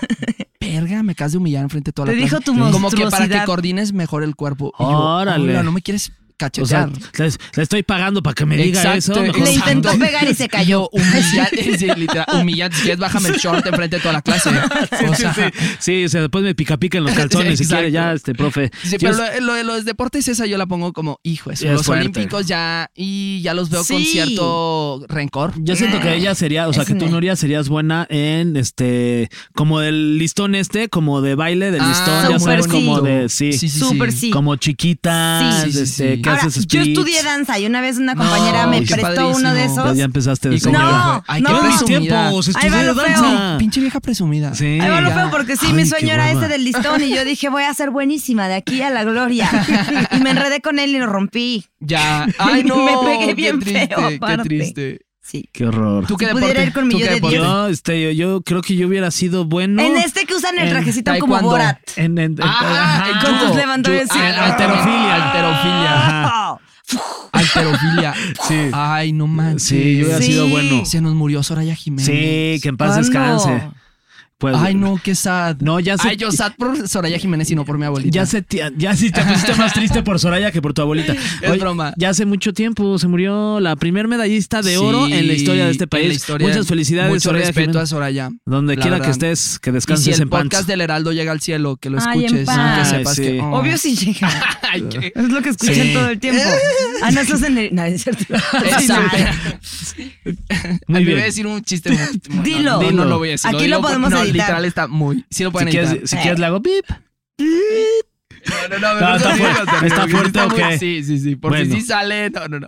Speaker 4: verga, me acabas de humillar enfrente de toda la
Speaker 3: Te
Speaker 4: clase.
Speaker 3: dijo tu
Speaker 4: Como que para que
Speaker 3: monstruosidad.
Speaker 4: coordines mejor el cuerpo. Y yo,
Speaker 2: Órale.
Speaker 4: "Hola, no me quieres
Speaker 2: O sea,
Speaker 4: cachetear.
Speaker 2: les- le estoy pagando para que me diga
Speaker 4: Exacto,
Speaker 2: eso. mejor
Speaker 3: Le
Speaker 2: no.
Speaker 3: intentó pegar y se cayó.
Speaker 4: humillante, sí, literal, humillante. Si quieres, bájame el short enfrente de toda la clase.
Speaker 2: Sí,
Speaker 4: O sea,
Speaker 2: sí, sí, o sea, después me pica pica en los calzones si
Speaker 4: Exacto.
Speaker 2: quiere ya, este, profe.
Speaker 4: Sí,
Speaker 2: Yo
Speaker 4: pero
Speaker 2: es-
Speaker 4: lo, lo de los deportes esa yo la pongo como, hijo, eso,
Speaker 2: Es
Speaker 4: los
Speaker 2: fuerte.
Speaker 4: olímpicos ya, y ya los veo con
Speaker 3: Sí.
Speaker 4: cierto rencor.
Speaker 2: Yo siento que ella sería, o sea,
Speaker 3: Es
Speaker 2: que tú,
Speaker 3: una-
Speaker 2: Nuria, serías buena en este, como del listón este, como de baile del
Speaker 4: Ah,
Speaker 2: listón, ya
Speaker 4: súper
Speaker 2: sabes,
Speaker 4: sí.
Speaker 2: como de, sí,
Speaker 3: Súper sí.
Speaker 2: como chiquitas,
Speaker 4: Sí, sí,
Speaker 2: este,
Speaker 4: sí.
Speaker 2: que
Speaker 3: Ahora,
Speaker 2: haces
Speaker 3: yo
Speaker 2: splits.
Speaker 3: estudié danza y una vez una compañera me
Speaker 4: qué
Speaker 3: prestó uno de
Speaker 4: padrísimo.
Speaker 2: Ya,
Speaker 3: esos.
Speaker 2: ya empezaste de
Speaker 4: ¿Y cómo
Speaker 2: señora.
Speaker 4: le fue? Ay,
Speaker 3: No, pues,
Speaker 4: qué
Speaker 3: no.
Speaker 2: Mis
Speaker 4: presumida.
Speaker 2: tiempos,
Speaker 3: Ahí va
Speaker 2: estudié
Speaker 3: lo feo.
Speaker 2: danza.
Speaker 4: Pinche vieja presumida.
Speaker 2: Sí.
Speaker 3: Ahí va lo
Speaker 4: Ya.
Speaker 3: feo porque sí,
Speaker 2: Ay,
Speaker 3: mi
Speaker 2: qué
Speaker 3: sueño era
Speaker 2: hueva.
Speaker 3: ese del listón y yo dije voy a ser buenísima de aquí a la gloria. y me enredé con él y lo rompí.
Speaker 4: Ya. Ay, no.
Speaker 3: Me pegué bien
Speaker 4: qué triste,
Speaker 3: feo,
Speaker 4: Qué
Speaker 3: aparte.
Speaker 4: triste.
Speaker 3: Sí.
Speaker 2: Qué horror.
Speaker 4: ¿Tú qué
Speaker 3: Si
Speaker 4: deporte?
Speaker 3: pudiera ir con mi
Speaker 4: ¿Tú
Speaker 3: yo
Speaker 4: qué
Speaker 3: de
Speaker 4: deporte?
Speaker 3: diez.
Speaker 2: Yo, este, yo, yo creo que yo hubiera sido bueno.
Speaker 3: En este que usan el
Speaker 2: En
Speaker 3: trajecito como
Speaker 4: taekwondo.
Speaker 3: Borat.
Speaker 2: En, en- en-
Speaker 4: Ah,
Speaker 2: ajá.
Speaker 3: Con tus
Speaker 4: judo.
Speaker 3: levantamientos.
Speaker 4: Ju- al-
Speaker 2: Ah.
Speaker 4: Alterofilia, alterofilia. Ah,
Speaker 3: Ah.
Speaker 4: Alterofilia. Sí. Ay, no manches.
Speaker 2: Sí, yo hubiera
Speaker 3: Sí.
Speaker 2: sido bueno.
Speaker 4: Se nos murió Soraya Jiménez.
Speaker 3: Ah,
Speaker 2: Sí, que en paz
Speaker 3: ¿Cuándo?
Speaker 2: descanse. Pues,
Speaker 4: Ay, no, qué sad.
Speaker 2: No, ya sé-
Speaker 4: Ay, yo sad por Soraya Jiménez y no por mi abuelita.
Speaker 2: Ya se te- ya sí te pusiste más triste por Soraya que por tu abuelita.
Speaker 4: Es broma.
Speaker 2: Ya hace mucho tiempo se murió la primer medallista de oro
Speaker 4: Sí,
Speaker 2: en la historia de este
Speaker 4: en
Speaker 2: país.
Speaker 4: la historia.
Speaker 2: Muchas felicidades,
Speaker 4: Mucho
Speaker 2: Soraya
Speaker 4: respeto
Speaker 2: Jiménez.
Speaker 4: a Soraya.
Speaker 2: Donde
Speaker 4: la
Speaker 2: quiera que
Speaker 4: verdad.
Speaker 2: estés, que
Speaker 4: Y si
Speaker 2: descanses
Speaker 4: el
Speaker 2: en paz.
Speaker 4: podcast del Heraldo llega al cielo, que lo
Speaker 3: Ay, en
Speaker 4: escuches, que
Speaker 3: paz.
Speaker 4: sepas
Speaker 2: Ay, sí.
Speaker 4: que oh.
Speaker 3: Obvio si llega.
Speaker 4: Ay, qué-
Speaker 3: Es lo que escuchan
Speaker 4: Sí.
Speaker 3: todo el tiempo. Ah, no, estás en el... No, es cierto.
Speaker 4: Exacto.
Speaker 2: Muy
Speaker 4: Ay, me
Speaker 2: bien.
Speaker 4: voy a decir un chiste. muy- muy- no,
Speaker 3: Dilo.
Speaker 4: No, no,
Speaker 3: Dilo.
Speaker 4: lo voy a decir.
Speaker 3: Aquí
Speaker 4: digo
Speaker 3: lo podemos
Speaker 4: porque- no,
Speaker 3: editar.
Speaker 4: literal está muy. Sí lo
Speaker 2: Si
Speaker 4: pueden editar.
Speaker 2: quieres, si quieres le hago pip.
Speaker 4: No, no, no,
Speaker 2: No,
Speaker 4: no,
Speaker 2: está
Speaker 4: no,
Speaker 2: fuerte.
Speaker 4: no, no,
Speaker 2: ¿Está
Speaker 4: porque sí
Speaker 2: fuerte o
Speaker 4: muy-
Speaker 2: qué?
Speaker 4: Sí, sí, sí. Por si
Speaker 2: Bueno.
Speaker 4: sí sale. No, no, no.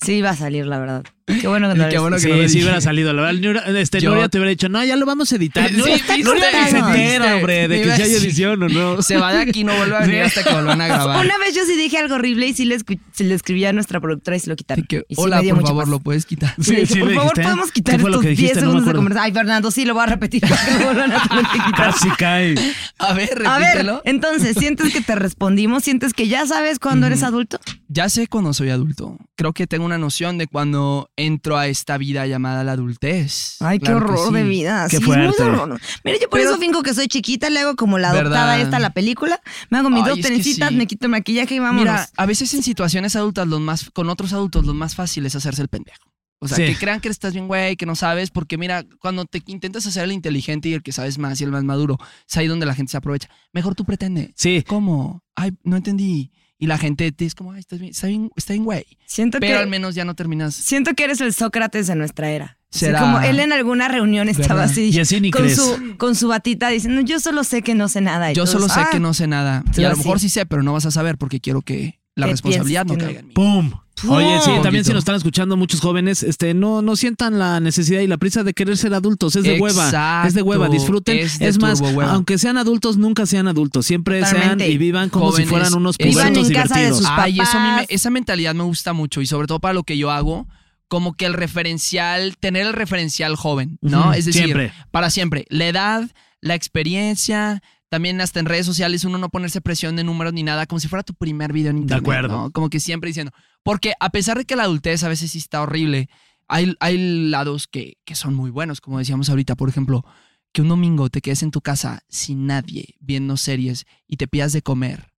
Speaker 3: Sí, va a salir, la verdad. Qué bueno que no
Speaker 4: Qué
Speaker 3: lo
Speaker 4: bueno que
Speaker 2: Sí,
Speaker 4: no lo
Speaker 2: sí
Speaker 4: dije.
Speaker 2: hubiera salido. La verdad, Nuria- este,
Speaker 4: Yo-
Speaker 2: Nuria te hubiera dicho, no, ya lo vamos a editar.
Speaker 4: Sí,
Speaker 2: Nuria-
Speaker 4: viste,
Speaker 2: Nuria ni se
Speaker 3: cortaron.
Speaker 2: entera,
Speaker 4: Viste.
Speaker 2: hombre, de
Speaker 4: Me
Speaker 2: que
Speaker 4: iba a
Speaker 2: ya hay
Speaker 4: decir.
Speaker 2: edición o no.
Speaker 4: Se va de aquí, no vuelve a venir hasta que vuelvan a grabar.
Speaker 3: Una vez yo sí dije algo horrible y sí le, escu- se le escribí a nuestra productora y se lo quitaron.
Speaker 4: Así que,
Speaker 3: Y sí
Speaker 4: hola,
Speaker 3: me dio
Speaker 4: por
Speaker 3: mucha
Speaker 4: favor,
Speaker 3: paz.
Speaker 4: lo puedes quitar.
Speaker 3: Sí,
Speaker 2: Sí,
Speaker 3: dije,
Speaker 2: sí
Speaker 3: por
Speaker 2: le
Speaker 3: favor,
Speaker 2: dijiste, ¿eh?
Speaker 3: podemos quitar
Speaker 2: ¿Qué fue lo
Speaker 3: estos
Speaker 2: que
Speaker 3: 10
Speaker 2: dijiste? No me
Speaker 3: segundos de
Speaker 2: acuerdo.
Speaker 3: conversación. Ay, Fernando, sí, lo voy a repetir. porque me vuelvan a tener que quitar.
Speaker 2: Casi cae.
Speaker 4: A ver, repítelo.
Speaker 3: A ver, eh. entonces, ¿sientes que te respondimos? ¿Sientes que ya sabes cuándo eres adulto?
Speaker 4: Ya sé cuando soy adulto. Creo que tengo una noción de cuando entro a esta vida llamada la adultez.
Speaker 3: Ay, qué
Speaker 4: Claro que
Speaker 3: horror
Speaker 4: sí.
Speaker 3: de vida.
Speaker 2: Qué
Speaker 3: sí, es muy
Speaker 2: fuerte.
Speaker 3: doloroso. Mira, yo por
Speaker 4: Pero-
Speaker 3: eso fingo que soy chiquita, le hago como la adoptada
Speaker 4: ¿Verdad?
Speaker 3: esta a la película. Me hago mis
Speaker 4: Ay,
Speaker 3: dos
Speaker 4: es que
Speaker 3: tenisitas,
Speaker 4: sí.
Speaker 3: me quito el maquillaje y vámonos.
Speaker 4: Mira, a veces en situaciones adultas, los más, con otros adultos, lo más fácil es hacerse el pendejo. O sea,
Speaker 2: Sí.
Speaker 4: que crean que estás bien, güey, que no sabes, porque mira, cuando te intentas hacer el inteligente y el que sabes más y el más maduro, es ahí donde la gente se aprovecha. Mejor tú pretende.
Speaker 2: Sí,
Speaker 4: ¿Cómo? Ay, no entendí. Y la gente te es como, ay, estás bien, está bien, está bien, güey.
Speaker 3: siento
Speaker 4: Pero
Speaker 3: que...
Speaker 4: al menos ya no terminas.
Speaker 3: Siento que eres el Sócrates de nuestra era. Así
Speaker 4: Será.
Speaker 3: como él en alguna reunión estaba
Speaker 4: ¿Verdad?
Speaker 3: así.
Speaker 2: Y así ni
Speaker 3: con
Speaker 2: crees.
Speaker 3: su Con su batita diciendo, yo solo sé que no sé nada. Y
Speaker 4: Yo
Speaker 3: todos,
Speaker 4: solo sé
Speaker 3: "Ah".
Speaker 4: que no sé nada.
Speaker 3: tú
Speaker 4: Y a lo
Speaker 3: así.
Speaker 4: mejor sí sé, pero no vas a saber porque quiero que la
Speaker 3: Que
Speaker 4: responsabilidad no
Speaker 3: pienses que
Speaker 4: caiga en mí.
Speaker 2: ¡Pum!
Speaker 3: ¡Pum!
Speaker 2: Oye, sí, también si
Speaker 4: Poquito.
Speaker 2: nos están escuchando muchos jóvenes, este, no, no sientan la necesidad y la prisa de querer ser adultos, es de hueva, es de hueva,
Speaker 4: Exacto,
Speaker 2: disfruten, es,
Speaker 4: es de
Speaker 2: más,
Speaker 4: turbo hueva.
Speaker 2: aunque sean adultos, nunca sean adultos, siempre
Speaker 3: Totalmente.
Speaker 2: sean y vivan como si
Speaker 4: Jóvenes, eh,
Speaker 2: fueran unos
Speaker 4: vivan
Speaker 2: pubertos
Speaker 3: en casa de
Speaker 2: divertidos.
Speaker 3: sus-
Speaker 4: Ay, eso a mí me-
Speaker 3: papás.
Speaker 4: esa mentalidad me gusta mucho y sobre todo para lo que yo hago, como que el referencial, tener el referencial joven, ¿no?
Speaker 2: Ujú,
Speaker 4: es decir,
Speaker 2: siempre.
Speaker 4: para siempre, la edad, la experiencia, también hasta en redes sociales uno no ponerse presión de números ni nada, como si fuera tu primer video en internet,
Speaker 2: acuerdo.
Speaker 4: ¿no? Como que siempre diciendo, porque a pesar de que la adultez a veces sí está horrible, hay, hay lados que, que son muy buenos, como decíamos ahorita, por ejemplo, que un domingo te quedes en tu casa sin nadie viendo series y te pidas de comer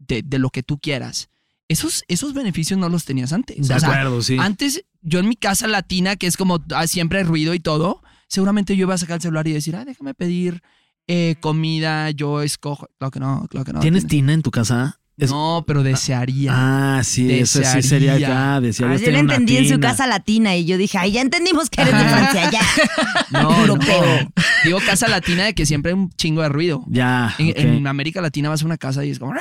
Speaker 4: de, de lo que tú quieras. Esos, esos beneficios no los tenías antes.
Speaker 2: de
Speaker 4: O sea,
Speaker 2: acuerdo, sí.
Speaker 4: Antes, yo en mi casa latina, que es como ah, siempre hay ruido y todo, seguramente yo iba a sacar el celular y decir, ah, déjame pedir eh, comida, yo escojo. Claro que no, claro que no.
Speaker 2: ¿Tienes tina en tu casa? Es-
Speaker 4: No, pero desearía.
Speaker 2: Ah, sí, eso sí sería
Speaker 4: Desearía.
Speaker 2: acá,
Speaker 3: Ah,
Speaker 2: desearía
Speaker 3: yo
Speaker 2: tener
Speaker 3: le
Speaker 2: una
Speaker 3: entendí en su
Speaker 2: tina.
Speaker 3: casa latina y yo dije, ay, ya entendimos que eres de Francia, ya.
Speaker 4: no, no.
Speaker 3: Europeo.
Speaker 4: Digo casa latina de que siempre hay un chingo de ruido.
Speaker 2: Ya,
Speaker 4: En,
Speaker 2: ok.
Speaker 4: en América Latina vas a una casa y es como...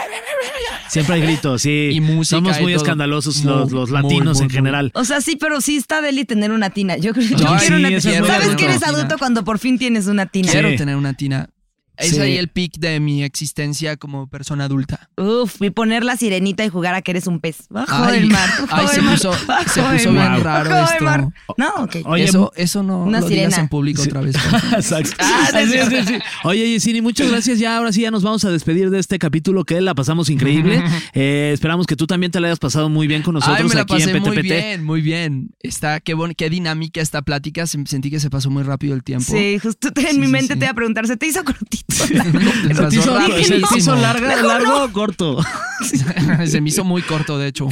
Speaker 2: siempre hay gritos, sí.
Speaker 4: Y música
Speaker 2: Somos
Speaker 4: y
Speaker 2: muy
Speaker 4: todo.
Speaker 2: escandalosos
Speaker 4: Muy,
Speaker 2: los, los
Speaker 4: muy,
Speaker 2: latinos
Speaker 4: muy,
Speaker 2: en
Speaker 4: muy.
Speaker 2: general.
Speaker 3: O sea, sí, pero sí está deli tener una tina. Yo creo yo
Speaker 4: Ay,
Speaker 3: quiero
Speaker 4: sí,
Speaker 3: una
Speaker 4: eso es
Speaker 3: tina.
Speaker 4: muy
Speaker 3: ¿Sabes que
Speaker 4: adulto.
Speaker 3: eres adulto cuando por fin tienes una tina?
Speaker 4: Quiero
Speaker 2: Sí.
Speaker 4: tener una tina. Es
Speaker 2: Sí.
Speaker 4: ahí el pic de mi existencia como persona adulta.
Speaker 3: Uf, y poner la sirenita y jugar a que eres un pez. Bajo
Speaker 4: Ay,
Speaker 3: el mar.
Speaker 4: ay,
Speaker 3: bajo
Speaker 4: se
Speaker 3: el mar,
Speaker 4: puso-
Speaker 3: bajo
Speaker 4: se
Speaker 3: el
Speaker 4: puso
Speaker 3: mar,
Speaker 4: bien raro
Speaker 3: bajo el
Speaker 4: esto.
Speaker 3: mar. No, ok.
Speaker 2: Oye,
Speaker 4: eso, eso no
Speaker 3: una
Speaker 4: lo digas
Speaker 3: sirena.
Speaker 4: en público otra vez.
Speaker 2: Exacto.
Speaker 4: Ah,
Speaker 2: Así es, sí, sí. Oye, Yesini, muchas gracias. Ya ahora sí ya nos vamos a despedir de este capítulo que la pasamos increíble. Eh, esperamos que tú también te la hayas pasado muy bien con nosotros
Speaker 4: Ay, me la
Speaker 2: aquí en
Speaker 4: pasé
Speaker 2: PTPT.
Speaker 4: muy bien, muy bien. Está, qué, bon- qué dinámica esta plática. se- Sentí que se pasó muy rápido el tiempo.
Speaker 3: Sí, justo te- en mi
Speaker 4: sí,
Speaker 3: mente
Speaker 4: sí.
Speaker 3: te iba a preguntar, ¿se te hizo cortito?
Speaker 4: Se
Speaker 2: ¿Se te hizo,
Speaker 4: pasó
Speaker 2: se te hizo
Speaker 4: rapidísimo.
Speaker 2: larga, largo o corto?
Speaker 4: Se me hizo muy corto, de hecho.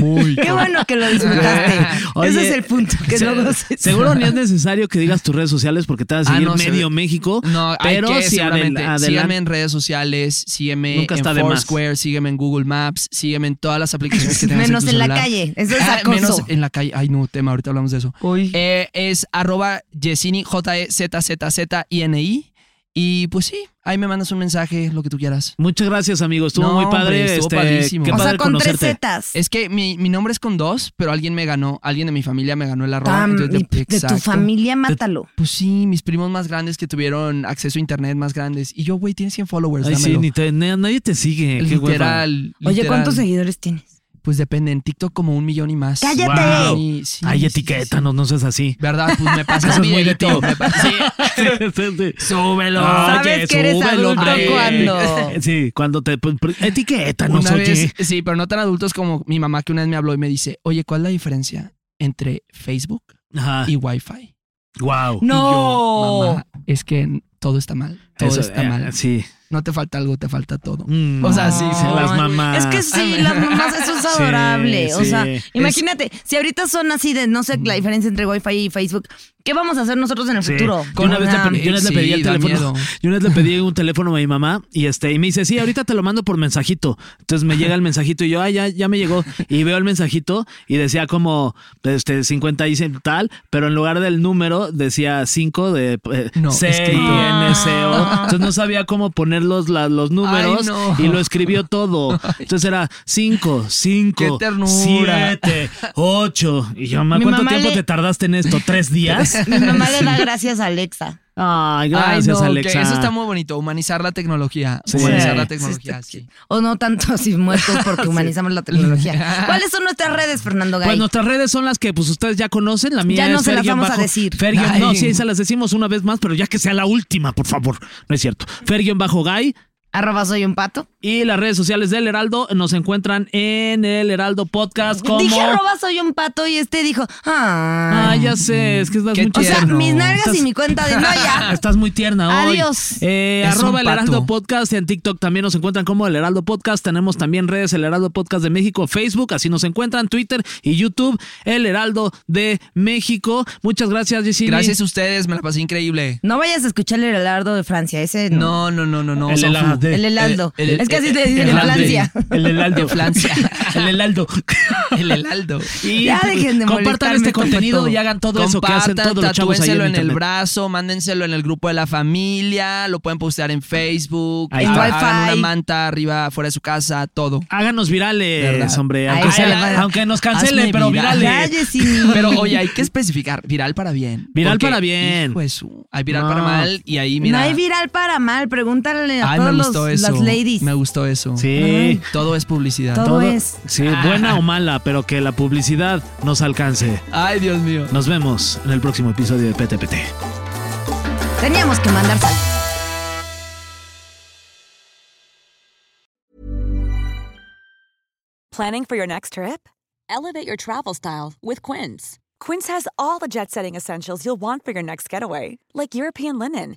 Speaker 4: Muy
Speaker 3: Qué
Speaker 4: corto.
Speaker 3: bueno que lo disfrutaste.
Speaker 2: Oye,
Speaker 3: Ese es el punto. Que
Speaker 4: se-
Speaker 3: luego se-
Speaker 2: Seguro ni es necesario que digas tus redes sociales porque te vas a
Speaker 4: Ah,
Speaker 2: seguir
Speaker 4: no, se
Speaker 2: medio
Speaker 4: ve-
Speaker 2: México.
Speaker 4: No,
Speaker 2: pero
Speaker 4: hay que,
Speaker 2: sí,
Speaker 4: seguramente.
Speaker 2: adela-
Speaker 4: sígueme
Speaker 2: adelante.
Speaker 4: en redes sociales, sígueme
Speaker 2: Nunca está
Speaker 4: en
Speaker 2: de más.
Speaker 4: Foursquare, sígueme en Google Maps, sígueme en todas las aplicaciones que tengas
Speaker 3: Menos
Speaker 4: tu
Speaker 3: en la
Speaker 4: celular.
Speaker 3: calle. Eso es
Speaker 4: Ah,
Speaker 3: acoso.
Speaker 4: menos en la calle. Ay, no, tema, ahorita hablamos de eso.
Speaker 3: Uy.
Speaker 4: Eh, es arroba Yesini, E J-E-Z-Z-Z-I-N-I. Y pues sí, ahí me mandas un mensaje, lo que tú quieras.
Speaker 2: Muchas gracias, amigo. Estuvo
Speaker 4: No,
Speaker 2: muy
Speaker 4: hombre,
Speaker 2: padre.
Speaker 4: estuvo
Speaker 2: este,
Speaker 4: padrísimo.
Speaker 2: qué
Speaker 3: o
Speaker 2: padre
Speaker 3: sea, con tres
Speaker 2: conocerte.
Speaker 3: zetas.
Speaker 4: Es que mi, mi nombre es con dos, pero alguien me ganó, alguien de mi familia me ganó el arroba.
Speaker 3: Tam-
Speaker 4: entonces,
Speaker 3: y de tu
Speaker 4: exacto.
Speaker 3: familia, mátalo.
Speaker 4: Pues sí, mis primos más grandes que tuvieron acceso a internet más grandes. Y yo, güey, tienes 100 followers,
Speaker 2: Ay, sí,
Speaker 4: dámelo.
Speaker 2: ni te- na- nadie te sigue. Qué hueva.
Speaker 4: literal,
Speaker 3: Oye,
Speaker 4: literal.
Speaker 3: ¿cuántos seguidores tienes?
Speaker 4: Pues depende, en TikTok como un millón y más.
Speaker 3: ¡Cállate!
Speaker 2: Wow.
Speaker 4: Sí, sí,
Speaker 2: Ay,
Speaker 4: sí,
Speaker 2: etiquétanos, no seas así.
Speaker 4: sí. ¿Verdad? Pues me pasas
Speaker 2: Eso
Speaker 4: un
Speaker 2: es muy de
Speaker 4: videito.
Speaker 2: ti.
Speaker 4: me pa- sí.
Speaker 2: Súbelo.
Speaker 3: Sabes que eres adulto cuando-
Speaker 2: Sí, cuando te. pues, pues, Etiquétanos,
Speaker 4: Una
Speaker 2: oye.
Speaker 4: vez, sí, pero no tan adultos como mi mamá que una vez me habló y me dice, oye, ¿cuál es la diferencia entre Facebook
Speaker 2: Ajá.
Speaker 4: y Wi-Fi?
Speaker 2: Wow.
Speaker 4: Y yo,
Speaker 3: No.
Speaker 4: "Mamá, es que todo está mal, todo
Speaker 2: Eso,
Speaker 4: está
Speaker 2: eh,
Speaker 4: mal.
Speaker 2: Sí.
Speaker 4: No te falta algo, te falta todo.
Speaker 2: Mm.
Speaker 4: O sea, sí,
Speaker 2: No.
Speaker 4: se
Speaker 2: las
Speaker 4: las...
Speaker 2: mamás.
Speaker 3: Es que
Speaker 4: Ah.
Speaker 3: sí, las mamás, eso es
Speaker 2: Sí,
Speaker 3: adorable. O
Speaker 2: sí.
Speaker 3: sea,
Speaker 2: Es-
Speaker 3: imagínate, si ahorita son así de, no sé, la diferencia entre Wi-Fi y Facebook, ¿qué vamos a hacer nosotros en el
Speaker 2: Sí.
Speaker 3: futuro?
Speaker 2: Yo una vez le,
Speaker 3: Ah,
Speaker 2: pedí- yo una vez le
Speaker 4: Eh, Sí,
Speaker 2: pedí el
Speaker 4: da
Speaker 2: teléfono.
Speaker 4: miedo.
Speaker 2: Yo una vez le pedí un teléfono a mi mamá y este y me dice, "Sí, ahorita te lo mando por mensajito." Entonces me llega el mensajito y yo, "Ah, ya ya me llegó." Y veo el mensajito y decía como este 50 y cien- tal, pero en lugar del número decía 5 de eh,
Speaker 4: No,
Speaker 2: C
Speaker 4: escrito.
Speaker 2: I, N, C, O. Entonces no sabía cómo poner los, la- los números
Speaker 4: Ay, no.
Speaker 2: y lo escribió todo. Entonces era 5 5
Speaker 4: Qué ternura.
Speaker 2: 7 8 y yo, "Ma,
Speaker 3: Mi
Speaker 2: ¿cuánto
Speaker 3: mamá
Speaker 2: tiempo
Speaker 3: le-
Speaker 2: te tardaste en esto? ¿Tres días?"
Speaker 3: Mi mamá le da gracias a Alexa.
Speaker 2: Ay,
Speaker 4: Ay,
Speaker 2: gracias,
Speaker 4: no, que
Speaker 2: Alexa.
Speaker 4: eso está muy bonito, humanizar la tecnología.
Speaker 2: Sí.
Speaker 4: Humanizar la
Speaker 2: Sí.
Speaker 4: tecnología, sí.
Speaker 3: O no tanto si muertos porque humanizamos la tecnología. ¿Cuáles son nuestras redes, Fernando Gay?
Speaker 2: Pues nuestras redes son las que pues ustedes ya conocen, la mía
Speaker 3: Ya no
Speaker 2: es
Speaker 3: se las
Speaker 2: Fer-bajo-
Speaker 3: vamos a decir.
Speaker 2: Fer- no,
Speaker 4: Ay.
Speaker 2: sí, se las decimos una vez más, pero ya que sea la última, por favor. No es cierto. Fergion bajo Guy
Speaker 3: Arroba soy un pato.
Speaker 2: y las redes sociales del Heraldo nos encuentran en el Heraldo Podcast como
Speaker 3: Dije arroba soy un pato y este dijo, ah.
Speaker 2: Ah, ya sé, es que estás
Speaker 4: Qué
Speaker 2: muy
Speaker 3: o sea,
Speaker 2: tierno.
Speaker 3: mis nalgas
Speaker 2: Estás-
Speaker 3: y mi cuenta de no ya.
Speaker 2: Estás muy tierna hoy.
Speaker 3: Adiós.
Speaker 2: Eh,
Speaker 4: Es
Speaker 2: arroba el
Speaker 4: un
Speaker 2: Heraldo
Speaker 4: pato.
Speaker 2: Podcast. En TikTok también nos encuentran como el Heraldo Podcast. Tenemos también redes el Heraldo Podcast de México, Facebook. Así nos encuentran, Twitter y YouTube, el Heraldo de México. Muchas gracias, Jessy.
Speaker 4: Gracias a ustedes, me la pasé increíble.
Speaker 3: No vayas a escuchar el Heraldo de Francia, ese no.
Speaker 4: No, no, no, no, no.
Speaker 2: El
Speaker 4: Sofu.
Speaker 2: helado.
Speaker 3: El Heraldo.
Speaker 4: El- el-
Speaker 3: Es que así
Speaker 4: el-
Speaker 3: te dicen
Speaker 4: el-
Speaker 3: en
Speaker 4: el-
Speaker 3: Francia.
Speaker 2: El Heraldo.
Speaker 4: De Francia.
Speaker 2: El Heraldo.
Speaker 4: El helaldo.
Speaker 2: Y
Speaker 3: Ya
Speaker 4: pues,
Speaker 3: dejen de
Speaker 2: compartan
Speaker 3: molestarme
Speaker 2: este
Speaker 3: con
Speaker 2: contenido
Speaker 3: todo.
Speaker 2: y hagan todo eso que hacen
Speaker 4: Compartan,
Speaker 2: todos los chavos ahí en,
Speaker 4: tatúenselo en, el
Speaker 2: internet.
Speaker 4: brazo, mándenselo en el grupo de la familia, lo pueden postear en Facebook,
Speaker 2: Ahí
Speaker 4: ha-
Speaker 2: está.
Speaker 4: hagan una
Speaker 3: Wi-Fi.
Speaker 4: manta arriba, fuera de su casa, todo.
Speaker 2: Háganos virales,
Speaker 4: ¿Verdad?
Speaker 2: hombre.
Speaker 3: Ahí
Speaker 2: Aunque,
Speaker 3: se
Speaker 2: sea-
Speaker 3: le va.
Speaker 2: aunque nos cancelen,
Speaker 4: Hazme
Speaker 2: pero
Speaker 4: viral.
Speaker 3: Ya,
Speaker 2: virales.
Speaker 3: Yesini.
Speaker 4: Pero oye, hay que especificar, viral para bien.
Speaker 2: Viral para bien.
Speaker 4: hijo de su- hay viral
Speaker 2: No.
Speaker 4: para mal y ahí mira.
Speaker 3: No hay viral para mal, pregúntale a
Speaker 4: Ay, me
Speaker 3: todos
Speaker 4: gustó
Speaker 3: los-
Speaker 4: eso.
Speaker 3: las ladies.
Speaker 4: Me gustó eso.
Speaker 2: Sí.
Speaker 4: Todo es publicidad.
Speaker 3: Todo es.
Speaker 2: Sí, buena o mala, pero que la publicidad nos alcance.
Speaker 4: Ay, Dios mío.
Speaker 2: Nos vemos en el próximo episodio de PTPT.
Speaker 3: Teníamos que mandar sal.
Speaker 5: Planning for your next trip? Elevate your travel style with Quince. Quince has all the jet setting essentials you'll want for your next getaway, like European linen,